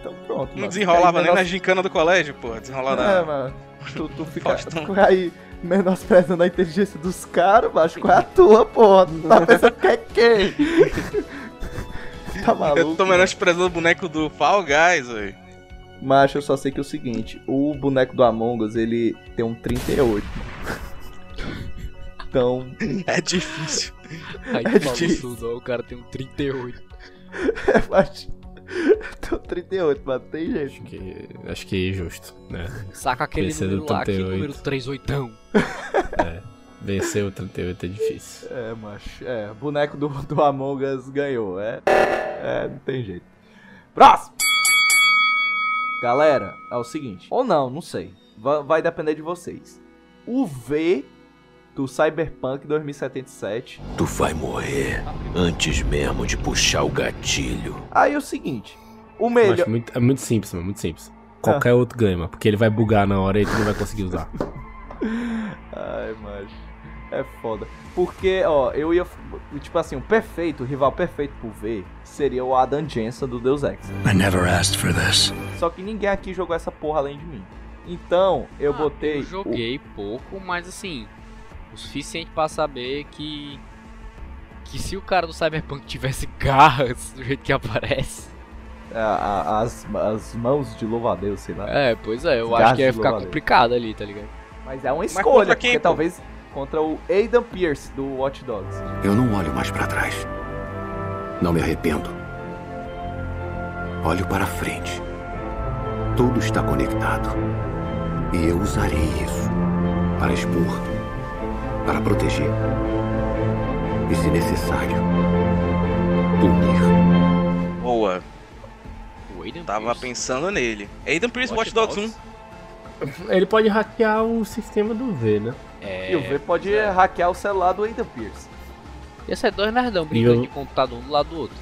Speaker 1: Então pronto, mano.
Speaker 4: Não desenrolava nem
Speaker 1: Fica aí
Speaker 4: na gincana do colégio, porra. Desenrola
Speaker 1: É,
Speaker 4: na...
Speaker 1: mano. Tu, tu fica
Speaker 4: Faustão.
Speaker 1: tu aí menosprezando a inteligência dos caras, macho. Qual é a tua, porra? Tu tá pensando que é quem? tá maluco?
Speaker 4: Eu tô menosprezando o boneco do Fall Guys, velho.
Speaker 1: Macho, eu só sei que é o seguinte, o boneco do Among Us, ele tem um 38. Então,
Speaker 4: É difícil.
Speaker 2: Aí
Speaker 1: É
Speaker 2: tu fala
Speaker 1: difícil.
Speaker 2: tudo, ó, o cara tem um 38.
Speaker 1: é, macho. Tem um 38, mano, tem jeito.
Speaker 3: Que- acho que é justo, né?
Speaker 2: Saca aquele
Speaker 3: Vencer
Speaker 2: número
Speaker 3: do
Speaker 2: lá, aquele
Speaker 3: 38.
Speaker 2: número 38.
Speaker 3: É. Vencer o 38 é difícil.
Speaker 1: É, macho. É, boneco do, do Among Us ganhou. É, é, não tem jeito. Próximo! Galera, é o seguinte. Ou não, não sei. Va- Vai, depender de vocês. O V do Cyberpunk 2077.
Speaker 11: Tu vai morrer antes mesmo de puxar o gatilho.
Speaker 1: Aí é o seguinte. O
Speaker 3: Eu
Speaker 1: melhor.
Speaker 3: acho muito- é muito simples, mano. Muito simples.
Speaker 4: Ah.
Speaker 3: Qualquer outro ganha, mano. Porque ele vai bugar na hora e tu não vai conseguir usar.
Speaker 1: Ai, macho. É foda. Porque, ó, eu ia. Tipo assim, o perfeito, o rival perfeito pro V seria o Adam Jensen do Deus Ex.
Speaker 11: I never asked for this.
Speaker 1: Só que ninguém aqui jogou essa porra além de mim. Então, eu
Speaker 2: Ah,
Speaker 1: botei.
Speaker 2: Eu joguei pouco, mas assim, o suficiente pra saber que. Que se o cara do Cyberpunk tivesse garras do jeito que aparece.
Speaker 1: a- a- as, as mãos de louva-a-Deus, sei lá.
Speaker 2: É, pois é, eu
Speaker 1: Garras
Speaker 2: acho que ia
Speaker 1: de
Speaker 2: ficar
Speaker 1: louva-a-Deus.
Speaker 2: complicado ali, tá ligado?
Speaker 1: Mas é uma
Speaker 4: contra
Speaker 1: escolha,
Speaker 4: quem,
Speaker 1: porque
Speaker 4: pô?
Speaker 1: talvez contra o Aidan Pierce do Watch Dogs.
Speaker 11: Eu não olho mais pra trás. Não me arrependo. Olho para frente. Tudo está conectado. E eu usarei isso para expor, para proteger. E, se necessário, punir.
Speaker 4: Boa.
Speaker 2: O Aiden
Speaker 4: Tava pensando nele. Aiden Pierce, Watch,
Speaker 2: Watch
Speaker 4: Dogs
Speaker 2: Dogs?
Speaker 4: 1.
Speaker 3: Ele pode hackear o sistema do V, né?
Speaker 2: É.
Speaker 1: E o V pode hackear o celular do Aidan Pierce.
Speaker 2: Ia ser dois nerdão brincando
Speaker 3: eu-
Speaker 2: de computador um do lado do outro.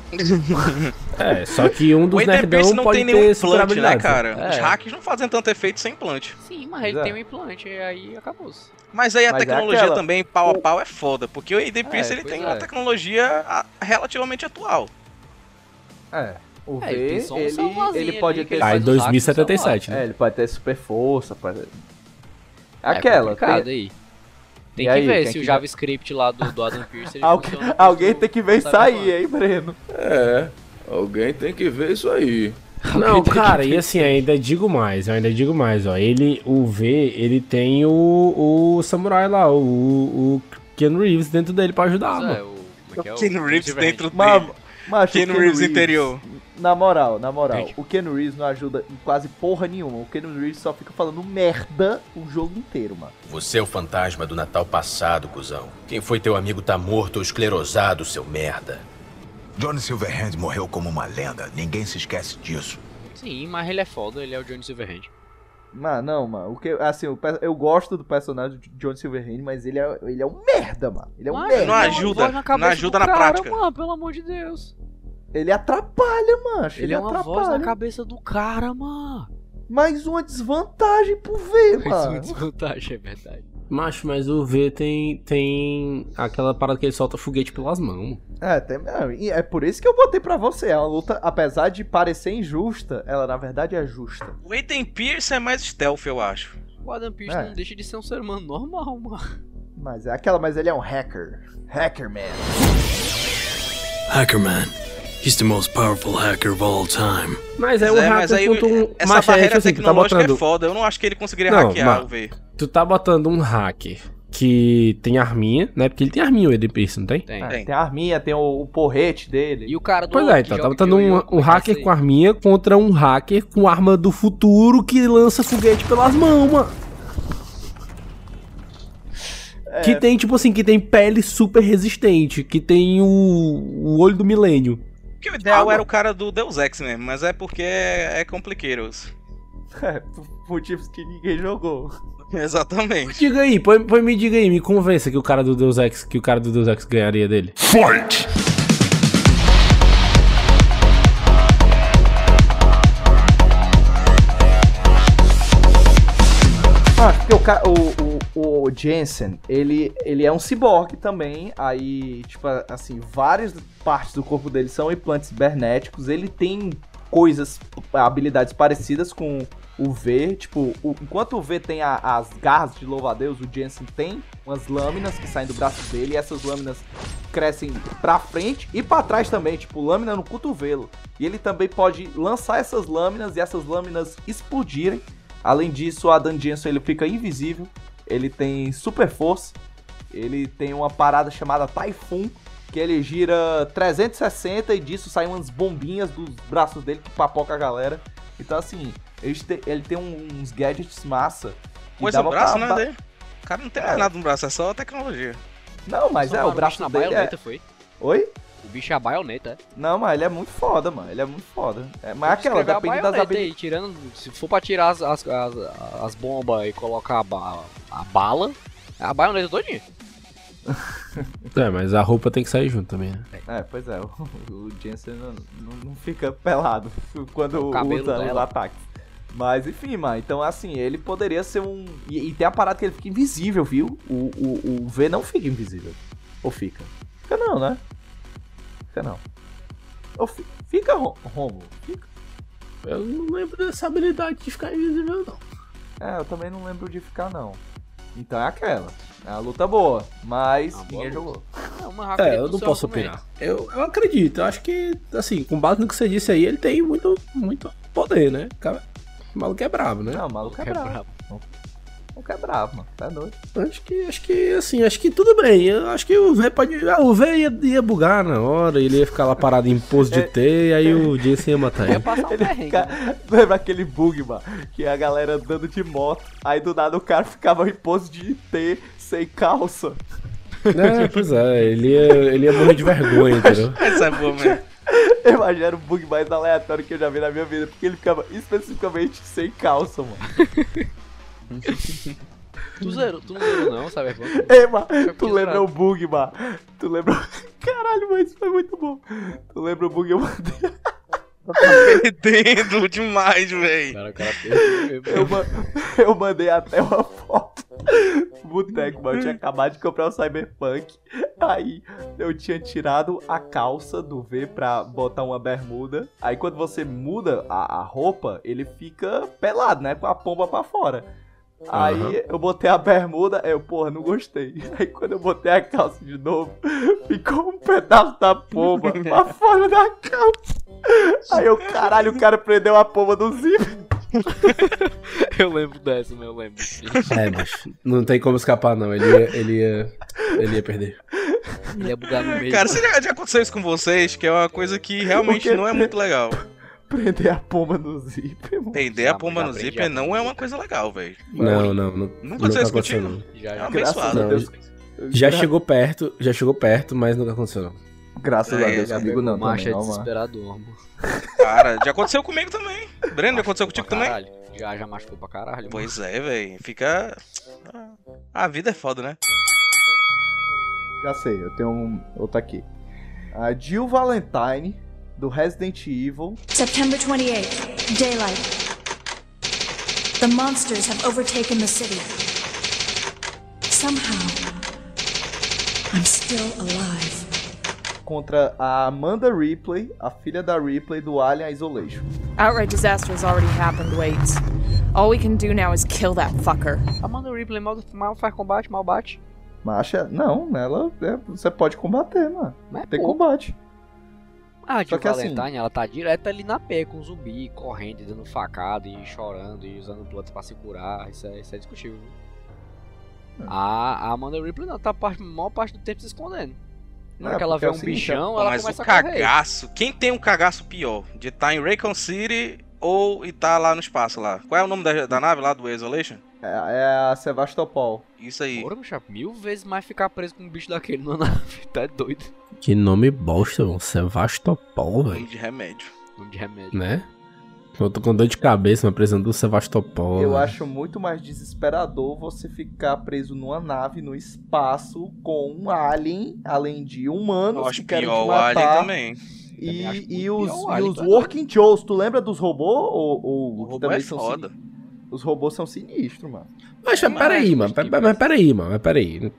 Speaker 3: É, só que um
Speaker 4: O
Speaker 3: dos
Speaker 4: Aiden
Speaker 3: nerdão
Speaker 4: Pierce não
Speaker 3: pode
Speaker 4: tem nenhum
Speaker 3: ter tipo
Speaker 4: implante, né,
Speaker 3: superabilidades.
Speaker 4: cara?
Speaker 2: É.
Speaker 4: Os hacks não fazem tanto efeito sem implante.
Speaker 2: Sim, mas ele
Speaker 1: Pois é.
Speaker 2: tem um implante e aí acabou-se.
Speaker 4: Mas aí a
Speaker 1: Mas é
Speaker 4: tecnologia
Speaker 1: aquela.
Speaker 4: também, pau a pau, é foda. Porque o Aiden Pierce, ele
Speaker 2: pois
Speaker 4: tem
Speaker 2: é.
Speaker 4: uma tecnologia ah, relativamente atual.
Speaker 1: É. O
Speaker 2: É,
Speaker 1: V,
Speaker 2: ele tem
Speaker 1: ele,
Speaker 2: só um
Speaker 1: ele,
Speaker 2: celularzinho ali
Speaker 1: pode
Speaker 2: que
Speaker 1: ter.
Speaker 2: ele né? é.
Speaker 3: Ah, em
Speaker 2: faz o hack no celular.
Speaker 3: 2077, né?
Speaker 1: É, ele pode ter super força. pode- É aquela.
Speaker 2: complicado
Speaker 1: tem-
Speaker 2: aí. Tem
Speaker 1: E
Speaker 2: que
Speaker 1: aí,
Speaker 2: ver
Speaker 1: quem é
Speaker 2: se o
Speaker 1: que-
Speaker 2: JavaScript lá do, do Adam Pearce ele
Speaker 1: Algu-
Speaker 2: funciona, Tá porque
Speaker 1: alguém
Speaker 2: tu
Speaker 1: tem que ver
Speaker 2: não
Speaker 1: isso
Speaker 2: sabe
Speaker 1: aí, hein, Breno?
Speaker 16: É, alguém tem que ver isso aí.
Speaker 3: Não, cara, e assim, ainda digo mais, eu ainda digo mais, ó. Ele, o V, ele tem o, o samurai lá, o, o Ken Reeves dentro dele pra ajudar,
Speaker 2: Pois é,
Speaker 3: mano.
Speaker 2: como é que é?
Speaker 4: Keanu Reeves dentro
Speaker 1: Mas,
Speaker 4: dele.
Speaker 1: macho, o
Speaker 4: Keanu Reeves interior.
Speaker 1: Na moral, na moral, o Ken Reeves não ajuda em quase porra nenhuma. O Ken Reeves só fica falando merda o jogo inteiro, mano.
Speaker 17: Você é o fantasma do Natal passado, cuzão. Quem foi teu amigo tá morto ou esclerosado, seu merda.
Speaker 18: Johnny Silverhand morreu como uma lenda. Ninguém se esquece disso.
Speaker 2: Sim, mas ele é foda, ele é o Johnny Silverhand.
Speaker 1: Mano, não, mano. O que, assim, o pe- eu gosto do personagem de John Silverhand, mas ele é, ele é um merda, mano. Ele é um
Speaker 2: Mano,
Speaker 1: merda.
Speaker 4: Não ajuda, não ajuda na prática.
Speaker 2: Mano, pelo amor de Deus.
Speaker 1: Ele atrapalha, mancho.
Speaker 2: Ele,
Speaker 1: Ele,
Speaker 2: é uma
Speaker 1: atrapalha.
Speaker 2: voz na cabeça do cara, mano.
Speaker 1: Mais uma desvantagem pro V,
Speaker 2: Mas
Speaker 1: mano.
Speaker 2: uma desvantagem, é verdade.
Speaker 3: Macho, mas o V tem, tem aquela parada que ele solta foguete pelas mãos.
Speaker 1: É, tem- é, e é por isso que eu botei pra você. É uma luta, apesar de parecer injusta, ela na verdade é justa.
Speaker 4: O Ethan Pierce é mais stealth, eu acho.
Speaker 2: O Adam Pearce
Speaker 1: É.
Speaker 2: não deixa de ser um ser humano normal, mano.
Speaker 1: Mas é aquela, mas ele é um hacker. Hacker, man.
Speaker 19: Hackerman. He's the most powerful hacker of all time.
Speaker 3: Mas é
Speaker 4: Pois
Speaker 3: um
Speaker 4: é,
Speaker 3: hacker
Speaker 4: mas aí
Speaker 3: contra um...
Speaker 4: essa
Speaker 3: macho, é
Speaker 4: barreira
Speaker 3: tipo assim, tu tá
Speaker 4: tecnológica
Speaker 3: botando...
Speaker 4: é foda. Eu não acho que ele conseguiria
Speaker 3: Não,
Speaker 4: hackear
Speaker 3: mas
Speaker 4: o V.
Speaker 3: Tu tá botando um hacker que tem arminha, né? Porque ele tem arminha, o Ed Pearce, não tem?
Speaker 1: É, Tem, a arminha, tem o, o porrete dele. E
Speaker 2: o cara
Speaker 3: Pois é, então, tá botando um, um hacker com arminha contra um hacker com arma do futuro que lança foguete pelas mãos, mano. Que tem, tipo assim, que tem pele super resistente, que tem o, o olho do milênio.
Speaker 4: Porque o ideal era o cara do Deus Ex mesmo, mas é porque é, é compliqueiros.
Speaker 1: É, por motivos que ninguém jogou.
Speaker 4: Exatamente.
Speaker 3: Diga aí, põe, põe- me diga aí, me convença que o cara do Deus Ex, que o cara do Deus Ex ganharia dele.
Speaker 4: Fight!
Speaker 1: Ah, porque o, ca- o, o, o Jensen, ele, ele é um ciborgue também, aí, tipo, assim, várias partes do corpo dele são implantes cibernéticos, ele tem coisas, habilidades parecidas com o V, tipo, o- enquanto o V tem a- as garras de louva-a-Deus, o Jensen tem umas lâminas que saem do braço dele, e essas lâminas crescem pra frente e pra trás também, tipo, lâmina no cotovelo. E ele também pode lançar essas lâminas e essas lâminas explodirem, Além disso, o Adam Jensen ele fica invisível, ele tem super força, ele tem uma parada chamada Typhoon, que ele gira 360 e disso saem umas bombinhas dos braços dele que papoca a galera. Então assim, ele te- ele tem, um- uns gadgets massa. que
Speaker 4: Coisa
Speaker 1: dava
Speaker 4: no braço,
Speaker 1: pra-
Speaker 4: né? dele? O cara não tem mais nada no braço, é só tecnologia.
Speaker 1: Não, mas é, o braço
Speaker 2: na
Speaker 1: dele
Speaker 2: baioneta,
Speaker 1: é...
Speaker 2: foi?
Speaker 1: Oi?
Speaker 2: O bicho é a baioneta, é?
Speaker 1: Não, mas ele é muito foda, mano. Ele é muito foda. É, mas
Speaker 2: Tem que
Speaker 1: aquela,
Speaker 2: escrever a
Speaker 1: depende das
Speaker 2: baioneta
Speaker 1: habilidades.
Speaker 2: aí, tirando, se for pra tirar as, as, as, as bombas e colocar a, ba- a bala, a baioneta todinha.
Speaker 3: É, mas a roupa tem que sair junto também, né?
Speaker 1: É, pois é, o, o Jensen não, não, não fica pelado quando
Speaker 3: cabelo
Speaker 1: usa os
Speaker 3: dela.
Speaker 1: ataques. Mas enfim, mano, então assim, ele poderia ser um. E, e tem a parada que ele fica invisível, viu? O, o, o V não fica invisível. Ou fica? Fica não, né? Fica não. Ou fi- fica, Ro- Romulo? Fica.
Speaker 3: Eu não lembro dessa habilidade de ficar invisível, não.
Speaker 1: É, eu também não lembro de ficar, não. Então é aquela. É uma luta boa, mas ninguém jogou.
Speaker 3: É, eu não posso opinar. Eu, eu acredito, eu acho que, assim, com base no que você disse aí, ele tem muito, muito poder, né? Cara, o maluco é brabo, né?
Speaker 1: Não, o maluco é brabo. O cara é brabo, mano. Tá doido.
Speaker 3: Acho que, acho que, assim, acho que tudo bem. Eu acho que o V pode. ah, o V ia, ia bugar na hora, ele ia ficar lá parado em pose de T, e aí o Jason ia matar ele.
Speaker 1: Ele fica- Lembra aquele bug, mano? Que a galera andando de moto, aí do nada o cara ficava em pose de IT, sem calça.
Speaker 3: É, pois é, ele ia, ele ia morrer de vergonha, entendeu?
Speaker 4: Essa é boa mesmo.
Speaker 1: Imagina o bug mais aleatório que eu já vi na minha vida, porque ele ficava especificamente sem calça, mano.
Speaker 2: Tu zerou, tu não zerou não, sabe?
Speaker 1: Ei, mano, tu lembra o bug, mano? Tu lembra. Caralho, mano, isso foi muito bom. Tu lembra o bug eu mandei.
Speaker 4: Perdendo demais, véi.
Speaker 2: Cara, o cara perdeu.
Speaker 1: Eu, ma- eu mandei até uma foto pro boteco, mano. Eu tinha acabado de comprar o Cyberpunk. Aí eu tinha tirado a calça do V pra botar uma bermuda. Aí quando você muda a, a roupa, ele fica pelado, né? Com a pomba pra fora. Aí eu botei a bermuda, eu, porra, não gostei. Aí quando eu botei a calça de novo, ficou um pedaço da pomba pra fora da calça. Aí eu, caralho, o cara prendeu a pomba do zíper.
Speaker 2: eu lembro dessa, mas eu lembro.
Speaker 3: É, bicho. Não tem como escapar, não. Ele ia, ele ia, ele ia perder.
Speaker 2: Ele ia bugar no meio.
Speaker 4: Cara, se já, já aconteceu isso com vocês, que é uma coisa que realmente não é muito legal.
Speaker 1: Prender a pomba no zíper, mano.
Speaker 4: Prender a pomba no zíper não é uma coisa legal, velho.
Speaker 3: Não, não, não.
Speaker 4: Nunca aconteceu isso contigo?
Speaker 2: Já,
Speaker 4: É
Speaker 2: já.
Speaker 4: abençoado.
Speaker 3: Não, Já chegou perto, já chegou perto, mas nunca aconteceu, não.
Speaker 1: Graças a
Speaker 4: É,
Speaker 1: Deus,
Speaker 4: é,
Speaker 1: comigo não.
Speaker 2: Macho
Speaker 1: também,
Speaker 2: é
Speaker 1: não, mano.
Speaker 2: desesperador, mano.
Speaker 4: Cara, já aconteceu comigo também. Breno, já aconteceu contigo
Speaker 2: Pra
Speaker 4: também?
Speaker 2: caralho. Já, já machucou pra caralho.
Speaker 4: é Pois é, velho. Fica. Ah, A vida é foda, né?
Speaker 1: Já sei, eu tenho um, outro aqui. A Jill Valentine, do Resident Evil.
Speaker 20: September 28th, daylight. The monsters have overtaken the city. Somehow, I'm still alive.
Speaker 1: contra a Amanda Ripley, a filha da Ripley do Alien Isolation.
Speaker 21: Outright disaster has already happened, Waits. All we can do now is kill that fucker.
Speaker 4: é.
Speaker 2: Amanda Ripley mal, mal faz combate, mal bate.
Speaker 1: Macha, não, ela é- você pode combater, mano.
Speaker 2: Mas é
Speaker 1: Tem
Speaker 2: pouco.
Speaker 1: combate.
Speaker 2: Ah, tipo,
Speaker 1: que assim-
Speaker 2: Valentine, ela tá direto ali na pé com o zumbi, correndo, dando facada e chorando e usando plantas pra se curar. Isso é, isso é discutível. viu?
Speaker 1: É.
Speaker 2: A, a Amanda Ripley não, tá a parte- a maior parte do tempo se escondendo. Na hora
Speaker 1: É,
Speaker 2: que ela
Speaker 1: porque
Speaker 2: vê
Speaker 1: é
Speaker 2: um
Speaker 1: o seguinte,
Speaker 2: bichão,
Speaker 4: Pô,
Speaker 2: ela
Speaker 4: mas o
Speaker 2: começa a correr.
Speaker 4: cagaço. Quem tem um cagaço pior? De estar em Raycon City ou e tá lá no espaço lá? Qual é o nome da, da nave lá do Isolation?
Speaker 1: É, é a Sevastopol.
Speaker 4: Isso aí.
Speaker 2: Bora, bicho, mil vezes mais ficar preso com um bicho daquele na nave. Tá doido.
Speaker 3: Que nome bosta, mano. Sevastopol, velho.
Speaker 4: Nome de remédio.
Speaker 2: Nome de remédio.
Speaker 3: Né? Eu tô com dor de cabeça, mas precisando do Sevastopol.
Speaker 1: Eu
Speaker 3: velho.
Speaker 1: acho muito mais desesperador você ficar preso numa nave no espaço com um alien, além de humanos
Speaker 4: Eu acho
Speaker 1: que querem
Speaker 4: pior
Speaker 1: te
Speaker 4: o Alien
Speaker 1: matar.
Speaker 4: também.
Speaker 1: E,
Speaker 2: Também acho muito
Speaker 1: e
Speaker 2: pior
Speaker 1: os,
Speaker 2: o
Speaker 1: e
Speaker 2: Alien,
Speaker 1: os
Speaker 2: cara.
Speaker 1: Working Joes, tu lembra dos robôs? Ou, ou
Speaker 4: O
Speaker 1: que
Speaker 4: robô
Speaker 1: também
Speaker 4: é
Speaker 1: são
Speaker 4: foda.
Speaker 1: sin- Os robôs são sinistros, mano.
Speaker 3: Mas, mas peraí, mano. pe- Mas peraí, mano. Mas peraí.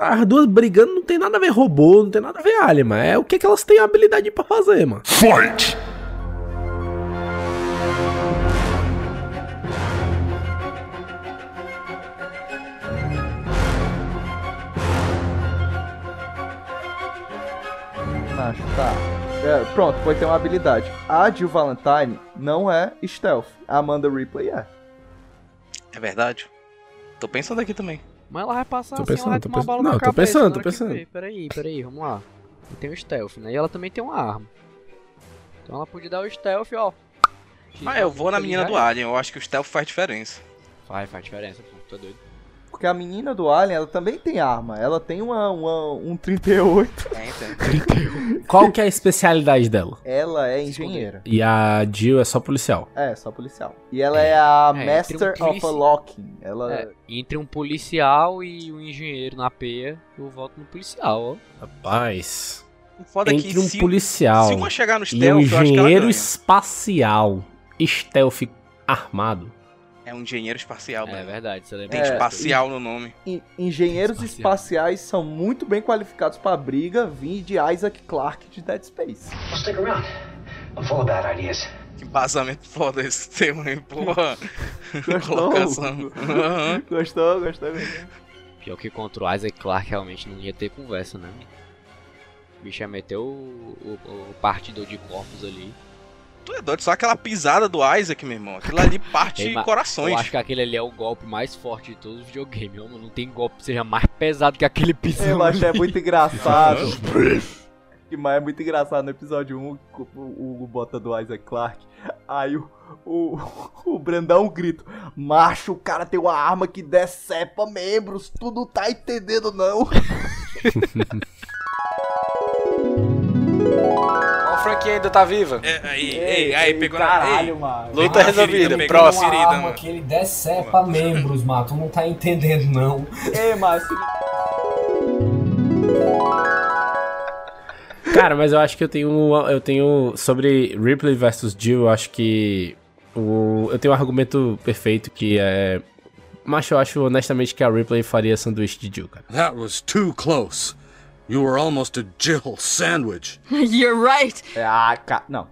Speaker 3: As duas brigando não tem nada a ver robô, não tem nada a ver alien, mano. É o que, que elas têm habilidade pra fazer, mano. Fight!
Speaker 1: Macho, tá. É, pronto, pode ter uma habilidade. A Jill Valentine não é stealth. A Amanda Ripley é.
Speaker 4: É verdade? Tô pensando aqui também.
Speaker 2: Mas ela vai passar
Speaker 3: Tô
Speaker 2: assim, ela vai
Speaker 3: pensando, tô
Speaker 2: tomar uma bala
Speaker 3: pensando.
Speaker 2: na
Speaker 3: Não, tô
Speaker 2: cabeça.
Speaker 3: pensando,
Speaker 2: na
Speaker 3: tô
Speaker 2: hora que
Speaker 3: pensando.
Speaker 2: vê. Peraí, peraí, vamos lá. E Tem o stealth, né? E ela também tem uma arma. Então ela podia dar o stealth, ó.
Speaker 4: Mas Ah, eu vou na menina do
Speaker 2: ar.
Speaker 4: Alien. Eu acho que o stealth faz diferença.
Speaker 2: Faz, faz diferença, pô. Tô doido.
Speaker 1: Porque a menina do Alien, ela também tem arma. Ela tem uma, uma- um 38.
Speaker 4: É, então.
Speaker 3: Qual que é a especialidade dela?
Speaker 1: Ela é engenheira.
Speaker 3: E a Jill é só policial.
Speaker 1: É, só policial. E ela é a
Speaker 2: É,
Speaker 1: Master
Speaker 2: entre um
Speaker 1: of
Speaker 2: polici-
Speaker 1: Locking. Ela
Speaker 2: É, entre um policial e um engenheiro na peia, eu voto no policial, ó.
Speaker 3: Rapaz.
Speaker 4: O foda é que
Speaker 3: Entre um
Speaker 4: se,
Speaker 3: policial
Speaker 4: se uma chegar no stealth,
Speaker 3: e um
Speaker 4: eu acho que ela
Speaker 3: engenheiro
Speaker 4: ganha.
Speaker 3: espacial stealth armado.
Speaker 4: É um engenheiro espacial,
Speaker 2: É
Speaker 4: mano.
Speaker 2: verdade, você lembra?
Speaker 4: Tem
Speaker 1: É,
Speaker 4: espacial no nome.
Speaker 1: en- engenheiros
Speaker 2: Espacial.
Speaker 1: espaciais são muito bem qualificados pra briga. Vim de Isaac Clarke de Dead Space.
Speaker 11: Stick around. I'm full of bad ideas.
Speaker 4: Que Embasamento foda esse tema, hein? Porra.
Speaker 1: Gostou?
Speaker 4: Colocação. Aham.
Speaker 1: gostou, gostou. gostou.
Speaker 2: Pior que contra o Isaac Clark realmente não ia ter conversa, né? O bicho ia meter o, o, o partidor de corpos ali.
Speaker 4: Tu é doido, só aquela pisada do Isaac, meu irmão. Aquilo ali parte
Speaker 2: Ei, mas
Speaker 4: corações.
Speaker 2: Eu acho que aquele ali é o golpe mais forte de todos os videogames. Mano. Não tem golpe que seja mais pesado que aquele pisão.
Speaker 1: Eu acho é
Speaker 2: ali.
Speaker 1: muito engraçado. Que mais é muito engraçado no episódio 1, o o Hugo bota do Isaac Clark. Aí o, o, o Brandão grita: Macho, o cara tem uma arma que decepa membros, tu não tá entendendo não.
Speaker 22: Ó, a franquia ainda tá viva.
Speaker 4: É, aí, ei, aí, pegou na. Ei,
Speaker 22: mano.
Speaker 4: Luta resolvida, próximo. Ferida, mano.
Speaker 22: que ele decepa membros, mano. Tu não tá entendendo, não.
Speaker 1: Ei, mas
Speaker 3: Cara, mas eu acho que eu tenho uma- eu tenho sobre Ripley versus Jill, eu acho que o, eu tenho um argumento perfeito que é mas eu acho honestamente que a Ripley faria sanduíche de Jill, cara.
Speaker 19: That was too close. You were almost a Jill sandwich.
Speaker 1: É
Speaker 23: You're right.
Speaker 1: Ah, ca... não.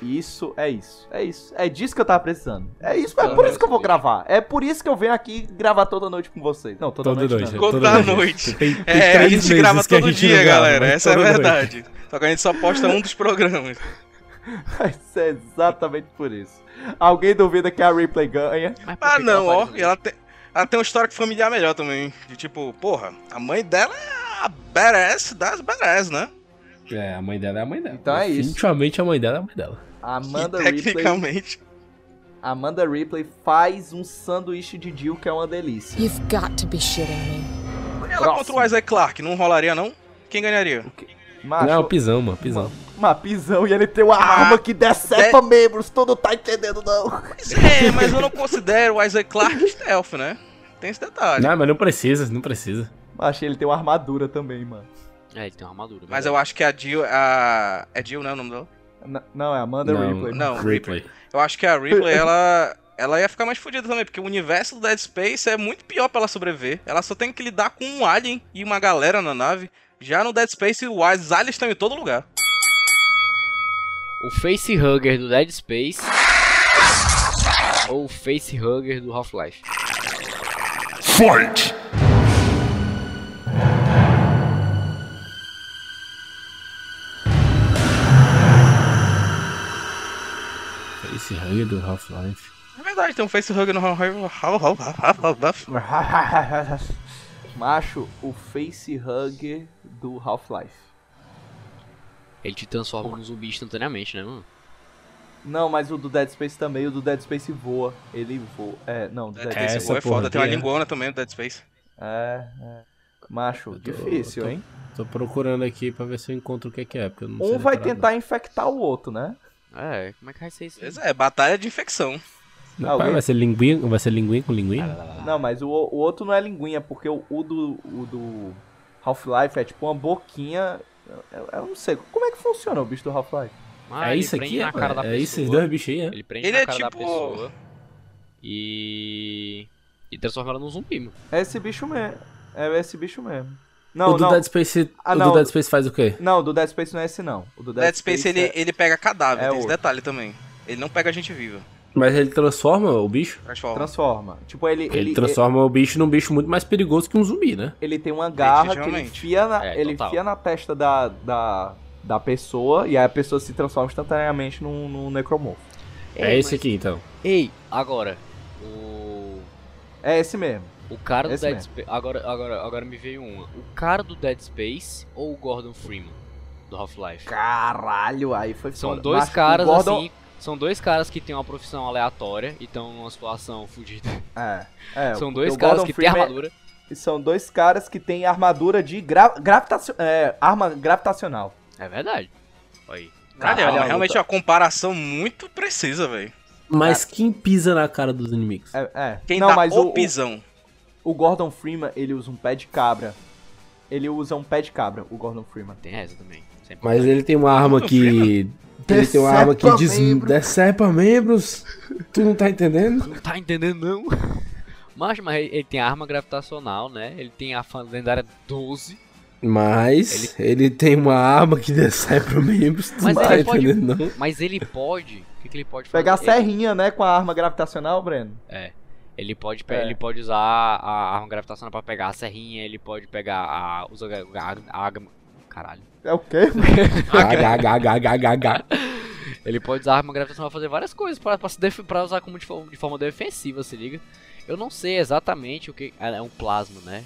Speaker 1: Isso é isso. É isso. É disso que eu tava precisando. É isso, é por isso que eu vou gravar. É por isso que eu venho aqui gravar toda noite com vocês. Não, toda,
Speaker 3: Toda
Speaker 1: noite.
Speaker 3: noite,
Speaker 1: não.
Speaker 3: é, toda
Speaker 4: Toda noite. É, a
Speaker 3: três
Speaker 4: gente
Speaker 3: vezes
Speaker 4: grava
Speaker 3: que a
Speaker 4: todo
Speaker 3: gente
Speaker 4: dia,
Speaker 3: não grava,
Speaker 4: galera.
Speaker 3: mas
Speaker 4: Essa é a
Speaker 3: toda noite.
Speaker 4: verdade. Só que a gente só posta um dos programas.
Speaker 1: Isso é exatamente por isso. Alguém duvida que a Ripley ganha?
Speaker 4: Ah, não, ó. E ela tem, ela tem um histórico familiar melhor também. De tipo, porra, a mãe dela é a badass das badass, né?
Speaker 3: É, a mãe dela é a mãe dela.
Speaker 1: Então é isso.
Speaker 3: Definitivamente a mãe dela é a mãe dela.
Speaker 1: Amanda
Speaker 4: E
Speaker 1: Ripley. Amanda Ripley faz um sanduíche de Jill que é uma delícia.
Speaker 21: You've got to be shitting me.
Speaker 4: Ela contra o Isaac Clarke, não rolaria, não? Quem ganharia?
Speaker 1: Macho,
Speaker 3: Não, é pisão, mano, pisão.
Speaker 1: uma pisão e ele tem uma arma que decepa membros, tu não tá entendendo não.
Speaker 4: É, mas eu não considero o Isaac Clarke stealth, né? Tem esse detalhe.
Speaker 3: Não, mas não precisa, não precisa.
Speaker 1: Achei ele tem uma armadura também, mano.
Speaker 2: É, ele tem uma armadura.
Speaker 4: Mas eu acho que a Jill. A... É Jill, né? O nome dela?
Speaker 1: N- não, é Amanda Ripley.
Speaker 4: Não,
Speaker 3: Ripley.
Speaker 4: Eu acho que a Ripley, ela. Ela ia ficar mais fodida também, porque o universo do Dead Space é muito pior pra ela sobreviver. Ela só tem que lidar com um alien e uma galera na nave. Já no Dead Space, os aliens estão em todo lugar.
Speaker 2: O facehugger do Dead Space ou o facehugger do Half-Life?
Speaker 5: Fight!
Speaker 3: Esse raio do Half-Life.
Speaker 4: É verdade, tem um facehugger no
Speaker 1: Macho, o facehugger do Half-Life.
Speaker 2: Ele te transforma num zumbi instantaneamente, né, mano?
Speaker 1: Não, mas o do Dead Space também, o do Dead Space voa. Ele voa. É, não, o do Dead
Speaker 4: Dead Space
Speaker 1: Space
Speaker 4: é foda, tem uma linguona também no Dead Space.
Speaker 1: É, é. Macho,
Speaker 3: Tô-
Speaker 1: difícil, Um
Speaker 3: tô-
Speaker 1: hein?
Speaker 3: Tô procurando aqui pra ver se eu encontro o que que é, porque eu não sei
Speaker 1: Um vai
Speaker 3: decorar,
Speaker 1: tentar infectar o outro, né?
Speaker 2: É, como é que vai ser isso?
Speaker 4: Pois é, batalha de infecção.
Speaker 3: não. Rapaz, vai ser linguinha, vai ser linguinha com linguinha?
Speaker 1: Não, mas o, o outro não é linguinha, porque o, o do, o do Half-Life é tipo uma boquinha. Eu, eu não sei. Como é que funciona o bicho do Half-Life?
Speaker 2: Ah,
Speaker 3: é
Speaker 2: ele
Speaker 3: isso
Speaker 2: prende
Speaker 3: aqui, é,
Speaker 2: na cara da
Speaker 3: é esses
Speaker 2: pessoa.
Speaker 3: dois bichinhos aí, é?
Speaker 2: Ele prende
Speaker 4: Ele
Speaker 2: na
Speaker 4: é
Speaker 2: cara da
Speaker 4: tipo-
Speaker 2: pessoa e... E transforma ela num zumbi, mano.
Speaker 1: É esse bicho mesmo. É esse bicho mesmo. Não,
Speaker 3: o do
Speaker 1: não.
Speaker 3: Dead Space,
Speaker 1: Ah,
Speaker 3: o
Speaker 1: não.
Speaker 3: do Dead Space faz o quê?
Speaker 1: Não, o do Dead Space não é esse, não. O do Dead,
Speaker 4: Dead Space, ele,
Speaker 1: é-
Speaker 4: ele pega cadáver,
Speaker 1: é
Speaker 4: tem esse
Speaker 1: outro.
Speaker 4: detalhe também. Ele não pega gente viva.
Speaker 3: Mas ele transforma o bicho?
Speaker 4: Transforma.
Speaker 1: transforma. Tipo, ele.
Speaker 3: Ele, transforma o bicho num bicho muito mais perigoso que um zumbi, né?
Speaker 1: Ele tem uma garra que ele
Speaker 4: Definitivamente.
Speaker 1: enfia na,
Speaker 3: É,
Speaker 1: ele
Speaker 3: total.
Speaker 1: enfia na testa da, da, da pessoa e aí a pessoa se transforma instantaneamente num, num necromorfo.
Speaker 3: É esse aqui, então.
Speaker 2: Ei, agora, o...
Speaker 1: É esse mesmo.
Speaker 2: O cara do
Speaker 1: Esse
Speaker 2: Dead
Speaker 1: mesmo.
Speaker 2: Space... Agora, agora, agora me veio uma. O cara do Dead Space ou o Gordon Freeman do Half-Life?
Speaker 1: Caralho, aí foi
Speaker 2: São
Speaker 1: foda.
Speaker 2: dois
Speaker 1: Mas o
Speaker 2: caras
Speaker 1: Gordon-
Speaker 2: assim. São dois caras que têm uma profissão aleatória e estão numa situação fodida.
Speaker 1: É. É,
Speaker 2: São
Speaker 1: porque
Speaker 2: dois
Speaker 1: o
Speaker 2: caras
Speaker 1: Gordon
Speaker 2: que têm
Speaker 1: Freeman-
Speaker 2: armadura.
Speaker 1: e São dois caras que têm armadura de gra... gravitacio... é, arma gravitacional.
Speaker 2: É verdade. Olha aí.
Speaker 4: Caralho,
Speaker 1: Caralho, a
Speaker 4: é realmente
Speaker 1: luta.
Speaker 4: é uma comparação muito precisa, velho.
Speaker 3: Mas quem pisa na cara dos inimigos?
Speaker 1: É, é.
Speaker 4: Quem
Speaker 1: Não,
Speaker 4: dá
Speaker 1: mas
Speaker 4: o
Speaker 1: o- o-
Speaker 4: pisão.
Speaker 1: O Gordon Freeman, ele usa um pé de cabra. Ele usa um pé de cabra, o Gordon Freeman.
Speaker 2: Tem essa também. Sempre.
Speaker 3: Mas ele tem uma arma que... Ele tem uma
Speaker 1: Decepa
Speaker 3: arma que des...
Speaker 1: membros.
Speaker 3: decepa membros. Tu não tá entendendo?
Speaker 2: Não tá entendendo, não. Mas, mas ele ele tem arma gravitacional, né? Ele tem a fã lendária 12.
Speaker 3: Mas ele, tem uma arma que é decepa membros. Tu
Speaker 2: Mas
Speaker 3: não tá
Speaker 2: ele pode.
Speaker 3: entendendo, não?
Speaker 2: Mas ele pode. O que, que ele pode fazer?
Speaker 1: Pegar a
Speaker 2: Ele-
Speaker 1: serrinha, né, com a arma gravitacional, Breno?
Speaker 2: É. Ele pode, pe-
Speaker 1: É.
Speaker 2: ele pode usar a arma gravitacional pra pegar a serrinha, ele pode pegar a. Usa a. a, a, caralho.
Speaker 1: É o quê?
Speaker 3: HHHHH.
Speaker 2: Ele pode usar a arma gravitacional pra fazer várias coisas, pra, pra, se def- pra usar como de, fo- de forma defensiva, se liga. Eu não sei exatamente o que. É é um plasma, né?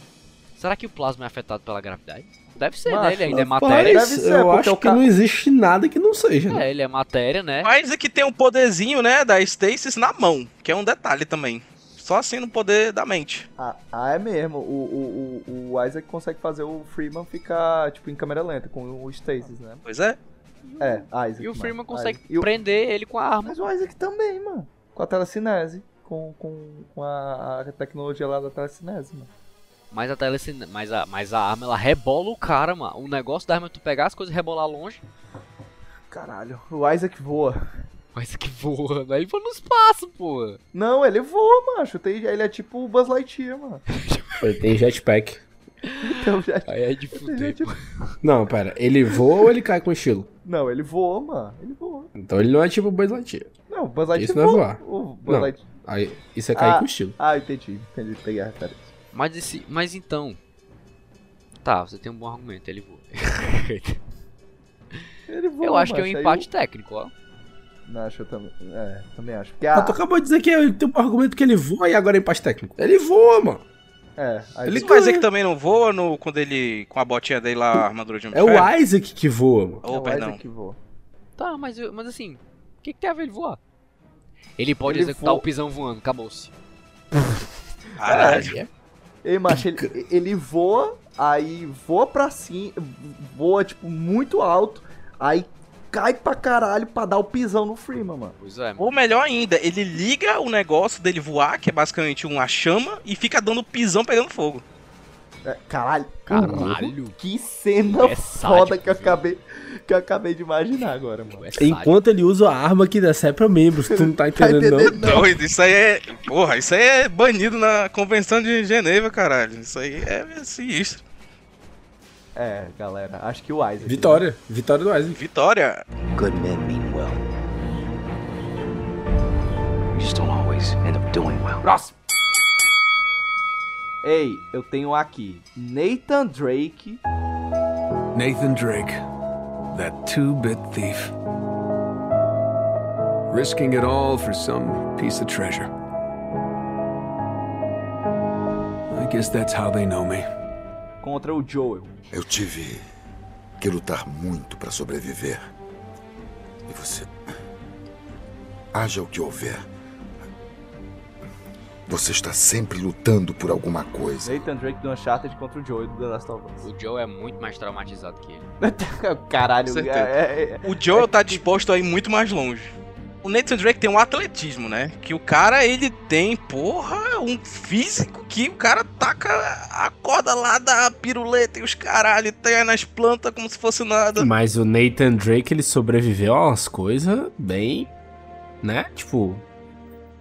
Speaker 2: Será que o plasma é afetado pela gravidade? Deve ser, né?
Speaker 1: Macho,
Speaker 2: Ele ainda é
Speaker 1: rapaz,
Speaker 2: matéria.
Speaker 1: deve ser,
Speaker 3: eu
Speaker 1: porque
Speaker 3: acho
Speaker 1: o
Speaker 3: que
Speaker 1: ca-
Speaker 3: não existe nada que não seja, né?
Speaker 2: É, ele é matéria, né?
Speaker 4: Mas é que tem um poderzinho, né, da Stasis na mão, que é um detalhe também. Só assim no poder da mente.
Speaker 1: Ah, ah, é mesmo. O, o, o, o Isaac consegue fazer o Freeman ficar, tipo, em câmera lenta com o Stasis, né?
Speaker 4: Pois é.
Speaker 1: É, Isaac.
Speaker 2: E o
Speaker 1: mano.
Speaker 2: Freeman consegue
Speaker 1: Isaac. E o-
Speaker 2: prender ele com a arma.
Speaker 1: Mas o Isaac também, mano. Com a telecinese. Com, com, com a, a tecnologia lá da telecinese, mano.
Speaker 2: Mas a, telecine... mas, a, mas a arma, ela rebola o cara, mano. O negócio da arma é tu pegar as coisas e rebolar longe.
Speaker 1: Caralho, o Isaac voa.
Speaker 2: Mas que voa, né? Ele voa no espaço, pô.
Speaker 1: Não, ele voa, macho. Tem, ele é tipo o Buzz Lightyear, mano.
Speaker 3: Ele tem jetpack.
Speaker 1: Então já... tipo,
Speaker 2: Aí é de fuder, pô.
Speaker 3: Não, pera. Ele voa ou ele cai com estilo?
Speaker 1: Não, ele voa, mano. Ele voa.
Speaker 3: Então ele não é tipo o Buzz Lightyear.
Speaker 1: Não, o Buzz Lightyear
Speaker 3: Isso não é
Speaker 1: voa.
Speaker 3: voar.
Speaker 1: O Buzz
Speaker 3: Não,
Speaker 1: Lightyear-
Speaker 3: aí- isso é cair
Speaker 1: Ah,
Speaker 3: com estilo.
Speaker 1: Ah, entendi. Entendi. Peguei a referência.
Speaker 2: Mas, esse, mas então. Tá, você tem um bom argumento, ele voa.
Speaker 1: Ele voa,
Speaker 2: eu acho que é um
Speaker 1: macho, aí
Speaker 2: empate
Speaker 1: o-
Speaker 2: técnico, ó.
Speaker 1: Não, acho que eu também. É, também acho. Porque
Speaker 3: Mas
Speaker 1: a...
Speaker 3: Ah, tu acabou de dizer que ele tem um argumento que ele voa e agora é empate técnico. Ele voa, mano.
Speaker 1: É, aí
Speaker 4: Ele
Speaker 1: tu-
Speaker 4: quer dizer que também não voa no, quando ele. com a botinha dele lá, a armadura de um
Speaker 3: É o Isaac que voa, mano.
Speaker 4: Ô,
Speaker 1: É o
Speaker 4: perdão.
Speaker 1: Isaac que voa.
Speaker 2: Tá, mas, eu- mas assim, o que, que tem a ver ele voar? Ele pode
Speaker 1: Ele
Speaker 2: executar
Speaker 1: voa-
Speaker 2: o pisão voando, acabou-se.
Speaker 4: Caralho.
Speaker 1: Ei, macho, ele, ele voa, aí voa pra cima, voa, tipo, muito alto, aí cai pra caralho pra dar o pisão no Freeman, mano.
Speaker 2: Pois é,
Speaker 4: Ou melhor ainda, ele liga o negócio dele voar, que é basicamente uma chama, e fica dando pisão pegando fogo.
Speaker 1: É, caralho.
Speaker 2: Caralho.
Speaker 1: Que cena
Speaker 2: É sádico,
Speaker 1: foda que eu, acabei, que eu acabei de imaginar agora, mano.
Speaker 3: Enquanto ele usa a arma que decepra membros, tu não tá
Speaker 2: É,
Speaker 3: entendendo,
Speaker 1: entendendo,
Speaker 3: não?
Speaker 4: Doido, isso aí é. Porra, isso aí é banido na Convenção de Geneva, caralho. Isso aí é sinistro.
Speaker 1: É, galera, acho que o Isaac.
Speaker 3: Vitória. Vitória do Isaac.
Speaker 4: Vitória.
Speaker 11: Good men mean well. You just don't always end up doing well.
Speaker 1: Próximo. Ei, eu tenho aqui Nathan Drake.
Speaker 5: Nathan Drake, that two bit thief. Risking it all for some piece of treasure. I guess that's how they know me.
Speaker 1: contra o Joel.
Speaker 6: Eu tive que lutar muito para sobreviver. E você. Haja o que houver. Você está sempre lutando por alguma coisa.
Speaker 1: Nathan Drake do Uncharted contra o Joel do The Last of Us.
Speaker 2: O Joe é muito mais traumatizado que ele.
Speaker 1: Caralho,
Speaker 4: certeza.
Speaker 1: é, é, é,
Speaker 4: O Joel tá disposto a ir muito mais longe. O Nathan Drake tem um atletismo, né? Que o cara, ele tem, porra, um físico que o cara taca a corda lá da piruleta e os caralho, tem nas plantas como se fosse nada.
Speaker 3: Mas o Nathan Drake, ele sobreviveu a umas coisas bem. né? Tipo.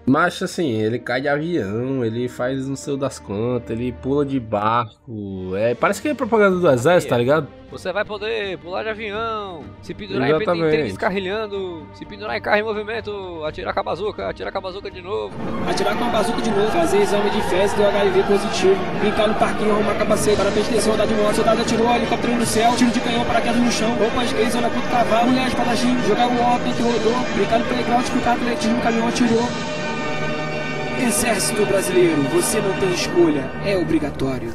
Speaker 3: Mas assim, ele cai de avião, ele faz não sei o das quantas, ele pula de barco. É, parece que é propaganda do exército, tá ligado?
Speaker 2: Você vai poder pular de avião, se pendurar em- em trem
Speaker 3: Exatamente.
Speaker 2: descarrilhando, se pendurar em carro em movimento, atirar com a bazuca, atirar com a bazuca de novo.
Speaker 23: Atirar com a bazuca de novo, fazer exame de fezes do HIV positivo, brincar no parquinho, arrumar capacete, para atenção, andar de moto, soldado atirou, helicóptero no céu, tiro de canhão, paraquedas no chão, roupa às gays, zona puto cavalo, mulher espadachim, jogar um óbito, que rodou, brincar no playground, escutar atletismo, caminhão atirou. Exército brasileiro, você não tem escolha, é obrigatório.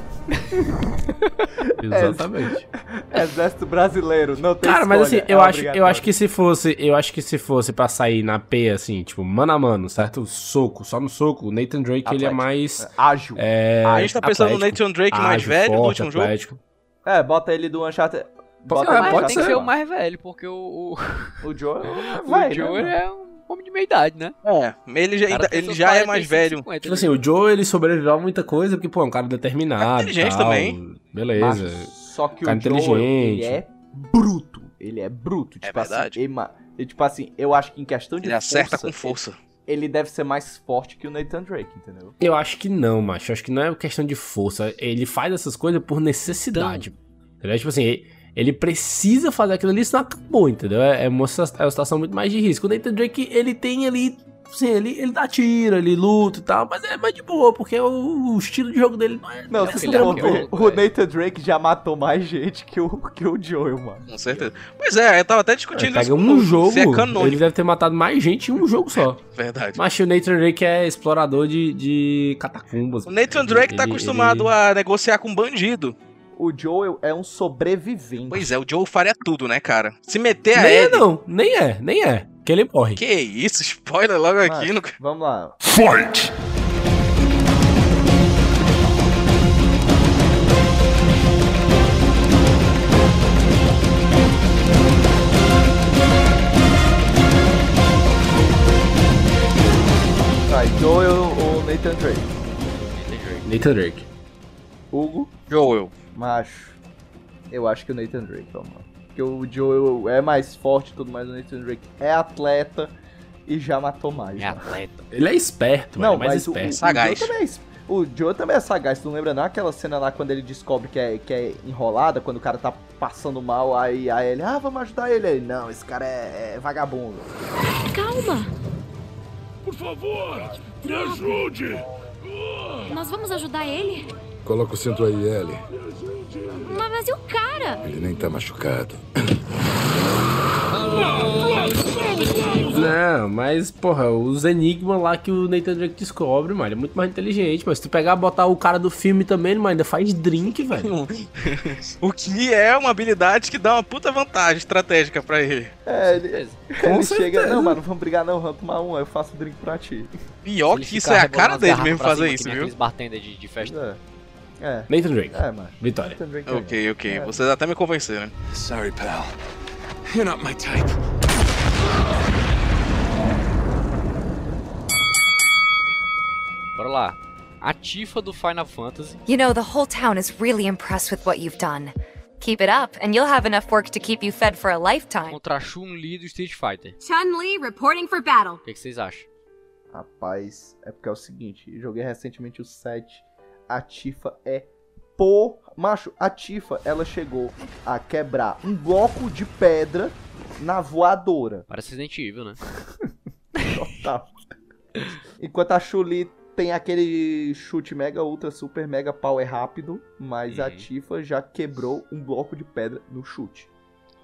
Speaker 1: É.
Speaker 3: Exatamente.
Speaker 1: Exército brasileiro, não tem
Speaker 3: Cara, mas assim,
Speaker 1: escolha,
Speaker 3: eu
Speaker 1: é
Speaker 3: acho, eu
Speaker 1: obrigatório.
Speaker 3: acho que se fosse, eu acho que se fosse pra sair na P, assim, tipo, mano a mano, certo? Soco, só no soco. O Nathan Drake, ele é
Speaker 1: Atlético. Ah,
Speaker 3: mais...
Speaker 1: Ágil.
Speaker 3: É,
Speaker 4: A gente tá pensando no
Speaker 3: atlético.
Speaker 4: Nathan Drake mais
Speaker 3: Ágil,
Speaker 4: velho do
Speaker 3: forte,
Speaker 4: último jogo?
Speaker 3: atlético.
Speaker 1: É, bota ele do Uncharted. Bota
Speaker 3: ser,
Speaker 1: ele
Speaker 3: é,
Speaker 1: do
Speaker 3: pode
Speaker 2: Tem que
Speaker 1: Uncharted.
Speaker 2: ser o mais velho, porque o, o,
Speaker 1: O Joel
Speaker 2: o
Speaker 1: vai, né,
Speaker 2: Joe
Speaker 1: mano?
Speaker 2: é um homem de meia idade, né?
Speaker 4: É, ele já,
Speaker 2: Cara,
Speaker 4: ele
Speaker 2: tem
Speaker 4: já é
Speaker 2: 45,
Speaker 4: mais velho.
Speaker 2: 50,
Speaker 3: Tipo assim, o Joe, ele sobreviveu a muita coisa, porque, pô, é um cara determinado e
Speaker 4: inteligente
Speaker 3: tal.
Speaker 4: também.
Speaker 3: Beleza.
Speaker 1: Só que
Speaker 3: Cara
Speaker 1: o Joel, ele
Speaker 3: inteligente.
Speaker 1: é bruto. Ele é bruto. Tipo
Speaker 4: verdade.
Speaker 1: Assim, ele, ma- ele, tipo assim, eu acho que em questão de
Speaker 4: Ele
Speaker 1: força...
Speaker 4: acerta com força.
Speaker 1: Ele deve ser mais forte que o Nathan Drake, entendeu?
Speaker 3: Eu acho que não, macho. Eu acho que não é questão de força. Ele faz essas coisas por necessidade. Entendeu? Tipo assim, ele- ele precisa fazer aquilo ali, senão acabou, entendeu? É é uma, situa- é uma situação muito mais de risco. O Nathan Drake, ele tem ali. Assim, ele, ele dá tiro, ele luta e tal, mas é mais de boa, porque o, o estilo de jogo dele não é.
Speaker 1: Não,
Speaker 3: é
Speaker 1: se
Speaker 3: esse
Speaker 1: for
Speaker 3: drama.
Speaker 1: ver, o Nathan Drake já matou mais gente que o, que o Joel, mano.
Speaker 4: Com certeza. Pois é, eu tava até discutindo
Speaker 3: Pega
Speaker 4: isso.
Speaker 3: um jogo,
Speaker 4: Se é
Speaker 3: ele
Speaker 4: canônico.
Speaker 3: deve ter matado mais gente em um jogo só.
Speaker 4: Verdade.
Speaker 3: Mas o Nathan Drake é explorador de, de catacumbas.
Speaker 4: O Nathan Drake tá
Speaker 3: Ele-
Speaker 4: acostumado
Speaker 3: ele-
Speaker 4: a negociar com bandido.
Speaker 1: O Joel é um sobrevivente.
Speaker 4: Pois é, o Joe faria tudo, né, cara? Se meter a
Speaker 3: Nem é,
Speaker 4: ele.
Speaker 3: não, nem é, nem é. Que ele morre.
Speaker 4: Que isso, spoiler logo aqui. No...
Speaker 1: Vamos lá.
Speaker 4: Fight!
Speaker 1: Vai, Joel ou então Nathan Drake?
Speaker 3: Nathan Drake.
Speaker 1: Hugo?
Speaker 4: Joel.
Speaker 1: Macho. Eu acho que o Nathan Drake, ó, mano. Porque o Joel é mais forte e tudo mais, o Nathan Drake é atleta e já matou né? mais.
Speaker 2: É
Speaker 1: mano.
Speaker 2: atleta.
Speaker 3: Ele é esperto, mano,
Speaker 1: Não,
Speaker 3: é
Speaker 1: mas
Speaker 3: mais
Speaker 1: o, o, o
Speaker 3: esperto.
Speaker 1: Joel também é esperto. O Joe também é sagaz, tu não lembra não? Aquela cena lá quando ele descobre que é, que é enrolada, quando o cara tá passando mal, aí, aí ele, ah, vamos ajudar ele. Aí, não, esse cara é, é vagabundo.
Speaker 20: Calma!
Speaker 10: Por favor, me ajude!
Speaker 20: Nós vamos ajudar ele?
Speaker 10: Coloca o cinto aí, Ellie.
Speaker 20: Mas, mas e o cara?
Speaker 10: Ele nem tá machucado.
Speaker 3: Não, mas, porra, os enigmas lá que o Nathan Drake descobre, mano, ele é muito mais inteligente, mas se tu pegar e botar o cara do filme também, mano, ainda faz drink, velho.
Speaker 4: O que é uma habilidade que dá uma puta vantagem estratégica pra ele.
Speaker 1: É, ele, ele chega, não, mano, vamos brigar não, vamos tomar um, eu faço o drink pra ti.
Speaker 4: Pior
Speaker 2: Ele
Speaker 4: que isso
Speaker 2: fica
Speaker 4: é a
Speaker 2: rebolando
Speaker 4: cara
Speaker 2: as
Speaker 4: dele
Speaker 2: garrafas
Speaker 4: mesmo
Speaker 2: pra
Speaker 4: fazer
Speaker 2: cima,
Speaker 4: isso,
Speaker 2: que nem
Speaker 4: viu?
Speaker 2: Aqueles bartender de, de festa.
Speaker 1: É.
Speaker 3: Nathan Drake.
Speaker 1: É, mano.
Speaker 3: Vitória.
Speaker 1: Nathan Drake ganhou.
Speaker 4: Ok, ok,
Speaker 2: É.
Speaker 4: vocês até me convenceram. né?
Speaker 18: Sorry, pal. You're not my type.
Speaker 2: Bora lá. A Tifa do Final Fantasy.
Speaker 8: You know, the whole town is really impressed with what you've done. Keep it up, and you'll have enough work to keep you fed for a lifetime.
Speaker 2: Contra a Chun-Li do Street Fighter.
Speaker 9: Chun Li reporting for battle.
Speaker 2: O que, que vocês acham?
Speaker 1: Rapaz, é porque é o seguinte, joguei recentemente o 7, a Tifa é pô, macho, a Tifa, ela chegou a quebrar um bloco de pedra na voadora.
Speaker 2: Parece Resident Evil, né?
Speaker 1: Total. Enquanto a Chuli tem aquele chute mega, ultra, super, mega power rápido, mas a Tifa já quebrou um bloco de pedra no chute.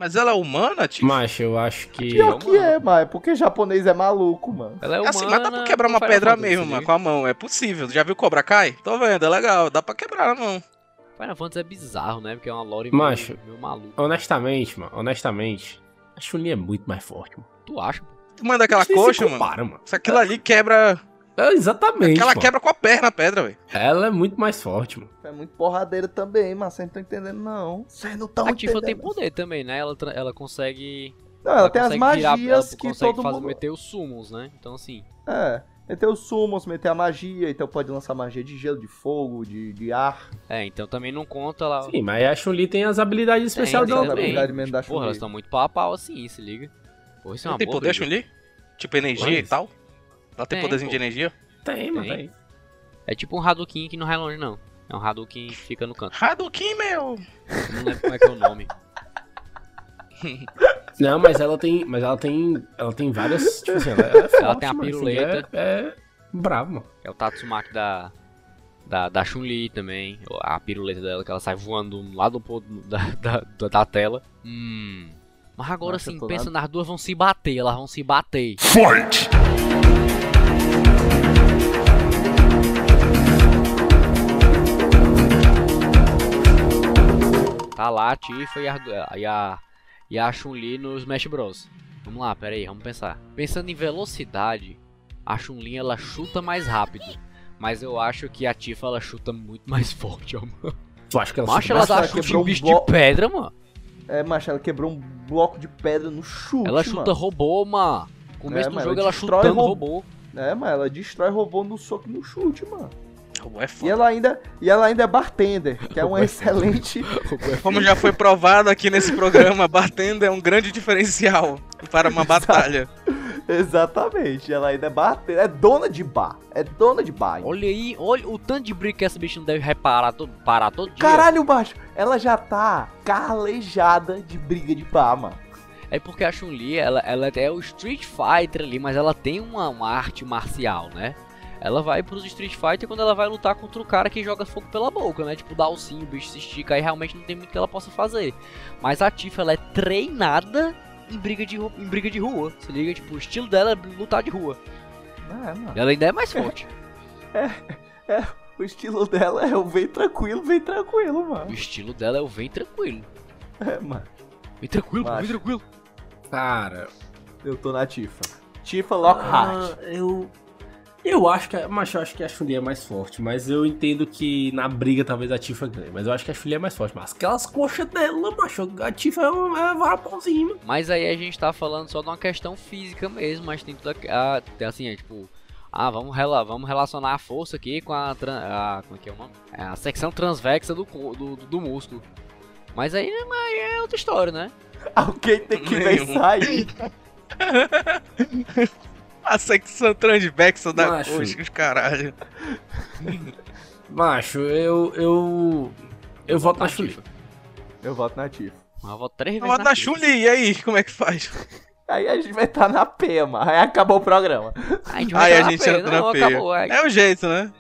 Speaker 4: Mas ela é humana, Tifa?
Speaker 3: Macho, eu acho que.
Speaker 1: Pior que é, mas é porque japonês é maluco, mano.
Speaker 2: Ela é
Speaker 4: assim, mas dá pra quebrar uma pedra mesmo,
Speaker 2: né?
Speaker 4: mano, com a mão. É possível. Já viu Cobra Kai? Tô vendo, é legal. Dá pra quebrar a mão.
Speaker 2: Final Fantasy é bizarro, né? Porque é uma lore
Speaker 3: Macho.
Speaker 2: meio, meio maluca.
Speaker 3: Honestamente, mano, honestamente, a Chun-Li é muito mais forte, mano.
Speaker 2: Tu acha? pô?
Speaker 4: Tu manda aquela
Speaker 3: Isso nem se
Speaker 4: coxa, mano.
Speaker 3: compara, mano.
Speaker 4: Se aquilo ali quebra.
Speaker 3: É, exatamente.
Speaker 4: Aquela
Speaker 3: mano.
Speaker 4: quebra com a perna a pedra, velho.
Speaker 3: Ela é muito mais forte, mano.
Speaker 1: É muito porradeira também, mas vocês não estão entendendo, não. Vocês não estão
Speaker 2: a Tifa
Speaker 1: entendendo.
Speaker 2: tem poder também, né? Ela, tra- ela consegue.
Speaker 1: Não, ela tem as
Speaker 2: consegue virar-
Speaker 1: magias
Speaker 2: ela
Speaker 1: que
Speaker 2: consegue
Speaker 1: todo
Speaker 2: fazer,
Speaker 1: mundo-
Speaker 2: meter os sumos, né? Então, assim.
Speaker 1: É, meter os sumos, meter a magia, então pode lançar magia de gelo, de fogo, de, de ar.
Speaker 2: É, então também não conta lá.
Speaker 3: Sim, mas a Chun-Li tem as habilidades especiais
Speaker 2: tem também.
Speaker 3: dela
Speaker 2: tipo,
Speaker 3: também.
Speaker 1: habilidade mesmo da
Speaker 2: Porra,
Speaker 1: Chun-Li.
Speaker 2: elas estão muito pau a pau assim, se liga. Porra, isso é
Speaker 4: Não
Speaker 2: uma
Speaker 4: tem
Speaker 2: boa
Speaker 4: poder,
Speaker 2: briga.
Speaker 4: Chun-li? Tipo energia
Speaker 2: Olha
Speaker 4: e
Speaker 2: isso.
Speaker 4: tal? Ela tem,
Speaker 2: Tem,
Speaker 4: poderzinho
Speaker 2: pô.
Speaker 4: de energia?
Speaker 3: Tem, mano, tem.
Speaker 2: É tipo um Hadouken que não vai longe, não. É um Hadouken que fica no canto.
Speaker 4: Hadouken, meu!
Speaker 2: Eu Não lembro como é que é o nome.
Speaker 3: Não, mas ela tem. Mas ela tem. Ela tem várias. Tipo assim, ela, ela é forte,
Speaker 2: Ela tem a
Speaker 3: mano, assim,
Speaker 2: piruleta.
Speaker 3: é, é bravo, mano.
Speaker 2: É o Tatsumaki da. Da, da Chun-Li também. A piruleta dela que ela sai voando um lado pro outro da, da, da, da tela. Hum. Mas agora
Speaker 1: Nossa,
Speaker 2: sim,
Speaker 1: eu tô
Speaker 2: pensa
Speaker 1: nada-
Speaker 2: nas duas vão se bater, elas vão se bater.
Speaker 10: Fight!
Speaker 2: Tá lá a Tifa e a, e a, e a Chun-Li no Smash Bros. Vamos lá, pera aí, vamos pensar. Pensando em velocidade, a Chun-Li ela chuta mais rápido. Mas eu acho que a Tifa ela chuta muito mais forte, ó, mano.
Speaker 3: Tu acha que ela
Speaker 2: Macho,
Speaker 3: chuta
Speaker 2: ela
Speaker 3: mais
Speaker 2: dá
Speaker 1: ela
Speaker 2: chute
Speaker 1: quebrou
Speaker 2: em
Speaker 1: um
Speaker 2: bicho
Speaker 1: blo-
Speaker 2: de pedra, mano.
Speaker 1: É, macho, ela quebrou um bloco de pedra no chute,
Speaker 2: Ela chuta
Speaker 1: mano.
Speaker 2: robô, mano. Começo
Speaker 1: É,
Speaker 2: do
Speaker 1: mas
Speaker 2: jogo
Speaker 1: ela
Speaker 2: ela
Speaker 1: destrói
Speaker 2: chutando
Speaker 1: robô.
Speaker 2: robô.
Speaker 1: É, mas ela destrói robô no soco e no chute, mano.
Speaker 4: Robô é
Speaker 1: E
Speaker 4: foda.
Speaker 1: ela ainda, e ela ainda é bartender, que é uma excelente...
Speaker 2: é-
Speaker 4: Como já foi provado aqui nesse programa, batendo é um grande diferencial para uma batalha.
Speaker 1: Exatamente, ela ainda é bartender, é dona de bar, é dona de bar.
Speaker 2: Olha aí, olha o tanto de briga que essa bicha não deve reparar todo, parar todo dia.
Speaker 1: Caralho, macho, ela já tá carlejada de briga de bar, mano.
Speaker 2: É porque a Chun-Li, ela, ela é o Street Fighter ali, mas ela tem uma, uma arte marcial, né? Ela vai pros Street Fighter quando ela vai lutar contra o cara que joga fogo pela boca, né? Tipo, dá o sim, o bicho se estica, aí realmente não tem muito que ela possa fazer. Mas a Tifa, ela é treinada em briga de, ru- em briga de rua, se liga? Tipo, o estilo dela é lutar de rua.
Speaker 1: É, mano.
Speaker 2: Ela ainda é mais forte.
Speaker 1: O estilo dela é o vem tranquilo, vem tranquilo,
Speaker 2: O
Speaker 1: mano.
Speaker 2: estilo dela é o vem tranquilo.
Speaker 1: É, mano.
Speaker 2: Vem tranquilo, pô, vem
Speaker 1: Macho.
Speaker 2: tranquilo.
Speaker 3: Cara.
Speaker 1: Eu tô na Tifa. Tifa Lockhart.
Speaker 3: Ah, eu. Eu acho que. a- Mas eu acho que a Chun-Li é mais forte. Mas eu entendo que na briga talvez a Tifa ganhe. Mas eu acho que a Chun-Li é mais forte. Mas aquelas coxas dela, macho. A Tifa é uma é varapãozinha, mano.
Speaker 2: Mas aí a gente tá falando só de uma questão física mesmo, mas tem tudo aqui- a, tem assim, é tipo, ah, vamos, rela, vamos relacionar a força aqui com a, tran- a como é que é o nome? É, a secção transvexa do, co- do, do, do músculo. Mas aí, né, mas aí é outra história, né?
Speaker 1: Alguém tem que
Speaker 4: Nenhum.
Speaker 1: pensar aí.
Speaker 4: A secção transvexa da
Speaker 3: Macho.
Speaker 4: coxa, os caralho.
Speaker 3: Macho, eu. Eu. Eu voto na Chuli.
Speaker 1: Eu voto na Tifa.
Speaker 2: Mas eu voto três
Speaker 4: Eu
Speaker 2: vezes.
Speaker 4: voto na Chuli, e aí, como é que faz?
Speaker 1: Aí a gente vai estar na peia, mano. Aí acabou o programa.
Speaker 4: Aí a gente entra na peia. É o jeito, né?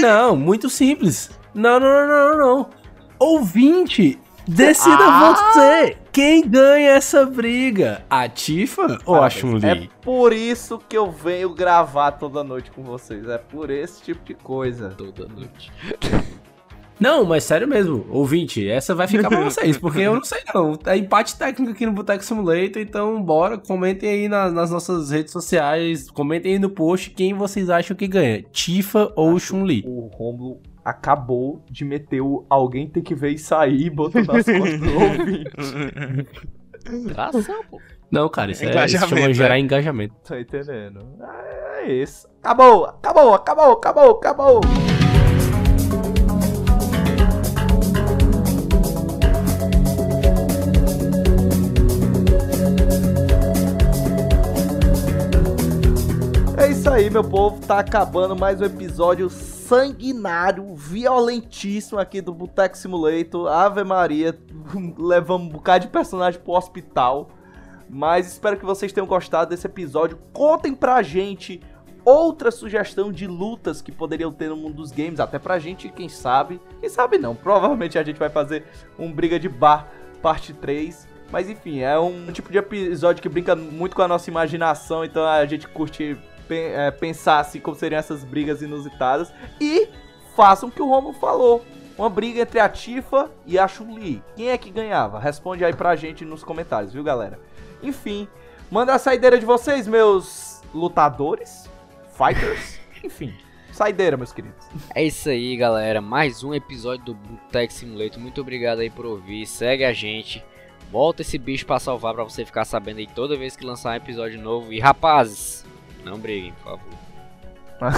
Speaker 3: Não, muito simples. Não, não, não, não, não, não. Ouvinte, decida
Speaker 1: Ah!
Speaker 3: você. Quem ganha essa briga? A Tifa Ah, ou a
Speaker 1: Parabéns.
Speaker 3: Chun-Li?
Speaker 1: É por isso que eu venho gravar toda noite com vocês. É por esse tipo de coisa.
Speaker 2: Toda noite.
Speaker 3: Não, mas sério mesmo, ouvinte, essa vai ficar pra vocês, porque eu não sei não. É empate técnico aqui no Boteco Simulator, então bora, comentem aí na- nas nossas redes sociais, comentem aí no post quem vocês acham que ganha, Tifa ou Chun-Li.
Speaker 1: O Romulo acabou de meter o alguém tem que ver e sair e botou nas costas do ouvinte.
Speaker 2: Tração, pô.
Speaker 3: Não, cara, isso é, isso
Speaker 1: Engajamento,
Speaker 3: chama gerar
Speaker 1: é.
Speaker 3: engajamento.
Speaker 1: Tô entendendo. É isso. Acabou, acabou, acabou, acabou, acabou. É isso aí, meu povo. Tá acabando mais um episódio sanguinário, violentíssimo aqui do Boteco Simulator. Ave Maria, levamos um bocado de personagem pro hospital. Mas espero que vocês tenham gostado desse episódio. Contem pra gente outra sugestão de lutas que poderiam ter no mundo dos games, até pra gente, quem sabe. Quem sabe não, provavelmente a gente vai fazer um Briga de Bar parte 3. Mas enfim, é um tipo de episódio que brinca muito com a nossa imaginação, então a gente curte pe- é, pensar assim como seriam essas brigas inusitadas. E façam o que o Romo falou. Uma briga entre a Tifa e a Chun-Li. Quem é que ganhava? Responde aí pra gente nos comentários, viu, galera? Enfim, manda a saideira de vocês, meus lutadores, fighters, enfim. Saideira, meus queridos.
Speaker 2: É isso aí, galera. Mais um episódio do Bootleg Simulator. Muito obrigado aí por ouvir. Segue a gente. Volta esse bicho pra salvar pra você ficar sabendo aí toda vez que lançar um episódio novo. E rapazes, não briguem, por favor.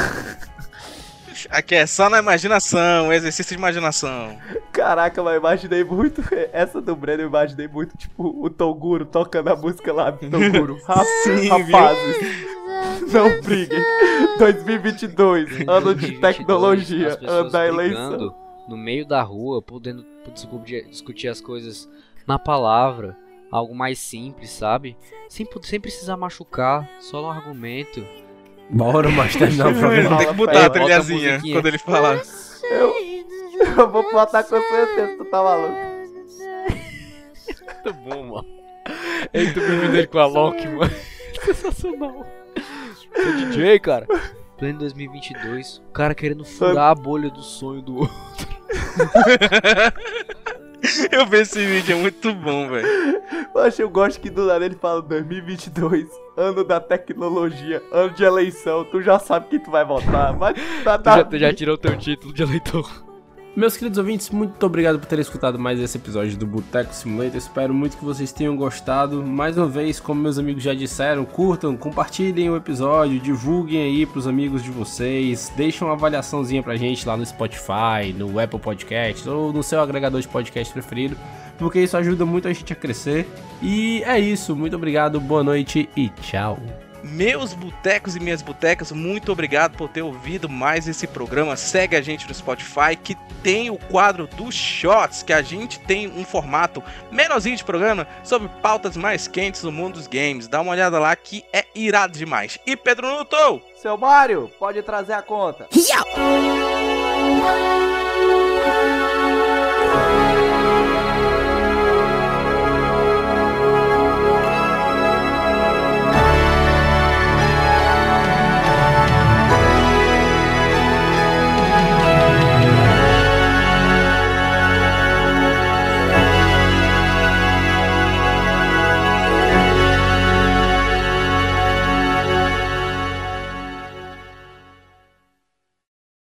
Speaker 4: Aqui é só na imaginação, exercício de imaginação.
Speaker 1: Caraca, mas eu imaginei muito. Essa do Breno eu imaginei muito, tipo, o Toguro tocando a música lá do Toguro. Ra-
Speaker 4: Sim,
Speaker 1: rapazes. Não briguem. 2022, ano de tecnologia,
Speaker 2: As
Speaker 1: ano
Speaker 2: pessoas
Speaker 1: da
Speaker 2: brigando
Speaker 1: eleição.
Speaker 2: No meio da rua, podendo discutir, discutir as coisas na palavra. Algo mais simples, sabe? Sem, pu- sem precisar machucar, só no argumento.
Speaker 3: Bora, mas terminar o programa.
Speaker 4: Tem que mudar a trilhazinha quando ele falar.
Speaker 1: Eu, eu vou botar com certeza, tu tá maluco.
Speaker 2: Muito bom, mano. Ele também viu dele com a Loki, mano. Sensacional. Sou DJ, cara. Pleno 2022, o cara querendo furar a bolha do sonho do outro.
Speaker 4: Eu vi esse vídeo, é muito bom, velho.
Speaker 1: Poxa, eu gosto que do lado ele fala 2022, ano da tecnologia, ano de eleição, tu já sabe que tu vai votar, mas tá,
Speaker 2: Tu já, tu já tirou teu título de eleitor.
Speaker 3: Meus queridos ouvintes, muito obrigado por terem escutado mais esse episódio do Boteco Simulator. Espero muito que vocês tenham gostado. Mais uma vez, como meus amigos já disseram, curtam, compartilhem o episódio, divulguem aí pros amigos de vocês, deixem uma avaliaçãozinha pra gente lá no Spotify, no Apple Podcasts ou no seu agregador de podcast preferido, porque isso ajuda muito a gente a crescer. E é isso, muito obrigado, boa noite e tchau.
Speaker 4: Meus botecos e minhas botecas, muito obrigado por ter ouvido mais esse programa. Segue a gente no Spotify, que tem o quadro dos Shots, que a gente tem um formato menorzinho de programa sobre pautas mais quentes do mundo dos games. Dá uma olhada lá que é irado demais. E Pedro Nuto!
Speaker 1: Seu Mário, pode trazer a conta.
Speaker 9: Yo!